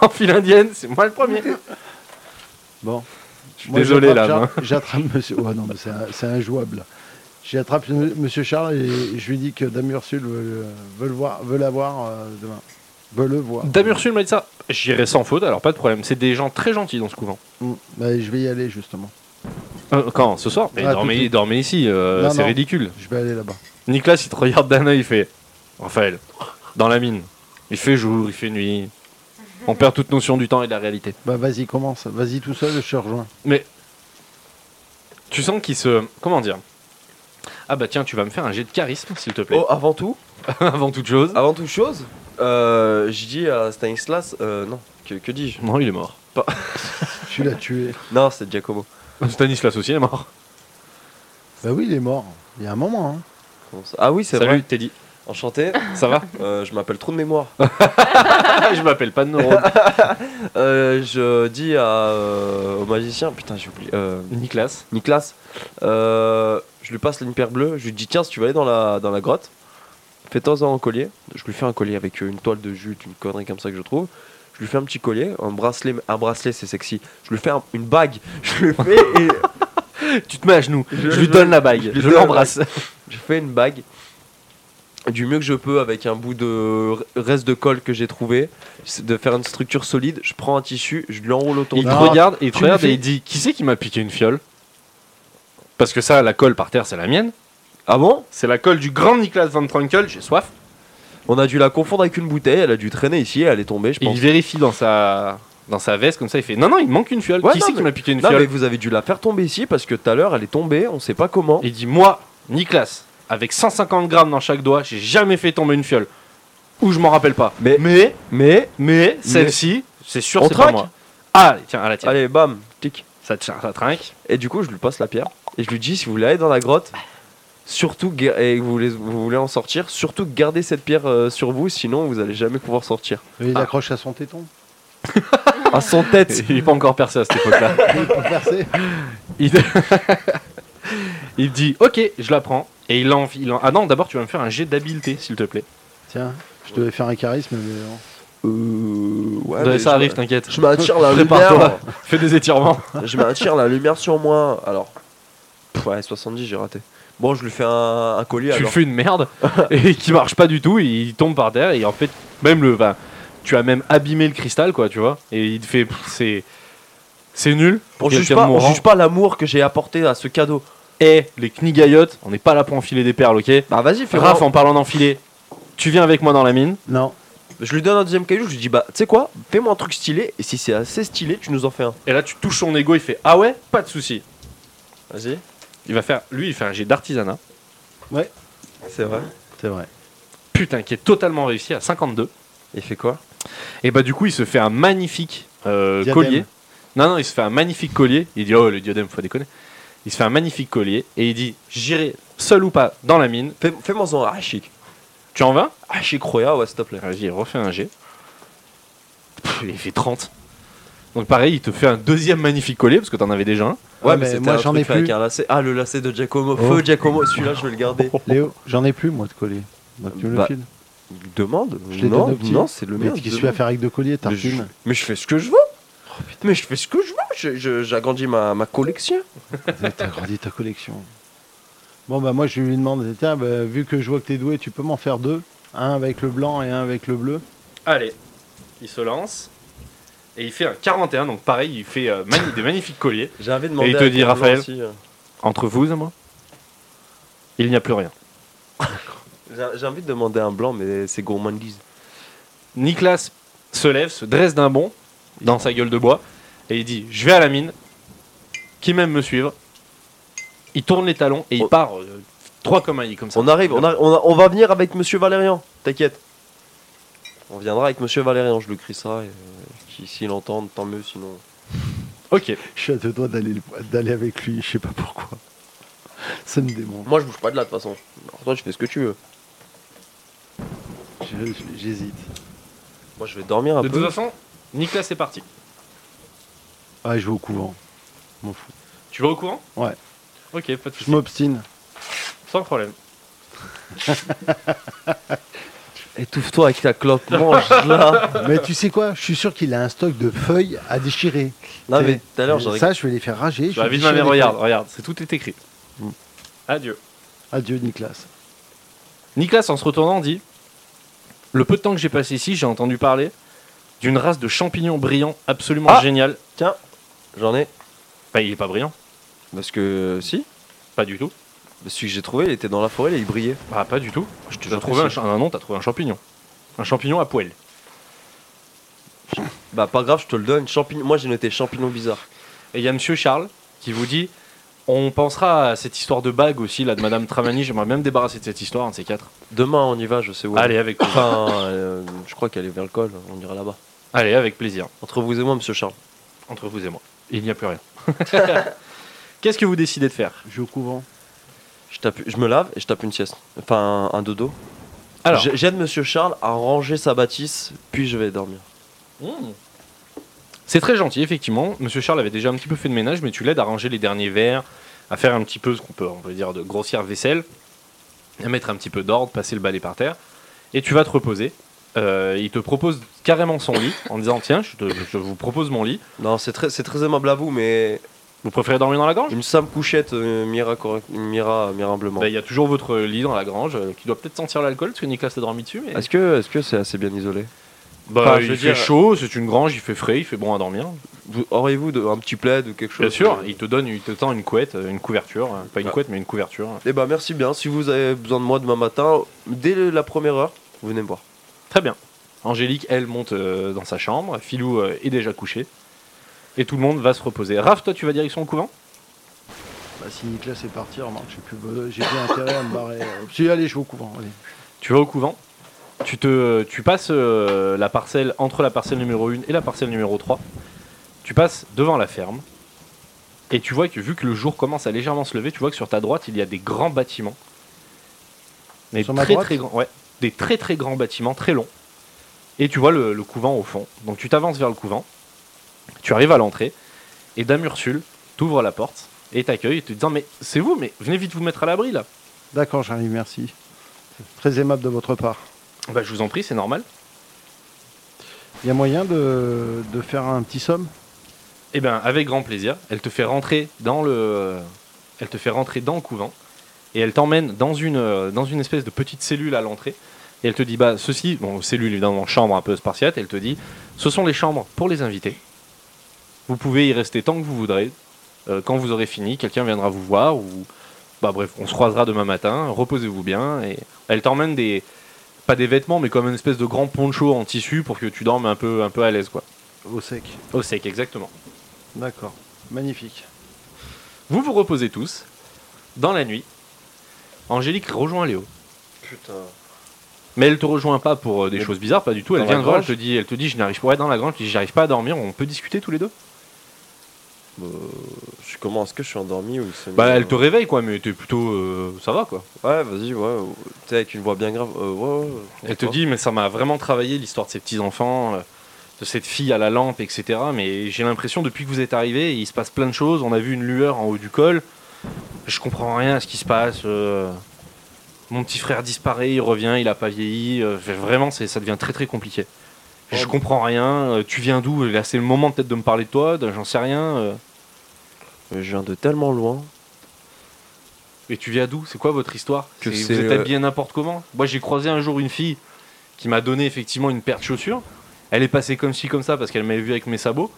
en file indienne, c'est moi le premier.
Bon.
suis désolé, hein. là,
j'attrape Charles- J'attrape monsieur. Ouais, non, mais c'est un- c'est injouable. J'attrape m- monsieur Charles et je lui dis que Dame Ursule veut, le- veut le voir, veut la voir euh, demain. Veut le voir.
Dame Ursule m'a dit ça. J'irai sans faute, alors pas de problème. C'est des gens très gentils dans ce couvent.
Mm. Bah, je vais y aller justement.
Euh, quand Ce soir Mais
Ah, tout de
dormez,
suite.
dormez ici, euh,
Non,
c'est
non.
ridicule.
Je vais aller là-bas.
Nicolas il te regarde d'un œil, il fait Raphaël, dans la mine. Il fait jour, il fait nuit. On perd toute notion du temps et de la réalité.
Bah vas-y, commence. Vas-y tout seul, je te rejoins.
Tu sens qu'il se. Comment dire Ah bah tiens, tu vas me faire un jet de charisme, s'il te plaît.
Oh, Ah. avant tout,
Avant toute chose.
avant toute chose, euh, je dis à Stanislas, euh, non, que, que dis-je
Non, il est mort.
Tu l'as tué.
Non, c'est Giacomo.
Stanislas aussi est mort.
Bah oui, il est mort. Il y a un moment. Hein.
Comment ça Ah oui, c'est
Salut
vrai.
Teddy.
Enchanté.
Ça va Ah,
Euh, je m'appelle Trou de mémoire.
Je m'appelle pas de neurone.
Euh, je dis à, euh, au magicien, putain, j'ai oublié. euh,
Nicolas.
Nicolas, euh, je lui passe une paire bleue, je lui dis tiens si tu veux aller dans la, dans la grotte, fais-toi en collier. Je lui fais un collier avec euh, une toile de jute, une connerie comme ça que je trouve. je lui fais un petit collier, un bracelet, un bracelet c'est sexy. Je lui fais un- une bague, je lui fais et
Tu te mets à genoux, je,
Je-
lui
je-
donne la bague,
je lui
je
donne la
l'embrasse.
je fais une bague du mieux que je peux avec un bout de r- reste de colle que j'ai trouvé, c'est de faire une structure solide. Je prends un tissu, je l'enroule autour.
Il
de
te
Non,
regarde, il te
tu lui
regarde et
fais-
il dit Qui c'est qui m'a piqué une fiole Parce que ça, la colle par terre, c'est la mienne.
Ah bon
C'est la colle du grand Nicolas Van Trunkel, j'ai soif.
On a dû la confondre avec une bouteille, elle a dû traîner ici, elle est tombée, je
Et
pense.
il vérifie dans sa, dans sa veste, comme ça, il fait Non, non, il me manque une fiole.
Ouais,
qui
non,
c'est qui
mais-
m'a piqué une
Non,
fiole
mais vous avez dû la faire tomber ici parce que tout à l'heure elle est tombée, on sait pas comment.
Il dit Moi, Nicolas, avec 150 grammes dans chaque doigt, j'ai jamais fait tomber une fiole. Ou je m'en rappelle pas.
Mais-
mais,
Mais
mais celle-ci, c'est sûr,
On
c'est pas
trinque
moi. Ah, tiens, à la tienne.
allez, bam, tic.
Ça, te- ça trinque.
Et du coup, je lui passe la pierre et je lui dis si vous voulez aller dans la grotte, surtout ga- et vous voulez, vous voulez en sortir, surtout gardez cette pierre euh, sur vous, sinon vous allez jamais pouvoir sortir.
Et il
Ah.
accroche à son téton.
À son tête.
Il est pas encore percé à cette époque-là.
Il peut percer.
Il, il dit ok, je la prends. Et il en, il en- Ah non, d'abord tu vas me faire un jet d'habileté, s'il te plaît.
Tiens, je devais faire un charisme, mais non.
Euh, ouais,
Ouais,
mais
ça
je-
arrive, t'inquiète.
Je m'attire la
Prépare-toi,
lumière.
fais des étirements.
Je m'attire la lumière sur moi. Alors, pff, ouais, 70, j'ai raté. Bon, je lui fais un, un collier.
tu
alors.
fais une merde et qui marche pas du tout. Il tombe par terre et en fait, même le. bah, tu as même abîmé le cristal, quoi, tu vois. Et il te fait. pff, C'est. C'est nul.
On
quelqu'un
juge
de
pas, on
mourant.
juge pas l'amour que j'ai apporté à ce cadeau.
Et les knigayotes, on n'est pas là pour enfiler des perles, ok
Bah vas-y, fais
Raph, en parlant d'enfiler, tu viens avec moi dans la mine.
Non,
Je lui donne un deuxième caillou, je lui dis bah tu sais quoi, fais-moi un truc stylé et si c'est assez stylé, tu nous en fais un.
Et là, tu touches son ego, il fait Ah ouais, pas de souci.
Vas-y.
Il va faire. Lui, il fait un jet d'artisanat.
C'est vrai.
c'est vrai.
putain, qui est totalement réussi à 52.
Il fait quoi
Et bah du coup, il se fait un magnifique euh,
Diadème.
collier. Non, non, il se fait un magnifique collier. Il dit, oh, le diadème, faut déconner. Il se fait un magnifique collier et il dit, j'irai seul ou pas dans la mine.
Fais- Fais-moi en ah chic.
Tu en vas
Ah chic Roya, ouais s'il te plaît.
Vas-y, refais un G. Pff, il fait 30. Donc pareil, il te fait un deuxième magnifique collier parce que t'en avais déjà un.
Ouais,
Ah,
mais,
mais
c'était
moi,
un
j'en
truc
ai
fait avec
plus.
un lacet. Ah le lacet de Giacomo.
Oh.
Feu Giacomo, celui-là je vais le garder.
Léo, j'en ai plus, moi, de collier. Donc tu me
Oh. Bah,
le files.
Demande
Je l'ai
Non,
donné au petit.
non, c'est le
Mais
mien.
qu'est-ce que tu vas
demande.
faire avec deux colliers,
mais, je,
Tartine
mais je fais ce que je veux. mais je fais ce que je veux. Je- je- J'agrandis ma, ma collection.
T'as grandi ta collection. Bon, bah, moi, je lui demande tiens, bah, vu que je vois que t'es doué, tu peux m'en faire deux Un avec le blanc et un avec le bleu.
Allez, il se lance et il fait un 41. Donc pareil, il fait euh, mani- des magnifiques colliers.
J'ai envie de demander.
Et il
à
te dit,
quelqu'un
Raphaël
aussi, euh,
Entre vous et moi, il n'y a plus rien.
j'ai- J'ai envie de demander un blanc, mais c'est gourmandise.
Nicolas se lève, se dresse d'un bond dans sa gueule de bois et il dit Je vais à la mine, qui m'aime me suivre. Il tourne les talons et il
Oh.
part euh, trois comme un i comme ça.
On arrive, on, arri- on, a- on va venir avec Monsieur Valérian, t'inquiète. On viendra avec Monsieur Valérian, je lui crie ça. et, euh, si- S'il entend, tant mieux, sinon.
Ok,
Je suis à deux doigts d'aller le- d'aller avec lui, je sais pas pourquoi. Ça me démonte.
Moi, je bouge pas de là, de toute façon. Alors, toi, tu fais ce que tu veux.
Je- je- J'hésite.
Moi, je vais dormir un
de toute
peu.
façon, Nicolas est parti.
Ah, je vais au couvent. Je M'en fous.
Tu vas au courant
Ouais.
Ok, pas de soucis.
Je m'obstine.
Sans problème.
Étouffe-toi avec ta clope, mange là.
Mais tu sais quoi Je suis sûr qu'il a un stock de feuilles à déchirer.
Non, mais tout à l'heure, j'aurais.
Ça, je vais les faire rager.
Tu
je
vas
vais
Bah, vite ma
déchirer
mère,
les
regarde,
feuilles.
regarde, c'est tout est écrit.
Mm.
Adieu.
Adieu, Nicolas.
Nicolas, en se retournant, dit Le peu de temps que j'ai passé ici, j'ai entendu parler d'une race de champignons brillants absolument
Ah.
géniale.
Tiens, j'en ai.
Bah, il est pas brillant,
Parce que, si,
pas du tout.
celui que j'ai trouvé, il était dans la forêt, là, il brillait.
Bah, pas du tout.
Je te
Tu as
jure
trouvé un,
que si.
cha- un nom, t'as trouvé un champignon. Un champignon à poêle.
Bah, pas grave, je te le donne. Champignon... Moi, j'ai noté champignon bizarre.
Et il y a monsieur Charles qui vous dit on pensera à cette histoire de bague aussi, là, de madame Tramani. J'aimerais même débarrasser de cette histoire, un de ces quatre.
Demain, on y va, je sais où.
Allez, avec,
Enfin, euh, je crois qu'elle est vers le col, on ira là-bas.
allez, avec plaisir.
Entre vous et moi, monsieur Charles.
Entre vous et moi. Il n'y a plus rien. Qu'est-ce que vous décidez de faire
Je vais au couvent.
Je, tape, je me lave et je tape une sieste. Enfin, un, un dodo.
Alors,
J'ai- J'aide Monsieur Charles à ranger sa bâtisse, puis je vais dormir.
Mmh. C'est très gentil, effectivement. Monsieur Charles avait déjà un petit peu fait de ménage, mais tu l'aides à ranger les derniers verres, à faire un petit peu ce qu'on peut, on peut dire, de grossière vaisselle, à mettre un petit peu d'ordre, passer le balai par terre, et tu vas te reposer. euh, il te propose carrément son lit en disant Tiens, je, te- je vous propose mon lit.
Non, c'est très, c'est très aimable à vous, mais
Vous préférez dormir dans la grange
une simple couchette euh, m'ira correct- m'ira
Bah, Il
mirablement.
y a toujours votre lit dans la grange euh, qui doit peut-être sentir l'alcool parce que Nicolas a dormi dessus. Mais...
Est-ce que est-ce que Ah, c'est assez bien isolé
Bah,
Enfin, je
il
veux
fait
dire-
chaud, c'est une grange, il fait frais, il fait bon à dormir.
Vous- Auriez-vous de- un petit plaid ou quelque chose
Bien sûr, il te donne, il te tend une couette, euh, une couverture, euh, pas une
Ah.
couette mais une couverture.
Eh ben merci bien. Si vous avez besoin de moi demain matin, dès le- la première heure, vous venez me voir.
Très bien. Angélique, elle, monte euh, dans sa chambre. Philou euh, est déjà couché. Et tout le monde va se reposer. Raph, toi, tu vas direction le couvent
Bah, si Nicolas est parti, remarque, j'ai plus, be- j'ai plus intérêt à me barrer. euh, Si, allez, je vais au couvent. allez.
Tu vas au couvent. Tu, te, tu passes euh, la parcelle entre la parcelle numéro 1 et la parcelle numéro 3. Tu passes devant la ferme. Et tu vois que vu que le jour commence à légèrement se lever, tu vois que sur ta droite, il y a des grands bâtiments. Des
Sur ma
très
droite
très grands, ouais, des très très grands bâtiments, très longs. Et tu vois le, le couvent au fond. Donc tu t'avances vers le couvent. Tu arrives à l'entrée et Dame Ursule t'ouvre la porte et t'accueille et te disant mais c'est vous mais venez vite vous mettre à l'abri là.
D'accord, j'arrive, merci. Très aimable de votre part.
Bah je vous en prie, c'est normal.
Il y a moyen de, de faire un petit somme
Eh bien, avec grand plaisir. Elle te fait rentrer dans le, elle te fait rentrer dans le couvent et elle t'emmène dans une, euh, dans une espèce de petite cellule à l'entrée. Et elle te dit, bah, ceci, bon, cellule évidemment, chambre un peu spartiate. Elle te dit, ce sont les chambres pour les invités. Vous pouvez y rester tant que vous voudrez. Euh, quand vous aurez fini, quelqu'un viendra vous voir ou, bah, bref, on se croisera demain matin. Reposez-vous bien. Et elle t'emmène des, pas des vêtements, mais comme une espèce de grand poncho en tissu pour que tu dormes un peu, un peu à l'aise, quoi.
au sec
Au sec, exactement.
D'accord, magnifique.
Vous vous reposez tous. Dans la nuit, Angélique rejoint Léo.
Putain.
Mais elle te rejoint pas pour euh, des
Mais
choses bizarres, pas du tout. Elle
dans
vient
la
te voir, elle
grange
te dit, elle te dit, je n'arrive pas. Ouais, dans la grange, je dis, j'arrive pas à dormir. On peut discuter tous les deux.
Je comment est-ce que je suis endormi ou c'est-
Bah, elle te réveille quoi, mais t'es plutôt, euh, ça va quoi.
Ouais, vas-y, ouais. ouais. Tu sais, avec une voix bien grave. euh, ouais, ouais, ouais.
Elle te
Pourquoi
dit, mais ça m'a vraiment travaillé l'histoire de ces petits enfants, euh, de cette fille à la lampe, etc. Mais j'ai l'impression depuis que vous êtes arrivés, il se passe plein de choses. On a vu une lueur en haut du col. Je comprends rien à ce qui se passe. euh, Mon petit frère disparaît, il revient, il a pas vieilli. euh, fait, Vraiment, c'est- ça devient très très compliqué. Je
Oh.
comprends rien. euh, Tu viens d'où Là, c'est le moment peut-être de me parler de toi. de- J'en sais rien. euh.
Je viens de tellement loin.
Et tu viens d'où C'est quoi votre histoire
Que
C'est-
c'est,
Vous êtes
euh,
habillé n'importe comment Moi j'ai croisé un jour une fille qui m'a donné effectivement une paire de chaussures. Elle est passée comme ci comme ça parce qu'elle m'avait vu avec mes sabots.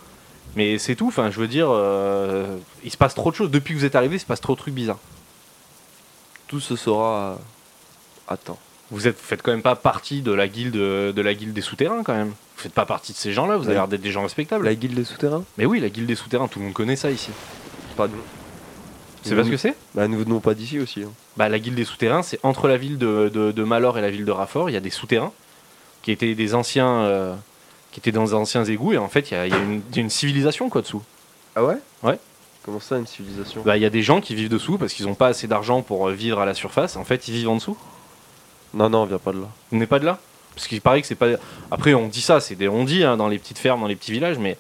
Mais c'est tout, enfin je veux dire, euh, il se passe trop de choses. Depuis que vous êtes arrivé, il se passe trop de trucs bizarres.
Tout se saura. à- à temps.
Vous êtes, vous faites quand même pas partie de la guilde de la guilde des souterrains quand même. Vous faites pas partie de ces gens-là, vous avez
Ouais.
l'air d'être des gens respectables.
La guilde des souterrains
Mais oui, la guilde des souterrains, tout le monde connaît ça ici.
Pas nous.
C'est parce que c'est
Bah, nous venons pas d'ici aussi. hein.
Bah, la guilde des souterrains, c'est entre la ville de, de, de Malor et la ville de Raffort. Il y a des souterrains qui étaient des anciens, euh, qui étaient dans des anciens égouts. Et en fait, il y a, il y a une, il y a une civilisation quoi dessous.
Ah ouais
Ouais.
Comment ça, une civilisation
Bah, il y a des gens qui vivent dessous parce qu'ils n'ont pas assez d'argent pour euh, vivre à la surface. En fait, ils vivent en dessous.
Non, non, on vient pas de là.
On n'est pas de là. Parce qu'il paraît que c'est pas. Après, on dit ça, c'est des on dit hein, dans les petites fermes, dans les petits villages, mais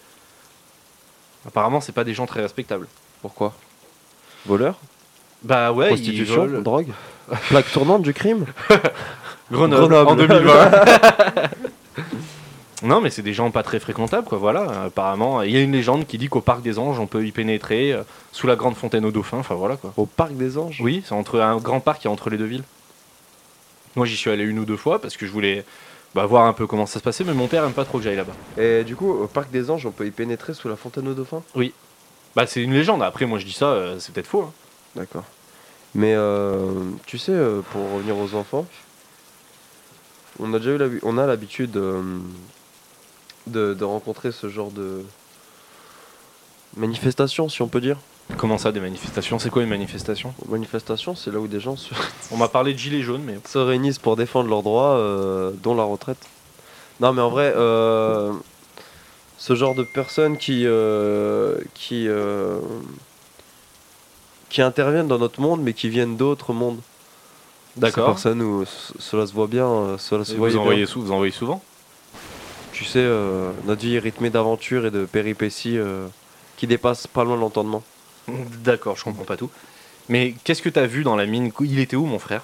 apparemment, c'est pas des gens très respectables.
Pourquoi Voleur
Bah ouais, ils
Prostitution
volent.
Drogue Plaque tournante du crime
Grenoble,
Grenoble.
en 2020. non, mais c'est des gens pas très fréquentables, quoi. Voilà, euh, apparemment, il y a une légende qui dit qu'au parc des Anges, on peut y pénétrer euh, sous la grande fontaine aux dauphins. Enfin voilà, quoi.
Au parc des anges
Oui, c'est entre un grand parc qui est entre les deux villes. Moi, j'y suis allé une ou deux fois parce que je voulais bah, voir un peu comment ça se passait, mais mon père aime pas trop que j'aille là-bas.
Et du coup, au parc des anges, on peut y pénétrer sous la fontaine aux dauphins
Bah, c'est une légende. Après, moi, je dis ça, euh, c'est peut-être faux. hein.
D'accord. Mais euh, tu sais, euh, pour revenir aux enfants, on a déjà eu l'habi- on a l'habitude euh, de, de rencontrer ce genre de manifestation, si on peut dire.
Comment ça, des manifestations C'est quoi une manifestation
Manifestation, c'est là où des gens se,
On m'a parlé de gilets jaunes, mais
se réunissent pour défendre leurs droits, euh, dont la retraite. Non, mais en vrai, euh, ce genre de personnes qui euh, qui euh, qui interviennent dans notre monde, mais qui viennent d'autres mondes.
D'accord.
Ces personnes où c- cela se voit bien, euh, cela se voit
vous
bien.
envoyez, sou- vous envoyez souvent
Tu sais, euh, notre vie est rythmée d'aventures et de péripéties euh, qui dépassent pas loin l'entendement.
D'accord, je comprends pas tout. Mais qu'est-ce que t'as vu dans la mine Il était où, mon frère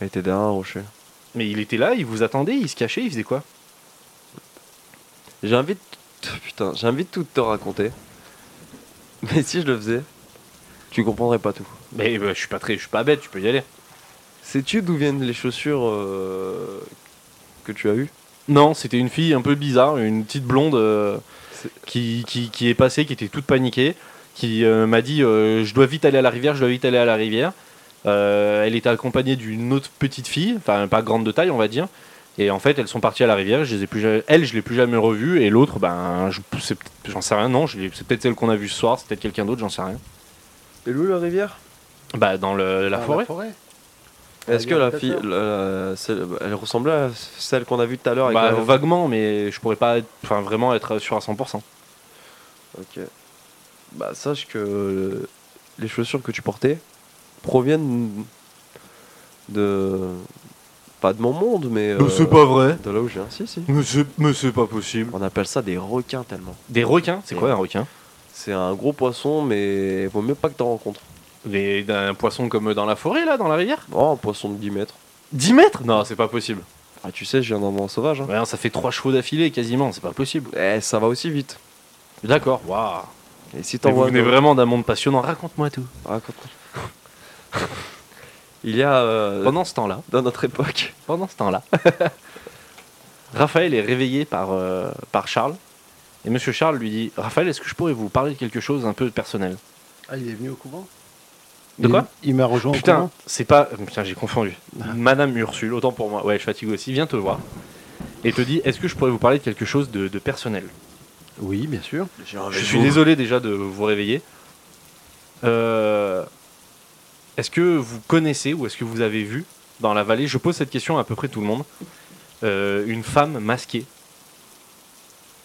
Elle était derrière un rocher.
Mais il était là, il vous attendait, il se cachait, il faisait quoi
J'ai envie de... Putain, j'ai envie de tout te raconter. Mais si je le faisais, tu comprendrais pas tout.
Mais bah, je suis pas très, je suis pas bête, tu peux y aller.
Sais-tu d'où viennent les chaussures euh, que tu as eues
Non, c'était une fille un peu bizarre, une petite blonde euh,
C'est-
qui, qui, qui est passée, qui était toute paniquée, qui euh, m'a dit euh, je dois vite aller à la rivière, je dois vite aller à la rivière. Euh, elle était accompagnée d'une autre petite fille, enfin pas grande de taille on va dire. Et en fait, elles sont parties à la rivière. Je les ai plus ja- Elle, je l'ai plus jamais revue. Et l'autre, ben, je- c'est peut-être- j'en sais rien. Non, je l'ai- c'est peut-être celle qu'on a vue ce soir. C'est peut-être quelqu'un d'autre. J'en sais rien.
Et où la rivière
Bah, dans le- la
Dans
forêt.
Est-ce que
La
la
rivière
fille,
Tata.
la- la- celle- elle ressemblait à celle qu'on a vue tout à l'heure avec
Bah,
la-
vaguement, mais je pourrais pas, être- enfin, vraiment être sûr à 100%.
Ok. Bah sache que euh, les chaussures que tu portais proviennent de pas de mon monde, mais euh,
vrai.
de là où je viens. Si si.
Mais c'est, pas possible.
On appelle ça des requins tellement.
Des requins C'est quoi un requin
C'est un gros poisson, mais vaut mieux pas que t'en rencontres.
Des, D'un poisson comme dans la forêt, là, dans la rivière
Oh, un poisson de 10 mètres.
10 mètres Non, c'est pas possible.
Ah, tu sais, je viens d'un monde sauvage. Hein.
Ouais, ça fait 3 chevaux d'affilée quasiment, c'est pas possible.
Eh, ça va aussi vite.
D'accord, waouh.
Et si
Vous
t'envoies.
venez
un-
vraiment d'un monde passionnant, raconte-moi tout.
Raconte-moi. Il y a euh,
Pendant ce temps-là,
dans notre époque.
pendant ce temps-là, Raphaël est réveillé par, euh, par Charles. Et monsieur Charles lui dit Raphaël, est-ce que je pourrais vous parler de quelque chose un peu personnel
Ah, il est venu au couvent
De quoi
Il, il m'a rejoint au
Putain,
couvent.
c'est pas. Putain, j'ai confondu. Madame Ursule, autant pour moi. Ouais, je fatigue aussi. Viens te voir. Et te dit Est-ce que je pourrais vous parler de quelque chose de, de personnel
Oui, bien sûr.
Je suis désolé déjà de vous réveiller. Euh, est-ce que vous connaissez ou est-ce que vous avez vu dans la vallée Je pose cette question à à peu près tout le monde. euh, une femme masquée.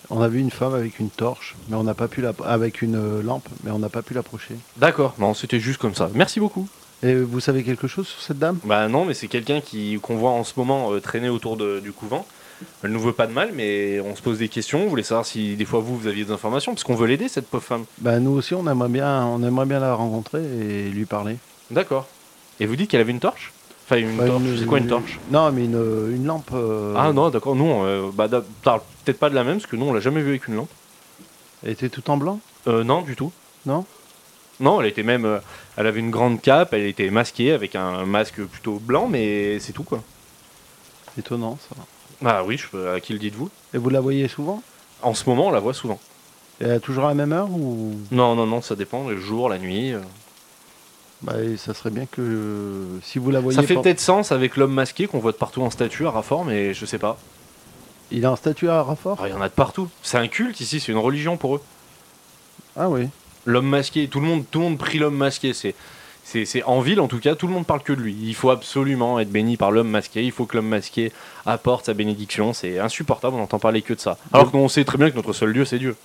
On a vu une femme avec une torche, mais on n'a pas pu la... avec une euh, lampe, mais on n'a pas pu l'approcher.
D'accord. Non, c'était juste comme ça. Merci beaucoup.
Et vous savez quelque chose sur cette dame
Bah non, mais c'est quelqu'un qui qu'on voit en ce moment euh, traîner autour de- du couvent. Elle nous veut pas de mal, mais on se pose des questions. On voulait savoir si des fois vous, vous aviez des informations, parce qu'on veut l'aider, cette pauvre femme.
Bah nous aussi, on aimerait bien, on aimerait bien la rencontrer et lui parler.
D'accord. Et vous dites qu'elle avait une torche Enfin, une
Bah,
torche. C'est quoi une torche
Non, mais une, euh, une lampe. euh,
Ah non, d'accord. Nous, on, euh, bah, da- parle peut-être pas de la même, parce que nous, on l'a jamais vue avec une lampe.
Elle était tout en blanc,
Euh, non, du tout.
non
Non, elle était même. euh, elle avait une grande cape, elle était masquée avec un masque plutôt blanc, mais c'est tout, quoi.
Étonnant ça.
Ah oui, je, peux- à qui le dites-vous
Et vous la voyez souvent
En ce moment, on la voit souvent.
Elle est toujours à la même heure ou
Non, non, non, ça dépend, le jour, la nuit. euh.
Bah et ça serait bien que euh, si vous la voyez.
Ça fait
pas-
peut-être sens avec l'homme masqué qu'on voit de partout en statue à Raffort, mais je sais pas.
Il a un statut à Raffort
Ah, Il y en a de partout. C'est un culte ici, c'est une religion pour eux.
Ah oui.
L'homme masqué, tout le monde, tout le monde prie l'homme masqué. C'est, c'est, c'est- en ville en tout cas, tout le monde parle que de lui. Il faut absolument être béni par l'homme masqué. Il faut que l'homme masqué apporte sa bénédiction. C'est insupportable, on n'entend parler que de ça. Alors que nous, on sait très bien que notre seul Dieu, c'est Dieu.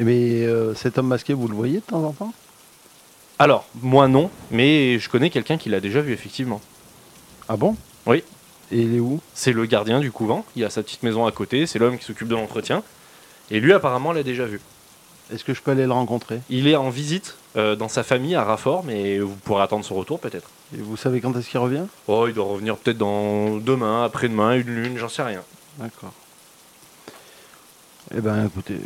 Eh Mais euh, cet homme masqué, vous le voyez de temps en temps
Alors, moi non, mais je connais quelqu'un qui l'a déjà vu effectivement.
Ah bon
Oui.
Et il est où
C'est le gardien du couvent. Il a sa petite maison à côté. C'est l'homme qui s'occupe de l'entretien. Et lui, apparemment, l'a déjà vu.
Est-ce que je peux aller le rencontrer
Il est en visite euh, dans sa famille à Raffort, mais vous pourrez attendre son retour peut-être.
Et vous savez quand est-ce qu'il revient
Oh, il doit revenir peut-être dans demain, après-demain, une lune, j'en sais rien.
D'accord. Eh ben écoutez. euh,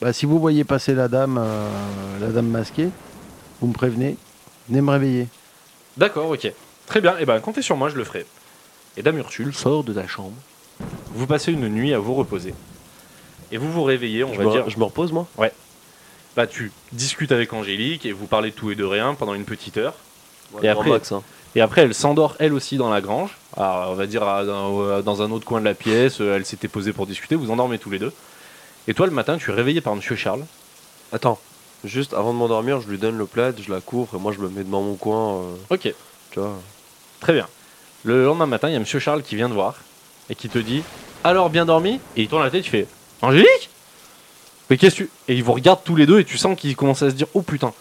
Bah, si vous voyez passer la dame, euh, la dame masquée, vous me prévenez, venez me réveiller.
D'accord, ok. Très bien, et ben comptez sur moi, je le ferai. Et Dame Ursule sort de la chambre. Vous passez une nuit à vous reposer. Et vous vous réveillez, on
Je
va
me-
dire.
je me repose moi.
Bah, tu discutes avec Angélique et vous parlez de tout et de rien pendant une petite heure. Et
Grand
après-
max, hein.
Et après, elle s'endort elle aussi dans la grange. Alors, on va dire à- dans euh, dans un autre coin de la pièce. euh, Elle s'était posée pour discuter. Vous endormez tous les deux. Et toi, le matin, tu es réveillé par Monsieur Charles.
Attends, juste avant de m'endormir, je lui donne le plaid, je la couvre et moi je me mets dans mon coin, euh,
Ok.
tu vois.
Très bien. Le lendemain matin, il y a Monsieur Charles qui vient te voir et qui te dit Alors, bien dormi Et il tourne la tête, il fait Angélique Mais qu'est-ce que tu. Et ils vous regardent tous les deux et tu sens qu'ils commencent à se dire Oh putain,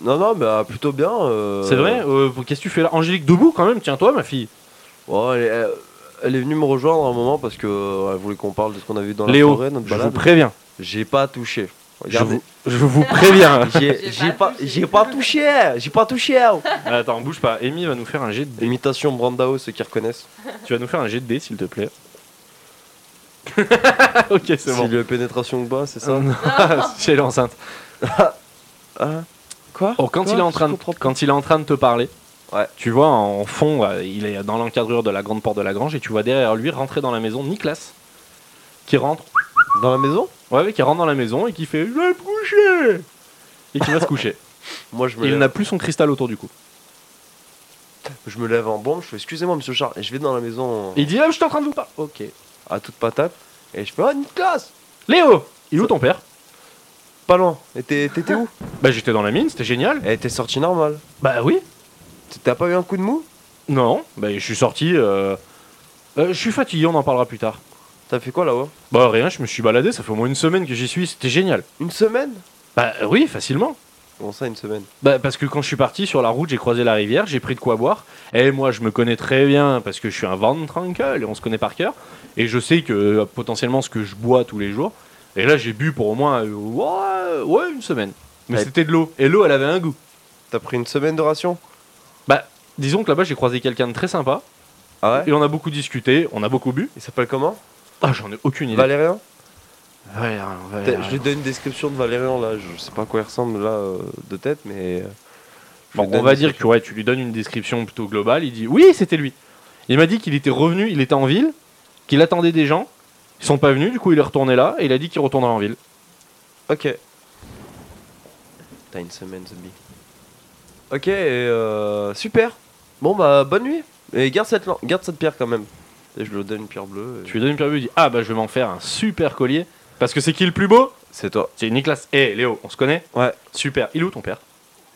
Non, non, mais euh, plutôt bien. euh,
c'est vrai Euh, Qu'est-ce que tu fais là Angélique, debout quand même, tiens-toi, ma fille.
Ouais, elle, est, elle est venue me rejoindre à un moment parce que euh, elle voulait qu'on parle de ce qu'on a vu dans la
Léo,
forêt, notre
je Bah vous
balade.
préviens.
J'ai pas touché.
Je
Regardez.
vous, je vous préviens.
J'ai j'ai pas, j'ai pas touché, j'ai pas touché. hein.
Euh, Attends, bouge pas. Amy va nous faire un jet de dés.
Imitation Brandao, ceux qui reconnaissent.
Tu vas nous faire un jet de dés, s'il te plaît. ok, c'est
C'est
bon. Euh,
le pénétration ou pas, c'est ça
Non, non, C'est l'enceinte.
Hein Quoi
Oh, quand,
Quoi
il est en train de, quand il est en train de te parler,
Ouais.
tu vois en fond, euh, il est dans l'encadrure de la grande porte de la grange et tu vois derrière lui rentrer dans la maison Nicolas qui rentre,
Dans la maison
ouais, ouais, qui rentre dans la maison et qui fait Je vais me coucher Et qui va se coucher.
Moi, je me,
Il
lève,
n'a plus son cristal autour du cou.
je me lève en bombe, je fais excusez-moi, monsieur Charles, et je vais dans la maison euh,
Il dit Ah, Je suis en train de vous parler.
ok, à toute patate, et je fais oh, Nicolas
Léo Il est où ton père
Pas loin, et t'es- t'étais où
Bah, j'étais dans la mine, c'était génial.
Et t'es sorti normal.
Bah, oui.
T'as pas eu un coup de mou
Non, bah, je suis sorti. euh, euh, je suis fatigué, on en parlera plus tard.
T'as fait quoi là-haut
Bah, rien, je me suis baladé, ça fait au moins une semaine que j'y suis, c'était génial.
Une semaine
Bah, oui, facilement.
Bon, ça, une semaine.
Bah, parce que quand je suis parti sur la route, j'ai croisé la rivière, j'ai pris de quoi boire. Et moi, je me connais très bien parce que je suis un van tranquille, on se connaît par cœur. Et je sais que euh, potentiellement ce que je bois tous les jours. Et là, j'ai bu pour au moins euh, ouais, ouais, une semaine. Mais
Ouais.
c'était de l'eau. Et l'eau, elle avait un goût.
T'as pris une semaine de ration
Bah, disons que là-bas, j'ai croisé quelqu'un de très sympa.
Ah ouais
Et on a beaucoup discuté, on a beaucoup bu.
Il s'appelle comment
Ah, j'en ai aucune idée.
Valérien
Valérien,
T'as-
Valérien.
Je lui donne une description de Valérien là, je sais pas à quoi il ressemble là euh, de tête, mais. euh, je
Bon,
lui donne
on va
une
dire que ouais, tu lui donnes une description plutôt globale. Il dit oui, c'était lui. Il m'a dit qu'il était revenu, il était en ville, qu'il attendait des gens. Ils sont pas venus, du coup il est retourné là et il a dit qu'il retournerait en ville.
Ok. T'as une semaine, zombie. Ok, et, euh, super. Bon, bah, bonne nuit. Et garde cette, lan- garde cette pierre quand même. Et je lui donne une pierre bleue. et-
Tu lui donnes une pierre bleue, il dit ah bah je vais m'en faire un super collier parce que c'est qui le plus beau
C'est toi.
C'est Nicolas. Eh Léo, on se connaît
Ouais.
Super. Il est où ton père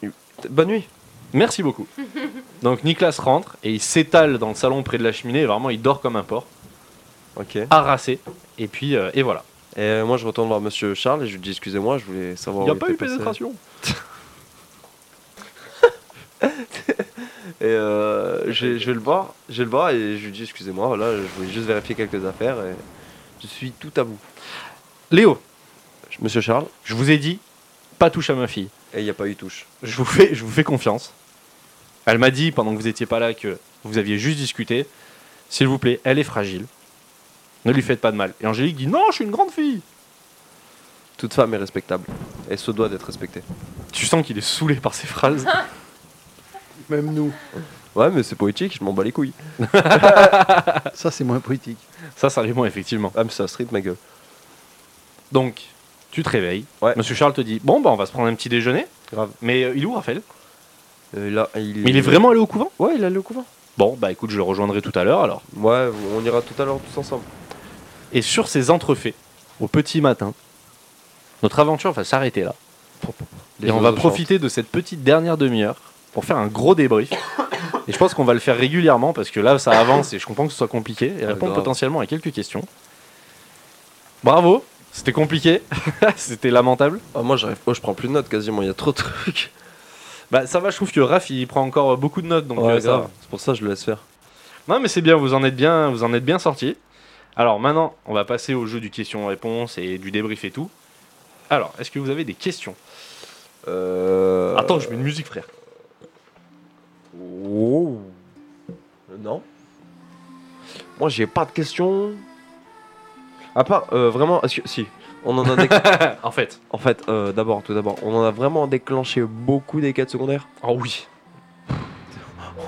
T- Bonne nuit.
Merci beaucoup. Donc Nicolas rentre et il s'étale dans le salon près de la cheminée. Et vraiment, il dort comme un porc,
Ok. Et
harassé. Et puis euh, et voilà.
euh, moi, je retourne voir monsieur Charles et je lui dis Excusez-moi, je voulais savoir.
Il n'y a
où
pas
Oh, était
eu
passé.
pénétration.
Et euh, je, je vais le voir. Je vais le voir et je lui dis Excusez-moi, voilà, je voulais juste vérifier quelques affaires et je suis tout à bout.
Léo,
Monsieur Charles,
je vous ai dit pas touche à ma fille.
et il n'y a pas eu touche.
je vous fais, je vous fais confiance. Elle m'a dit pendant que vous n'étiez pas là que vous aviez juste discuté. S'il vous plaît, elle est fragile. Ne lui faites pas de mal. Et Angélique dit non, je suis une grande fille.
Toute femme est respectable. Elle se doit d'être respectée.
Tu sens qu'il est saoulé par ces phrases.
Même nous.
Ouais, mais c'est poétique, je m'en bats les couilles.
Ça, c'est moins poétique.
Ça, sérieusement, effectivement.
Ah, mais c'est un street, ma gueule.
Donc, tu te réveilles.
Ouais.
Monsieur Charles te dit bon, bah, on va se prendre un petit déjeuner.
Grave.
Mais euh, il est où, Raphaël
Euh, là, il...
Mais il est vraiment allé au couvent
Ouais, il a le couvent.
Bon, bah écoute, je le rejoindrai tout à l'heure alors.
Ouais, on ira tout à l'heure tous ensemble.
Et sur ces entrefaits, au petit matin, notre aventure va s'arrêter là.
Les
et on
oiseaux
va
chantent.
profiter de cette petite dernière demi-heure pour faire un gros débrief. et je pense qu'on va le faire régulièrement parce que là, ça avance et je comprends que ce soit compliqué et répondre
grave.
potentiellement à quelques questions. Bravo, c'était compliqué, c'était lamentable.
Ah, moi, j'arrive. Oh, je prends plus de notes quasiment, il y a trop de trucs.
Bah ça va, je trouve que Raph il prend encore beaucoup de notes donc
Ouais,
euh, ça va.
grave. C'est pour ça que je le laisse faire.
Non mais c'est bien, vous en êtes bien, vous en êtes bien sorti. Alors maintenant, on va passer au jeu du question-réponse et du débrief et tout. Alors, est-ce que vous avez des questions
Euh.
Attends, je mets une musique, frère.
Oh. Non. Moi, j'ai pas de questions. À part, euh, vraiment. est-ce que- Si. On en a déc-
en fait.
En fait, euh, d'abord, tout d'abord, on en a vraiment déclenché beaucoup des quêtes secondaires.
Oh oui.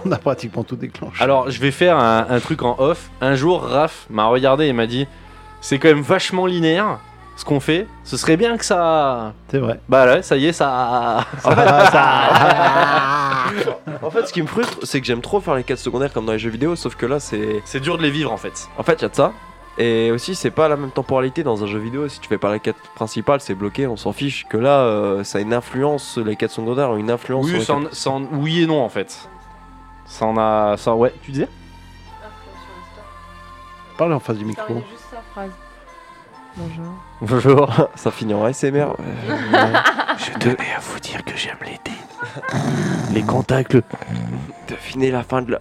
On a pratiquement tout déclenché.
Alors, je vais faire un, un truc en off. Un jour, Raph m'a regardé et m'a dit C'est quand même vachement linéaire ce qu'on fait. Ce serait bien que ça.
C'est vrai.
Bah là, ça y est, ça.
En fait, ce qui me frustre, c'est que j'aime trop faire les quêtes secondaires comme dans les jeux vidéo, sauf que là, c'est.
C'est dur de les vivre en fait.
En fait, il y a de ça. Et aussi, c'est pas la même temporalité dans un jeu vidéo. Si tu fais pas la quête principale, c'est bloqué, on s'en fiche. Que là, euh, ça a une influence, les quêtes secondaires ont une influence. sur
Oui,
les
ça
quêtes-
en- ça en- oui et non en fait. Ça en a. Ça, ouais, tu disais
Parle en face du micro.
juste sa phrase. Bonjour.
Bonjour.
Ça finit en ASMR.
Je tenais à vous dire que j'aime l'été. les contacts.
Devinez la fin de la.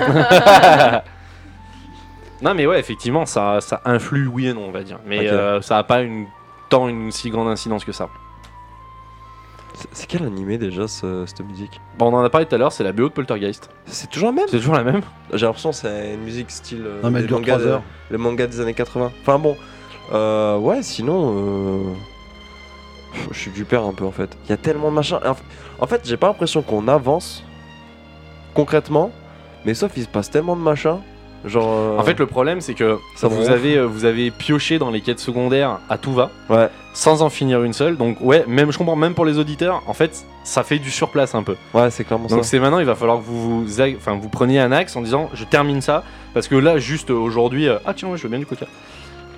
Ah,
Non, mais ouais, effectivement, ça, ça influe oui et non, on va dire. Mais
Ok.
euh, ça a pas une tant une si grande incidence que ça.
C'est- C'est quel animé déjà ce- cette musique
Bon, on en a parlé tout à l'heure, c'est la BO de Poltergeist.
C'est toujours la même
C'est toujours la même
J'ai l'impression que c'est une musique style euh,
Non, mais elle
des
dure
mangas
3
de-
heures.
le manga des années 80. Enfin bon, euh, ouais, sinon, euh, pff, je suis du père un peu en fait. Il y a tellement de machin. En f- En fait, j'ai pas l'impression qu'on avance concrètement, mais sauf il se passe tellement de machin. Genre, euh,
En fait, le problème, c'est que
Ça me
vous
ronfle.
avez, euh, vous avez pioché dans les quêtes secondaires à tout va,
Ouais.
sans en finir une seule. Donc, ouais, même, je comprends, même pour les auditeurs, en fait, ça fait du surplace un peu.
ouais, c'est clairement
Donc,
ça.
c'est maintenant, il va falloir que vous, vous, aille- enfin, vous preniez un axe en disant je termine ça, parce que là, juste euh, aujourd'hui, euh, ah tiens, ouais, je veux bien du coca.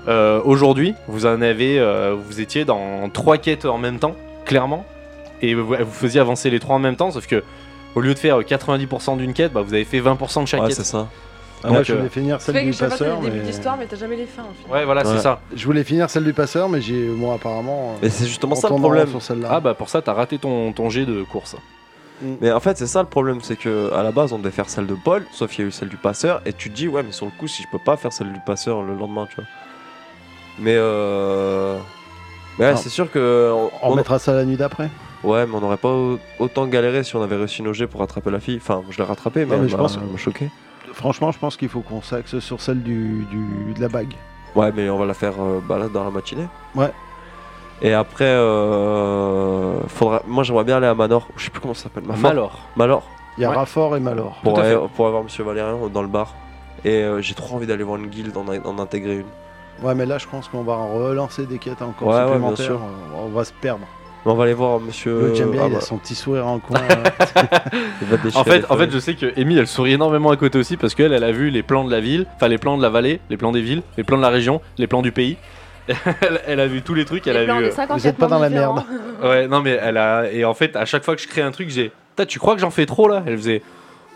Euh, aujourd'hui, vous en avez, euh, vous étiez dans trois quêtes en même temps, clairement, et vous, vous faisiez avancer les trois en même temps, sauf que au lieu de faire euh, 90% d'une quête, bah, vous avez fait 20% de chaque
Ouais,
quête.
c'est ça.
Ah, moi,
Donc,
je voulais
euh,
finir
Tu
celle
fais que
du
je sais pas, t'as
passeur.
le début
mais-
d'histoire, mais t'as jamais les fins en fait.
Ouais, voilà,
Ouais.
c'est ça.
Je voulais finir celle du passeur, mais j'ai, moi, apparemment. euh,
Mais c'est justement
on
ça le
tourne en rond
problème.
sur celle-là.
Ah bah pour ça t'as raté ton, ton jet de course.
Mais en fait, c'est ça le problème, c'est que à la base, on devait faire celle de Paul, sauf qu'il y a eu celle du passeur, et tu te dis, ouais, mais sur le coup, si je peux pas faire celle du passeur le lendemain, tu vois. Mais euh. Mais ouais,
Non.
c'est sûr que. On,
On
on-
mettra ça la nuit d'après.
Ouais, mais on n'aurait pas au- autant galéré si on avait réussi nos jets pour rattraper la fille. Enfin, je l'ai rattrapé, mais, bah,
Ouais, mais je
je
pense-
pense m'a choqué.
Franchement, je pense qu'il faut qu'on s'axe sur celle du, du- de la bague.
Ouais, mais on va la faire euh, bah, là, dans la matinée.
Ouais.
Et après, euh, faudra... moi j'aimerais bien aller à Manor. Je sais plus comment ça s'appelle. Mafor-
Malor.
Malor.
Il y a
Ouais.
Raffort et Malor.
pour
Tout à
aller, pour aller voir Monsieur Valérien dans le bar. Et euh, j'ai trop envie d'aller voir une guilde, en, en intégrer une.
Ouais, mais là, je pense qu'on va en relancer des quêtes encore
Ouais, ouais, bien
supplémentaires.
sûr.
Euh, on va se perdre.
Mais on va aller voir Monsieur.
L'autre, j'aime bien,
ah
il a
bah,
son petit sourire en coin. euh.
il va déchirer
En
les
fait, en fait
feuilles.
je sais que Amy elle sourit énormément à côté aussi parce qu'elle elle a vu les plans de la ville, enfin les plans de la vallée, les plans des villes, les plans de la région, les plans du pays. elle, elle a vu tous les trucs, elle
Les
a
plans
vu.
des
euh,
54
vous êtes pas dans la
différents.
merde.
Ouais non mais elle a et en fait à chaque fois que je crée un truc j'ai. Putain, Tu crois que j'en fais trop là Elle faisait.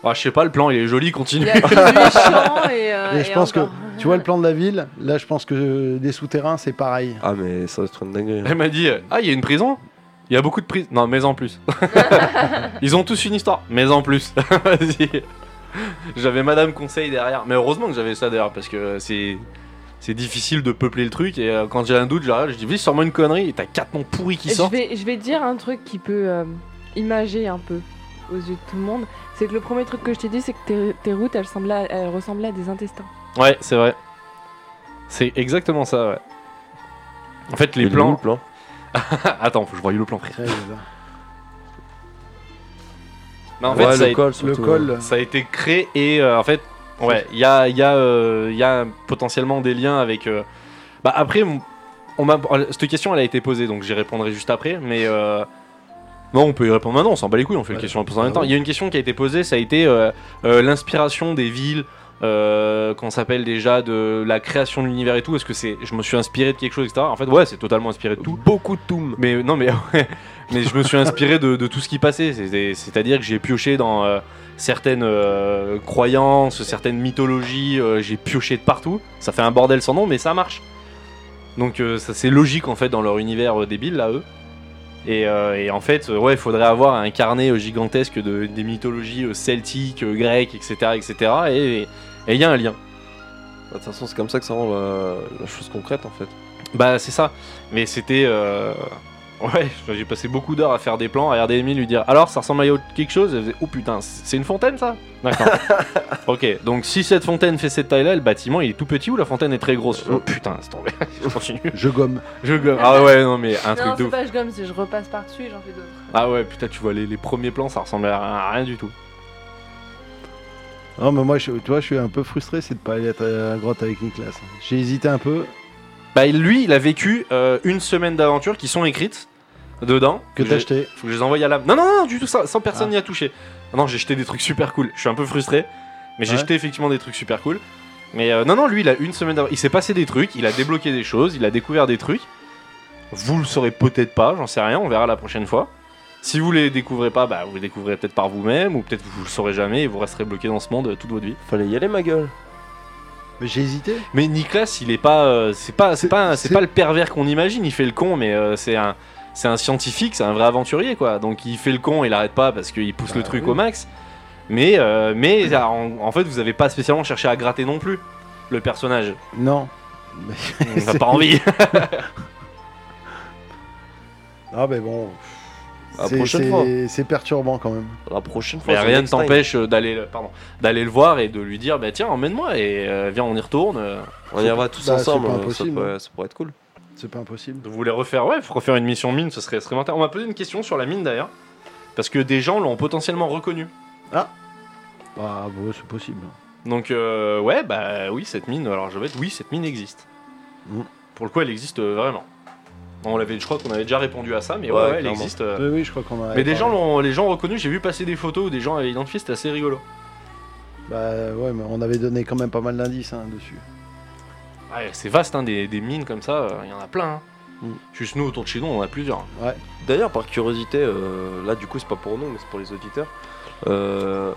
Ah je sais pas le plan il est joli
Il
continue.
y a les champs et. euh,
Et je pense que,
encore.
tu vois, le plan de la ville, là, je pense que euh, des souterrains, c'est pareil.
Ah, mais ça va être une dinguerie. hein.
Elle m'a dit euh, ah il y a une prison. Il y a beaucoup de prises. Non mais en plus. Ils ont tous une histoire. Mais en plus. Vas-y. J'avais Madame Conseil derrière. Mais heureusement que j'avais ça derrière parce que c'est. C'est difficile de peupler le truc et euh, quand j'ai un doute, je regarde, je dis, vas-y, sors-moi une connerie et t'as quatre noms pourris qui
Je
sortent.
vais, je vais dire un truc qui peut euh, imager un peu aux yeux de tout le monde. C'est que le premier truc que je t'ai dit, c'est que tes, tes routes, elles, semblaient- elles ressemblaient à des intestins.
Ouais, c'est vrai. C'est exactement ça, ouais. En fait, les
Il est hein. où,
plans.
le plan
Attends, faut que je voie le plan, frère.
Très bizarre.
Mais en fait,
Ouais,
ça a
le col,
le
surtout. hein.
col. euh,
Ça a été créé et euh, en fait, ouais, il y a, il y, a, euh, il y a potentiellement des liens avec. euh, Bah après, on on m'a euh, cette question elle a été posée donc j'y répondrai juste après, mais euh, non, on peut y répondre maintenant. On s'en bat les couilles, on fait une
Ouais.
question en même
Ah
temps.
oui.
Il y a une question qui a été posée, ça a été euh, euh, l'inspiration des villes. euh, qu'on s'appelle déjà de la création de l'univers et tout, est-ce que c'est, je me suis inspiré de quelque chose, etc. En fait, ouais, c'est totalement inspiré de tout.
Beaucoup de toum.
Mais euh, non, mais ouais. mais je me suis inspiré de, de tout ce qui passait. C'est- C'est-à-dire que j'ai pioché dans euh, certaines euh, croyances, certaines mythologies. euh, j'ai pioché de partout. Ça fait un bordel sans nom, mais ça marche. Donc euh, ça c'est logique en fait dans leur univers euh, débile là eux. Et, euh, et en fait euh, ouais il faudrait avoir un carnet euh, gigantesque de, des mythologies euh, celtiques, euh, grecques, etc. etc. Et et il y a un lien.
Bah, De toute façon, c'est comme ça que ça rend la, la chose concrète en fait.
Bah c'est ça. Mais c'était... euh, Ouais, j'ai passé beaucoup d'heures à faire des plans, à regarder Emile lui dire alors ça ressemble à quelque chose. Elle faisait oh putain, c'est une fontaine ça D'accord. ok, donc si cette fontaine fait cette taille-là, le bâtiment il est tout petit ou la fontaine est très grosse Oh putain, c'est tombé. je continue.
Je gomme.
Je gomme. Ah ouais, non mais un
non,
truc de
c'est
ouf.
pas je gomme, c'est je repasse par-dessus et j'en fais d'autres.
Ah ouais, putain, tu vois les, les premiers plans, ça ressemblait à rien du tout.
Non, mais moi, je, tu vois, je suis un peu frustré, c'est de pas aller à la grotte avec Nicolas. J'ai hésité un peu.
Bah lui, il a vécu euh, une semaine d'aventures qui sont écrites dedans.
Que
J'ai-
t'as acheté
Faut que je les envoie à la. Non, non, non, du tout ça, sans personne n'y a touché. Ah Non, j'ai jeté des trucs super cool. Je suis un peu frustré, mais j'ai
Ouais.
jeté effectivement des trucs super cool. Mais euh, non, non, lui, il a une semaine d'avant. Il s'est passé des trucs, il a débloqué des choses, il a découvert des trucs. Vous le saurez peut-être pas, j'en sais rien, on verra la prochaine fois. Si vous les découvrez pas, bah vous les découvrez peut-être par vous-même, ou peut-être vous le saurez jamais et vous resterez bloqué dans ce monde euh, toute votre vie.
Fallait y aller, ma gueule.
Mais j'ai hésité.
Mais Nicolas, il est pas, euh, c'est pas, c'est
C'est-
pas, un- c'est
c'est-
pas le pervers qu'on imagine. Il fait le con, mais euh, c'est un, c'est un scientifique, c'est un vrai aventurier, quoi. Donc il fait le con, il arrête pas parce qu'il pousse le truc au max. Mais, euh, mais ah, en, en fait, vous avez pas spécialement cherché à gratter non plus le personnage.
Non. Mais
On n'a pas envie.
Ah, ben bon.
La
C'est-
prochaine
c'est-
fois.
C'est perturbant quand même.
La prochaine fois.
Mais
c'est
rien ne
next time.
t'empêche euh, d'aller le- pardon, d'aller le voir et de lui dire bah tiens emmène-moi et euh, viens on y retourne. euh.
On y va tous
Bah, c'est
ensemble.
pas
euh, Ça
impossible,
pourrait- ça pourrait être cool.
C'est pas impossible.
Vous voulez refaire ouais refaire une mission mine ce serait extrêmement intéressant. On m'a posé une question sur la mine d'ailleurs parce que des gens l'ont potentiellement reconnu.
Bah, ouais, c'est possible.
Donc euh, ouais bah oui cette mine alors je vais être oui cette mine existe.
Mm.
Pour le coup elle existe euh, vraiment. On l'avait je crois qu'on avait déjà répondu à ça mais ouais,
Ouais,
ouais, elle
clairement.
existe. euh.
Oui, oui, je crois qu'on a.
Mais des gens l'ont les gens ont reconnu j'ai vu passer des photos où des gens avaient identifié c'était assez rigolo.
Bah, ouais, mais on avait donné quand même pas mal d'indices hein, dessus.
Ouais, c'est vaste hein, des, des mines comme ça euh, il y en a plein. hein.
Mm.
Juste nous autour de chez nous on en a plusieurs. hein.
D'ailleurs, par curiosité, euh, là du coup, c'est pas pour nous, mais c'est pour les auditeurs. Euh,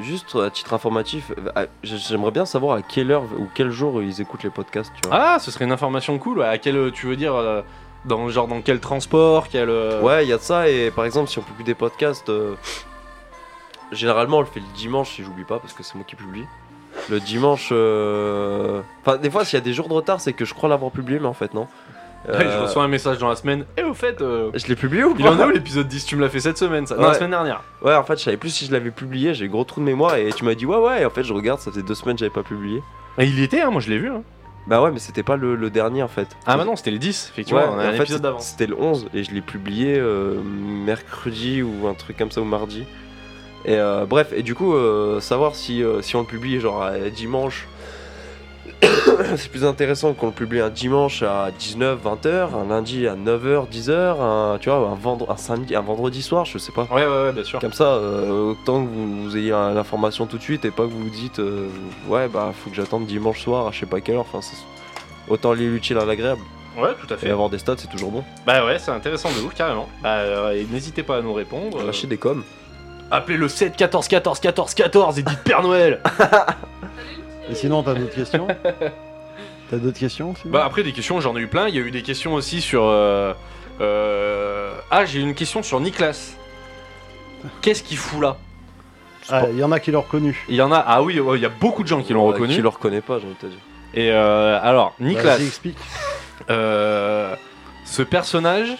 juste à titre informatif, à- j'aimerais bien savoir à quelle heure ou quel jour ils écoutent les podcasts. Tu vois.
Ah, ce serait une information cool. ouais. À quel, euh, tu veux dire, euh, dans genre dans quel transport, quel. euh,
Ouais, il y a de ça, et par exemple, si on publie des podcasts, euh, généralement on le fait le dimanche, si j'oublie pas, parce que c'est moi qui publie. Le dimanche. euh, Enfin, des fois, s'il y a des jours de retard, c'est que je crois l'avoir publié, mais en fait, non.
Ouais, je
Euh,
reçois un message dans la semaine. Et au fait, euh,
Je l'ai publié ou pas
il en est où l'épisode 10 Tu me l'as fait cette semaine, ça Non, la
Ouais.
semaine dernière.
Ouais, en fait, je savais plus si je l'avais publié, j'ai gros trou de mémoire, et tu m'as dit ouais, ouais, et en fait, je regarde, ça fait deux semaines que j'avais pas publié.
Et il y était, hein, moi je l'ai vu. hein.
Bah ouais, mais c'était pas le, le dernier en fait.
Ah, bah non, c'était le 10, effectivement.
Ouais,
on
et
a
en
un
fait,
épisode
c'était-
d'avant.
C'était le 11, et je l'ai publié euh, mercredi ou un truc comme ça, ou mardi. Et euh, bref, et du coup, euh, savoir si, euh, si on le publie genre à dimanche, c'est plus intéressant qu'on le publie un dimanche à 19, 20h, un lundi à 9h, 10h, un, tu vois, un, vendre- un samedi, un vendredi soir, je sais pas.
Ouais, ouais, ouais, bien sûr.
Comme ça, euh, autant que vous, vous ayez euh, l'information tout de suite et pas que vous vous dites euh, ouais bah faut que j'attende dimanche soir à je sais pas quelle heure. Enfin, c'est- autant lier l'utile à l'agréable.
Ouais, tout à fait.
Et avoir des stats, c'est toujours bon.
Bah ouais, c'est intéressant de ouf, carrément. Bah, euh, et n'hésitez pas à nous répondre. euh,
Lâcher des coms.
Appelez le 7 14 14 14 14 et dites Père Noël.
Et sinon, t'as d'autres questions T'as d'autres questions Simon
Bah après des questions, j'en ai eu plein. Il y a eu des questions aussi sur. euh, euh, Ah, j'ai eu une question sur Nicolas. Qu'est-ce qu'il fout là
Ah, Il y en a qui l'ont reconnu.
Il y en a. Ah oui, ouais, il y a beaucoup de gens qui l'ont
Euh,
reconnu.
Qui le reconnaît pas, j'ai envie de te dire.
Et euh, alors, Nicolas,
Vas-y, explique.
euh, ce personnage.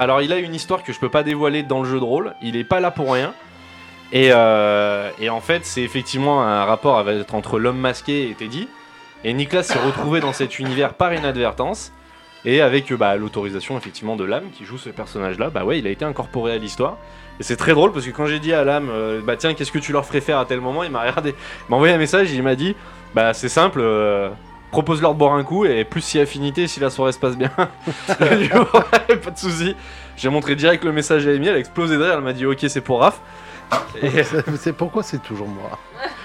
Alors, il a une histoire que je peux pas dévoiler dans le jeu de rôle. Il est pas là pour rien. Et, euh, et en fait, c'est effectivement un rapport avec- entre l'homme masqué et Teddy. Et Nicolas s'est retrouvé dans cet univers par inadvertance. Et avec euh, bah, l'autorisation effectivement de l'âme qui joue ce personnage-là, bah ouais, il a été incorporé à l'histoire. Et c'est très drôle parce que quand j'ai dit à l'âme, euh, bah tiens, qu'est-ce que tu leur ferais faire à tel moment, il m'a regardé, il m'a envoyé un message, il m'a dit, bah c'est simple, euh, propose-leur de boire un coup et plus si affinité, si la soirée se passe bien. J'ai dit, Ouais, pas de souci. J'ai montré direct le message à Amy, elle a explosé derrière, elle m'a dit, ok, c'est pour Raph. Et-
C'est- C'est pourquoi c'est toujours moi.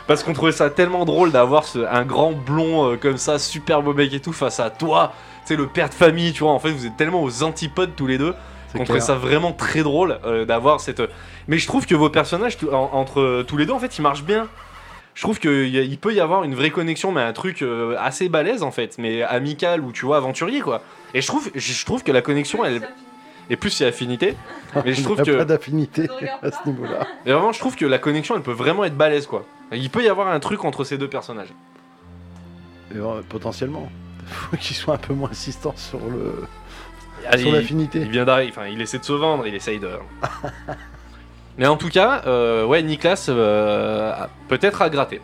parce qu'on trouvait ça tellement drôle d'avoir ce- un grand blond euh, comme ça, super beau mec et tout, face à toi, tu sais, le père de famille, tu vois. En fait, vous êtes tellement aux antipodes tous les deux
C'est
qu'on trouvait
clair.
ça vraiment très drôle euh, d'avoir cette. Mais je trouve que vos personnages, tout- en- entre euh, tous les deux, en fait, ils marchent bien. Je trouve qu'il peut y avoir une vraie connexion, mais un truc euh, assez balèze en fait, mais amical ou tu vois, aventurier quoi. Et je trouve, je je trouve que la connexion, elle. Et plus c'est affinité. Mais je
On
trouve
n'a
que-
pas d'affinité
Ne regarde
à ce
pas.
niveau-là.
Mais vraiment, je trouve que la connexion, elle peut vraiment être balèze quoi. Il peut y avoir un truc entre ces deux personnages.
Et, euh, potentiellement. Faut qu'ils soient un peu moins insistants sur le
Ah,
sur
il-
l'affinité.
Il vient d'arriver, enfin, il essaie de se vendre, il essaye de. Mais en tout cas, euh, ouais, Niklas, euh, a- peut-être à gratter.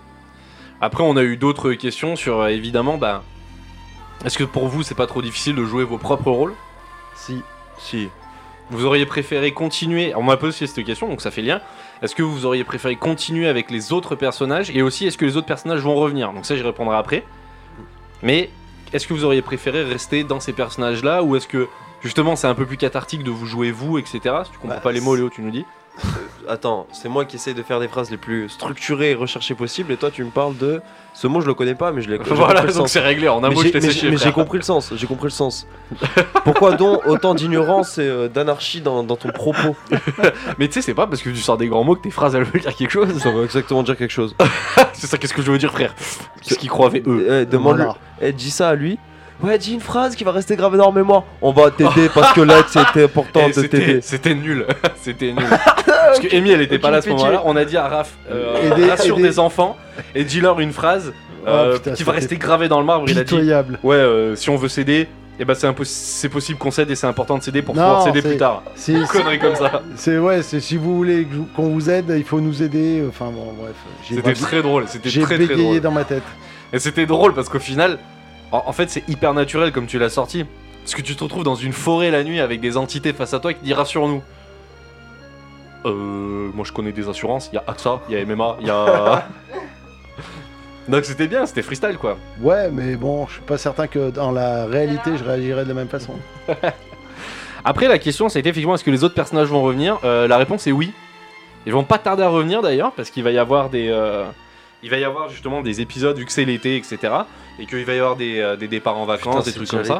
Après, on a eu d'autres questions sur, euh, évidemment, bah, est-ce que pour vous, c'est pas trop difficile de jouer vos propres rôles
Si.
Si.
Vous auriez préféré continuer On m'a posé cette question, donc ça fait lien. Est-ce que vous auriez préféré continuer avec les autres personnages Et aussi, est-ce que les autres personnages vont revenir Donc ça, j'y répondrai après. Mais est-ce que vous auriez préféré rester dans ces personnages-là Ou est-ce que, justement, c'est un peu plus cathartique de vous jouer vous, etc. Si tu comprends
Bah,
pas les mots, Léo, tu nous dis.
Attends, c'est moi qui essaye de faire des phrases les plus structurées et recherchées possibles, et toi tu me parles de. Ce mot je le connais pas, mais je l'ai j'ai
voilà,
compris le
donc
sens.
c'est réglé. En un
Mais
mot,
j'ai-
je t'ai
mais
séché,
j'ai- mais j'ai
frère.
compris le sens, j'ai compris le sens. Pourquoi donc autant d'ignorance et euh, d'anarchie dans, dans ton propos
Mais tu sais, c'est pas parce que tu sors des grands mots que tes phrases, elles veulent dire quelque chose.
Ça veut exactement dire quelque chose.
c'est ça, qu'est-ce que je veux dire, frère Qu'est-ce qu'ils croient avec eux
Eh, demande
Voilà.
dis ça à lui. Ouais, dis une phrase qui va rester gravée dans la mémoire. On va t'aider parce que là c'était important
Eh,
de
C'était
t'aider.
c'était nul, c'était nul. Parce que Amy elle était pas là à ce
Aucune
moment-là. On a dit à Raph, euh,
Aider,
rassure
aider.
des enfants et dis-leur une phrase
Ah,
euh,
putain,
qui va
c'était
rester gravée dans le marbre. Il a dit,
Pitoyable.
ouais, euh, si on veut s'aider, eh Et bah c'est impos- c'est possible qu'on cède et c'est important de céder pour
Non,
pouvoir céder
c'est-
plus tard.
Si,
Une connerie comme ça.
c'est ouais, c'est si vous voulez que vous- qu'on vous aide, il faut nous aider. Enfin bon, bref. J'ai
C'était
bégayé-
très drôle, c'était
j'ai
très très
bégayé
drôle.
dans ma tête.
Et c'était drôle parce qu'au final, en, en fait, c'est hyper naturel comme tu l'as sorti. Parce que tu te retrouves dans une forêt la nuit avec des entités face à toi qui te disent rassure-nous. Euh. Moi je connais des assurances, il y a AXA, il y a MMA, il y a. Donc c'était bien, c'était freestyle quoi.
Ouais, mais bon, je suis pas certain que dans la réalité, je réagirais de la même façon.
Après, la question, c'était effectivement est-ce que les autres personnages vont revenir Euh, La réponse est oui. Ils vont pas tarder à revenir d'ailleurs, parce qu'il va y avoir des. euh, Il va y avoir justement des épisodes, vu que c'est l'été, etc. Et qu'il va y avoir des, euh, des départs en vacances, des trucs comme ça.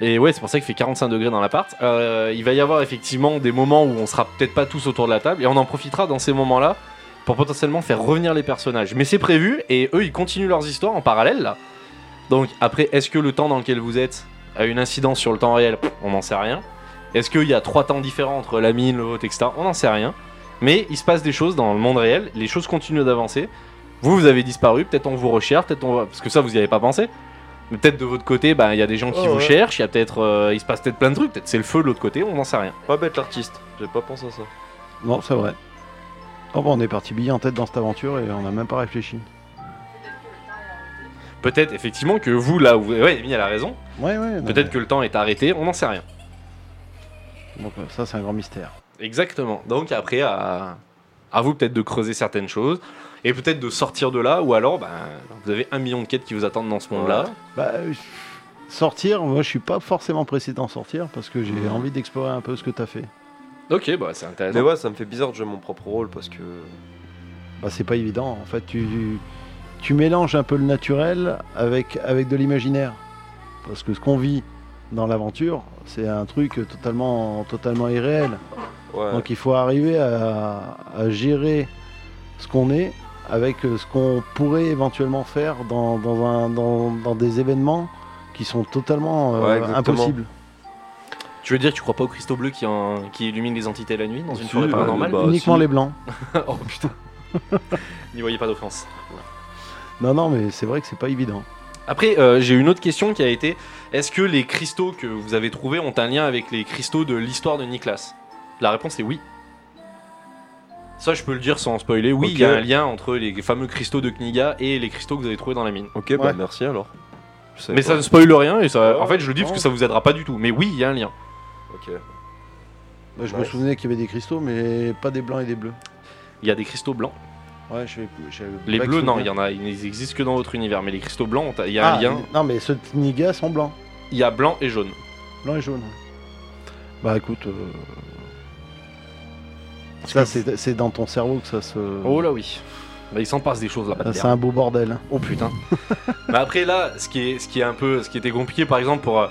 Et ouais, c'est pour ça qu'il fait 45 degrés dans l'appart. Euh, il va y avoir effectivement des moments où on sera peut-être pas tous autour de la table, et on en profitera dans ces moments-là pour potentiellement faire revenir les personnages. Mais c'est prévu, et eux, ils continuent leurs histoires en parallèle là. Donc après, est-ce que le temps dans lequel vous êtes a une incidence sur le temps réel Pff, On n'en sait rien. Est-ce qu'il y a trois temps différents entre la mine, le vote, etc. On n'en sait rien. Mais il se passe des choses dans le monde réel, les choses continuent d'avancer. Vous, vous avez disparu, peut-être on vous recherche, peut-être on va- Parce que ça, vous n'y avez pas pensé. Mais peut-être de votre côté, bah, il y a des gens qui
Oh,
vous
ouais.
cherchent, il, y a peut-être, euh, il se passe peut-être plein de trucs, peut-être c'est le feu de l'autre côté, on n'en sait rien.
Pas bête l'artiste, j'ai pas pensé à ça.
Non, c'est vrai. Oh, bah, on est parti billets en tête dans cette aventure et on n'a même pas réfléchi.
Peut-être effectivement que vous, là, où... ouais, Amy, elle a raison.
Ouais, ouais. non,
Peut-être que le temps est arrêté, on n'en sait rien.
mais- Donc, euh, ça, c'est un grand mystère.
Exactement. Donc après, à, à vous peut-être de creuser certaines choses et peut-être de sortir de là, ou alors ben, vous avez un million de quêtes qui vous attendent dans ce monde-là.
Bah, euh, sortir, moi, je suis pas forcément pressé d'en sortir parce que j'ai envie d'explorer un peu ce que t'as fait.
Ok, bah c'est
Mais
Ah
intéressant.
ouais, ça me fait bizarre de jouer mon propre rôle parce que.
Bah, c'est pas évident. En fait, tu, tu mélanges un peu le naturel avec, avec de l'imaginaire. Parce que ce qu'on vit dans l'aventure, c'est un truc totalement, totalement irréel.
Ouais.
Donc il faut arriver à, à gérer ce qu'on est avec euh, ce qu'on pourrait éventuellement faire dans, dans un- dans- dans des événements qui sont totalement euh,
Ouais, exactement.
impossibles.
Tu veux dire que tu crois pas aux cristaux bleus qui, en- qui illuminent les entités la nuit dans une
Si,
forêt
bah,
paranormale
bah,
Uniquement
si.
les blancs.
Oh putain N'y voyez pas d'offense.
Non, non, mais c'est vrai que c'est pas évident.
Après, euh, j'ai une autre question qui a été est-ce que les cristaux que vous avez trouvés ont un lien avec les cristaux de l'histoire de Niklas La réponse est oui. Ça, je peux le dire sans spoiler. Oui, il y a
Ok.
un lien entre les fameux cristaux de Kniga et les cristaux que vous avez trouvés dans la mine.
Ok, bah
Ouais.
merci alors. Je savais
Mais
pas.
ça ne spoil rien et ça.
Ouais,
en fait, je le dis parce
non.
que ça vous aidera pas du tout. Mais oui, il y a un lien.
Ok.
Bah, je me
Nice.
souvenais qu'il y avait des cristaux, mais pas des blancs et des bleus.
Il y a des cristaux blancs.
Ouais, je, j'avais
Les
pas
bleus, non,
souvenir.
il y en a. Ils existent que dans votre univers. Mais les cristaux blancs, on t'a- il y a un
Ah,
lien.
Non, mais ceux de Niga sont blancs.
Il y a blanc et jaune.
Blanc et jaune. Bah écoute. euh, Ça, c'est c'est dans ton cerveau que ça se.
Oh là oui. Bah, il s'en passe des choses là.
Ah, c'est un beau bordel.
Oh putain. Mais après là, ce qui est, ce qui est un peu, ce qui était compliqué par exemple pour, euh,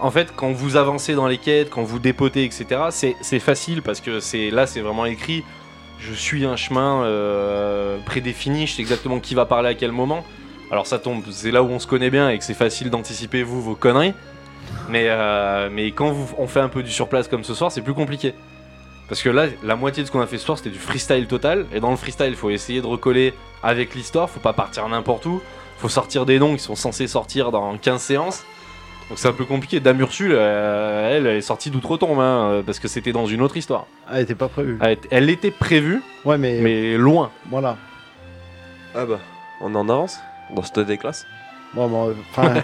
en fait, quand vous avancez dans les quêtes, quand vous dépotez, etc. C'est, c'est facile parce que c'est là, c'est vraiment écrit. Je suis un chemin euh, prédéfini. Je sais exactement qui va parler à quel moment. Alors ça tombe, c'est là où on se connaît bien et que c'est facile d'anticiper vous vos conneries. Mais euh, mais quand vous, on fait un peu du surplace comme ce soir, c'est plus compliqué. Parce que là, la moitié de ce qu'on a fait ce soir, c'était du freestyle total. Et dans le freestyle, il faut essayer de recoller avec l'histoire, faut pas partir n'importe où, faut sortir des noms qui sont censés sortir dans 15 séances. Donc c'est un peu compliqué. Dame Ursule, euh, elle, elle est sortie d'outre-tombe, hein, euh, parce que c'était dans une autre histoire.
Ah, elle était pas prévue.
Elle, était- elle était prévue,
Ouais, mais,
mais loin.
voilà.
Ah bah, on est en avance dans cette des classes.
Bon, bon, euh, 'fin,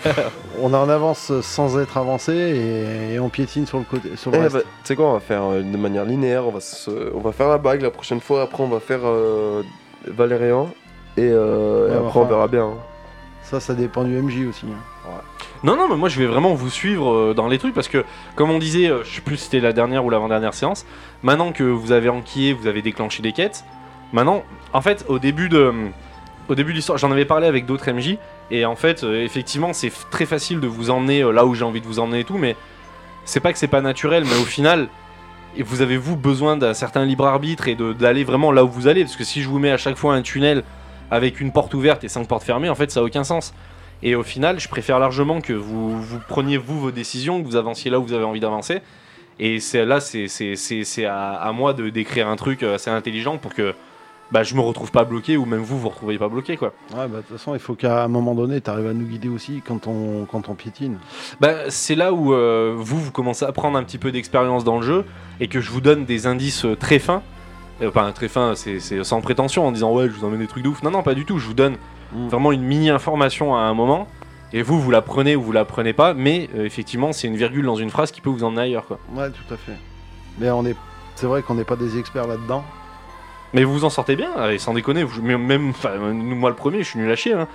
on est en avance sans être avancé et, et on piétine sur le côté. Sur le
Eh
reste.
bah, tu sais quoi, on va faire euh, de manière linéaire, on va, se- on va faire la bague la prochaine fois, après on va faire euh, Valérian, et, euh, et
Ouais, on va
après on
faire-
verra bien. hein.
Ça, ça dépend du MJ aussi. hein.
Non, non, mais moi je vais vraiment vous suivre euh, dans les trucs parce que, comme on disait, euh, je sais plus si c'était la dernière ou l'avant-dernière séance, maintenant que vous avez enquillé, vous avez déclenché des quêtes, maintenant, en fait, au début de, euh, au début de l'histoire, j'en avais parlé avec d'autres MJ, et en fait, euh, effectivement, c'est f- très facile de vous emmener euh, là où j'ai envie de vous emmener et tout, mais c'est pas que c'est pas naturel, mais au final, et vous avez vous besoin d'un certain libre arbitre et de- d'aller vraiment là où vous allez, parce que si je vous mets à chaque fois un tunnel avec une porte ouverte et cinq portes fermées, en fait, ça a aucun sens. Et au final, je préfère largement que vous, vous preniez vous vos décisions, que vous avanciez là où vous avez envie d'avancer. Et c'est là, c'est c'est- c'est- c'est à, à moi de décrire un truc assez intelligent pour que bah, je me retrouve pas bloqué ou même vous vous retrouvez pas bloqué quoi.
Ouais, bah, de toute façon, il faut qu'à un moment donné, tu arrives à nous guider aussi quand on, quand on piétine.
Bah, c'est là où euh, vous, vous commencez à prendre un petit peu d'expérience dans le jeu et que je vous donne des indices euh, très fins. Euh, Enfin, très fins, c'est c'est sans prétention en disant ouais, je vous emmène des trucs de ouf. Non, non, pas du tout. Je vous donne
Mm.
vraiment une mini information à un moment et vous, vous la prenez ou vous la prenez pas, mais euh, effectivement, c'est une virgule dans une phrase qui peut vous emmener ailleurs quoi.
Ouais, tout à fait. Mais on est, c'est vrai qu'on n'est pas des experts là-dedans.
Mais vous vous en sortez bien, et sans déconner, vous- mais même, enfin, nous, moi le premier, je suis nul à chier. hein.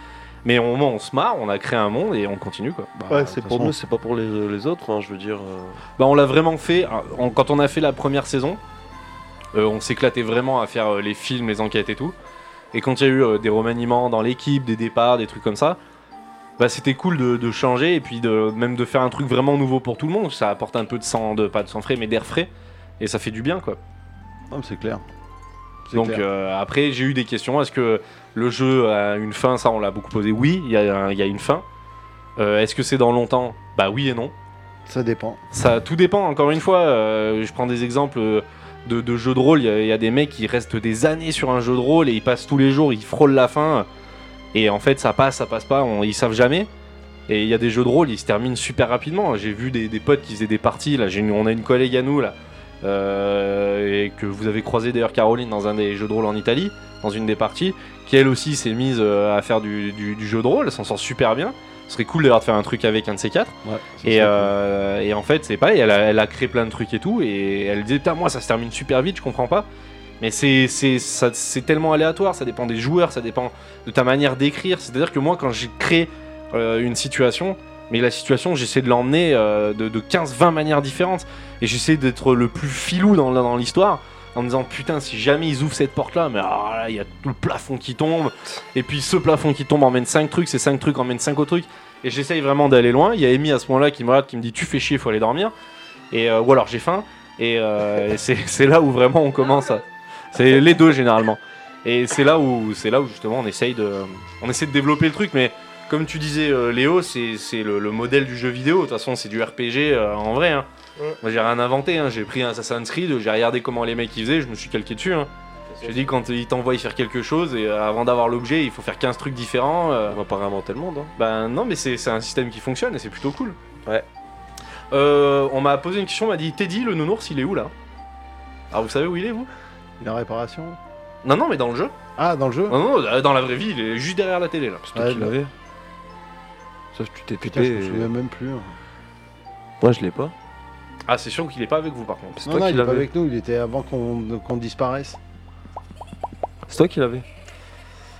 Mais au moment, on se marre, on a créé un monde et on continue quoi.
Bah,
Ouais,
de
c'est
toute
pour
façon,
nous, c'est pas pour les, les autres. hein, je veux dire. euh,
Bah on l'a vraiment fait euh, en- quand on a fait la première saison. euh, on s'éclatait vraiment à faire euh, les films, les enquêtes et tout. Et quand il y a eu euh, des remaniements dans l'équipe, des départs, des trucs comme ça, bah c'était cool de, de changer et puis de même de faire un truc vraiment nouveau pour tout le monde. Ça apporte un peu de sang, de pas de sang frais, mais d'air frais. Et ça fait du bien quoi.
non, mais c'est clair. C'est
Donc
clair.
euh, après, j'ai eu des questions. Est-ce que le jeu a une fin Ça, on l'a beaucoup posé. Oui, il y, a un- il y a une fin. Euh, Est-ce que c'est dans longtemps Bah oui et non.
euh,
ça dépend.
Ça, tout dépend, encore une fois. euh, je prends des exemples euh, de, de jeux de rôle. Il y a- il y, a des mecs qui restent des années sur un jeu de rôle et ils passent tous les jours, ils frôlent la fin. Et en fait, ça passe, ça passe pas, on, ils savent jamais. Et il y a des jeux de rôle, ils se terminent super rapidement. J'ai vu des, des potes qui faisaient des parties. Là, j'ai une- on a une collègue à nous, là, euh, et que vous avez croisé d'ailleurs Caroline dans un des jeux de rôle en Italie, dans une des parties, qui elle aussi s'est mise euh, à faire du, du- du jeu de rôle. Elle s'en sort super bien. Ce serait cool d'ailleurs de faire un truc avec un de ces quatre.
Ouais, c'est
Et,
ça.
euh, et en fait, c'est pareil, elle a, elle a créé plein de trucs et tout, et elle disait, putain, moi ça se termine super vite, je comprends pas. Mais c'est c'est- ça- c'est tellement aléatoire, ça dépend des joueurs, ça dépend de ta manière d'écrire. C'est-à-dire que moi, quand j'ai créé euh, une situation, mais la situation, j'essaie de l'emmener euh, de, de 15-20 manières différentes, et j'essaie d'être le plus filou dans, dans l'histoire. En me disant putain si jamais ils ouvrent cette porte là mais ah là, il y a tout le plafond qui tombe et puis ce plafond qui tombe emmène 5 trucs ces 5 trucs emmènent 5 autres trucs et j'essaye vraiment d'aller loin. Il y a Amy à ce moment-là qui me regarde, qui me dit Tu fais chier, faut aller dormir. Et, euh, ou alors j'ai faim. Et, euh, et c'est c'est là où vraiment on commence à. C'est les deux généralement. Et c'est là où c'est là où justement on essaye de on essaie de développer le truc, mais comme tu disais euh, Léo, c'est c'est le, le modèle du jeu vidéo. De toute façon, c'est du RPG euh, en vrai. hein.
Ouais.
Moi j'ai rien inventé. hein. J'ai pris un Assassin's Creed, j'ai regardé comment les mecs ils faisaient, je me suis calqué dessus. hein. J'ai dit quand ils t'envoient faire quelque chose et euh, avant d'avoir l'objet, il faut faire 15 trucs différents. euh,
On va pas réinventer le monde. hein.
ben non, mais c'est c'est un système qui fonctionne et c'est plutôt cool.
Ouais.
Euh, on m'a posé une question, on m'a dit Teddy, le nounours, il est où là Ah, vous savez où il est, vous
Et la réparation
Non, non, mais dans le jeu.
Ah, dans le jeu
Non, non, euh, dans la vraie vie, il est juste derrière la télé là.
Toi
Ouais,
qui
bah-
l'avais. Sauf que tu t'es
Putain, je me
tapé.
souviens même plus. hein.
Moi, je l'ai pas.
Ah, c'est sûr qu'il est pas avec vous par contre.
C'est
Non,
toi
non,
qui
il est pas
l'avais.
avec nous, il était avant qu'on qu'on disparaisse.
C'est toi qui l'avais.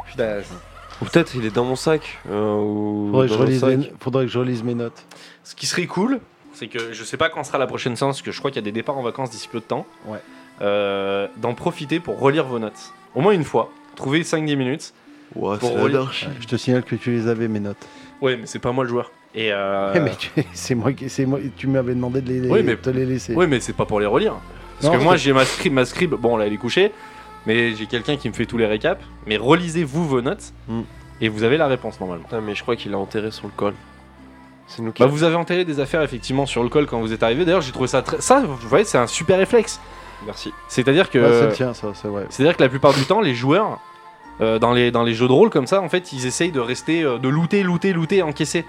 Putain,
Ou peut-être il est dans mon sac. euh, ou
Faudrait que,
dans
je
le
relise
sac.
les- faudrait que je relise mes notes.
Ce qui serait cool, c'est que je sais pas quand sera la prochaine séance, parce que je crois qu'il y a des départs en vacances d'ici peu de temps.
Ouais.
Euh, D'en profiter pour relire vos notes. Au moins une fois. Trouver 5-10 minutes.
Ouais,
Pour
c'est la
relire.
darche.
Ouais, je te signale que tu les avais, mes notes.
Ouais, mais c'est pas moi le joueur. Et euh...
Eh, mais tu- c'est moi qui. c'est moi- Tu m'avais demandé de les,
Oui, mais-
te les laisser.
Oui, mais c'est pas pour les relire. Parce
Non,
que
parce
moi,
que-
j'ai ma scribe, ma scribe, bon, là, elle est couchée, mais j'ai quelqu'un qui me fait tous les récaps. Mais relisez-vous vos notes
Hmm.
Mm.
et vous avez la réponse normalement.
Putain, mais je crois qu'il a enterré sur le col. C'est nous qui.
Bah, vous avez enterré des affaires effectivement sur le col quand vous êtes arrivé. D'ailleurs, j'ai trouvé ça très. Ça, vous voyez, c'est un super réflexe.
Merci.
C'est-à-dire que.
Ouais, c'est le tien, ça, c'est vrai.
C'est-à-dire que la plupart du temps, les joueurs, euh, dans, les, dans les jeux de rôle comme ça, en fait, ils essayent de rester, euh, de looter, looter, looter, encaisser.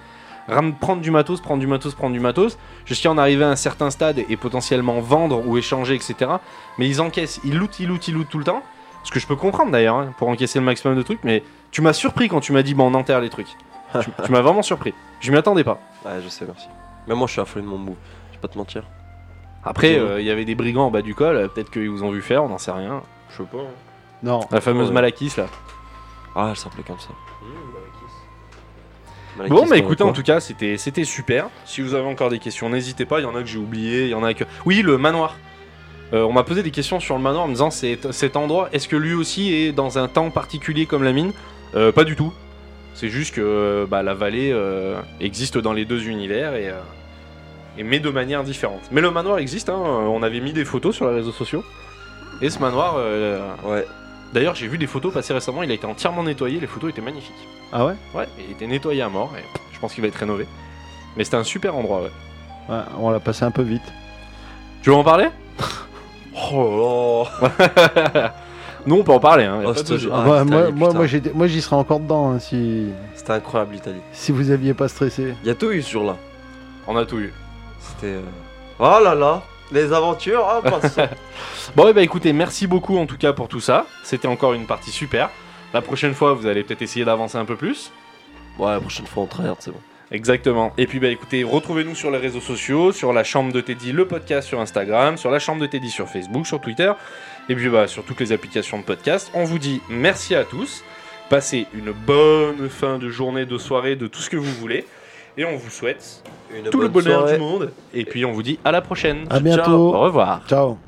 Ram- prendre du matos, prendre du matos, prendre du matos, jusqu'à en arriver à un certain stade et potentiellement vendre ou échanger, etc. Mais ils encaissent, ils lootent, ils lootent, ils lootent tout le temps. Ce que je peux comprendre d'ailleurs, hein, pour encaisser le maximum de trucs, mais tu m'as surpris quand tu m'as dit, bon, on enterre les trucs. tu tu m'as vraiment surpris. Je m'y attendais pas.
Ouais, je sais, merci. Mais moi, je suis affolé de mon move. Je vais pas te mentir.
Après,
Ouais.
euh, il y avait des brigands en bas du col, euh, peut-être qu'ils vous ont vu faire, on n'en sait rien.
Je sais pas. hein.
Non,
La fameuse
Ouais.
Malakis là.
Ah, elle s'appelait comme ça. Malakis,
Bon,
t'en
mais écoutez,
veux
en tout cas, c'était c'était super. Si vous avez encore des questions, n'hésitez pas. Il y en a que j'ai oublié, il y en a que. Oui, le manoir. Euh, on m'a posé des questions sur le manoir en me disant c'est- cet endroit, est-ce que lui aussi est dans un temps particulier comme la mine Euh, Pas du tout. C'est juste que euh, bah, la vallée euh, existe dans les deux univers et, euh, et mais de manière différente. Mais le manoir existe. hein, euh, On avait mis des photos sur les réseaux sociaux. Et ce manoir, euh,
quoi Ouais.
d'ailleurs, j'ai vu des photos passer récemment. Il a été entièrement nettoyé. Les photos étaient magnifiques.
ah ouais,
Ouais, il était nettoyé à mort et je pense qu'il va être rénové. Mais c'était un super endroit, ouais.
Ouais, On l'a passé un peu vite.
Tu veux en parler
Oh là
Nous, on peut en parler. Hein, y a
Oh,
pas de
c'est-
souci.
ah,
Bah,
l'Italie,
moi, moi,
putain.
moi, j'étais- moi, j'y serais encore dedans hein, si,
C'était incroyable l'Italie.
si vous aviez pas stressé.
Il y a tout eu sur là.
On a tout eu.
C'était. euh, Oh là là Les aventures Ah, parce que-
Bon, et bah écoutez, merci beaucoup en tout cas pour tout ça. C'était encore une partie super. La prochaine fois, vous allez peut-être essayer d'avancer un peu plus.
Ouais, la prochaine fois on tryhard, c'est bon.
Exactement. Et puis bah écoutez, retrouvez-nous sur les réseaux sociaux, sur la chambre de Teddy, le podcast sur Instagram, sur la chambre de Teddy sur Facebook, sur Twitter, et puis bah sur toutes les applications de podcast. On vous dit merci à tous. Passez une bonne fin de journée, de soirée, de tout ce que vous voulez. Et on vous souhaite
Une
tout le
bonne
bonheur
soirée.
du monde. Et puis on vous dit à la prochaine.
À
Ciao.
bientôt.
Au revoir.
Ciao.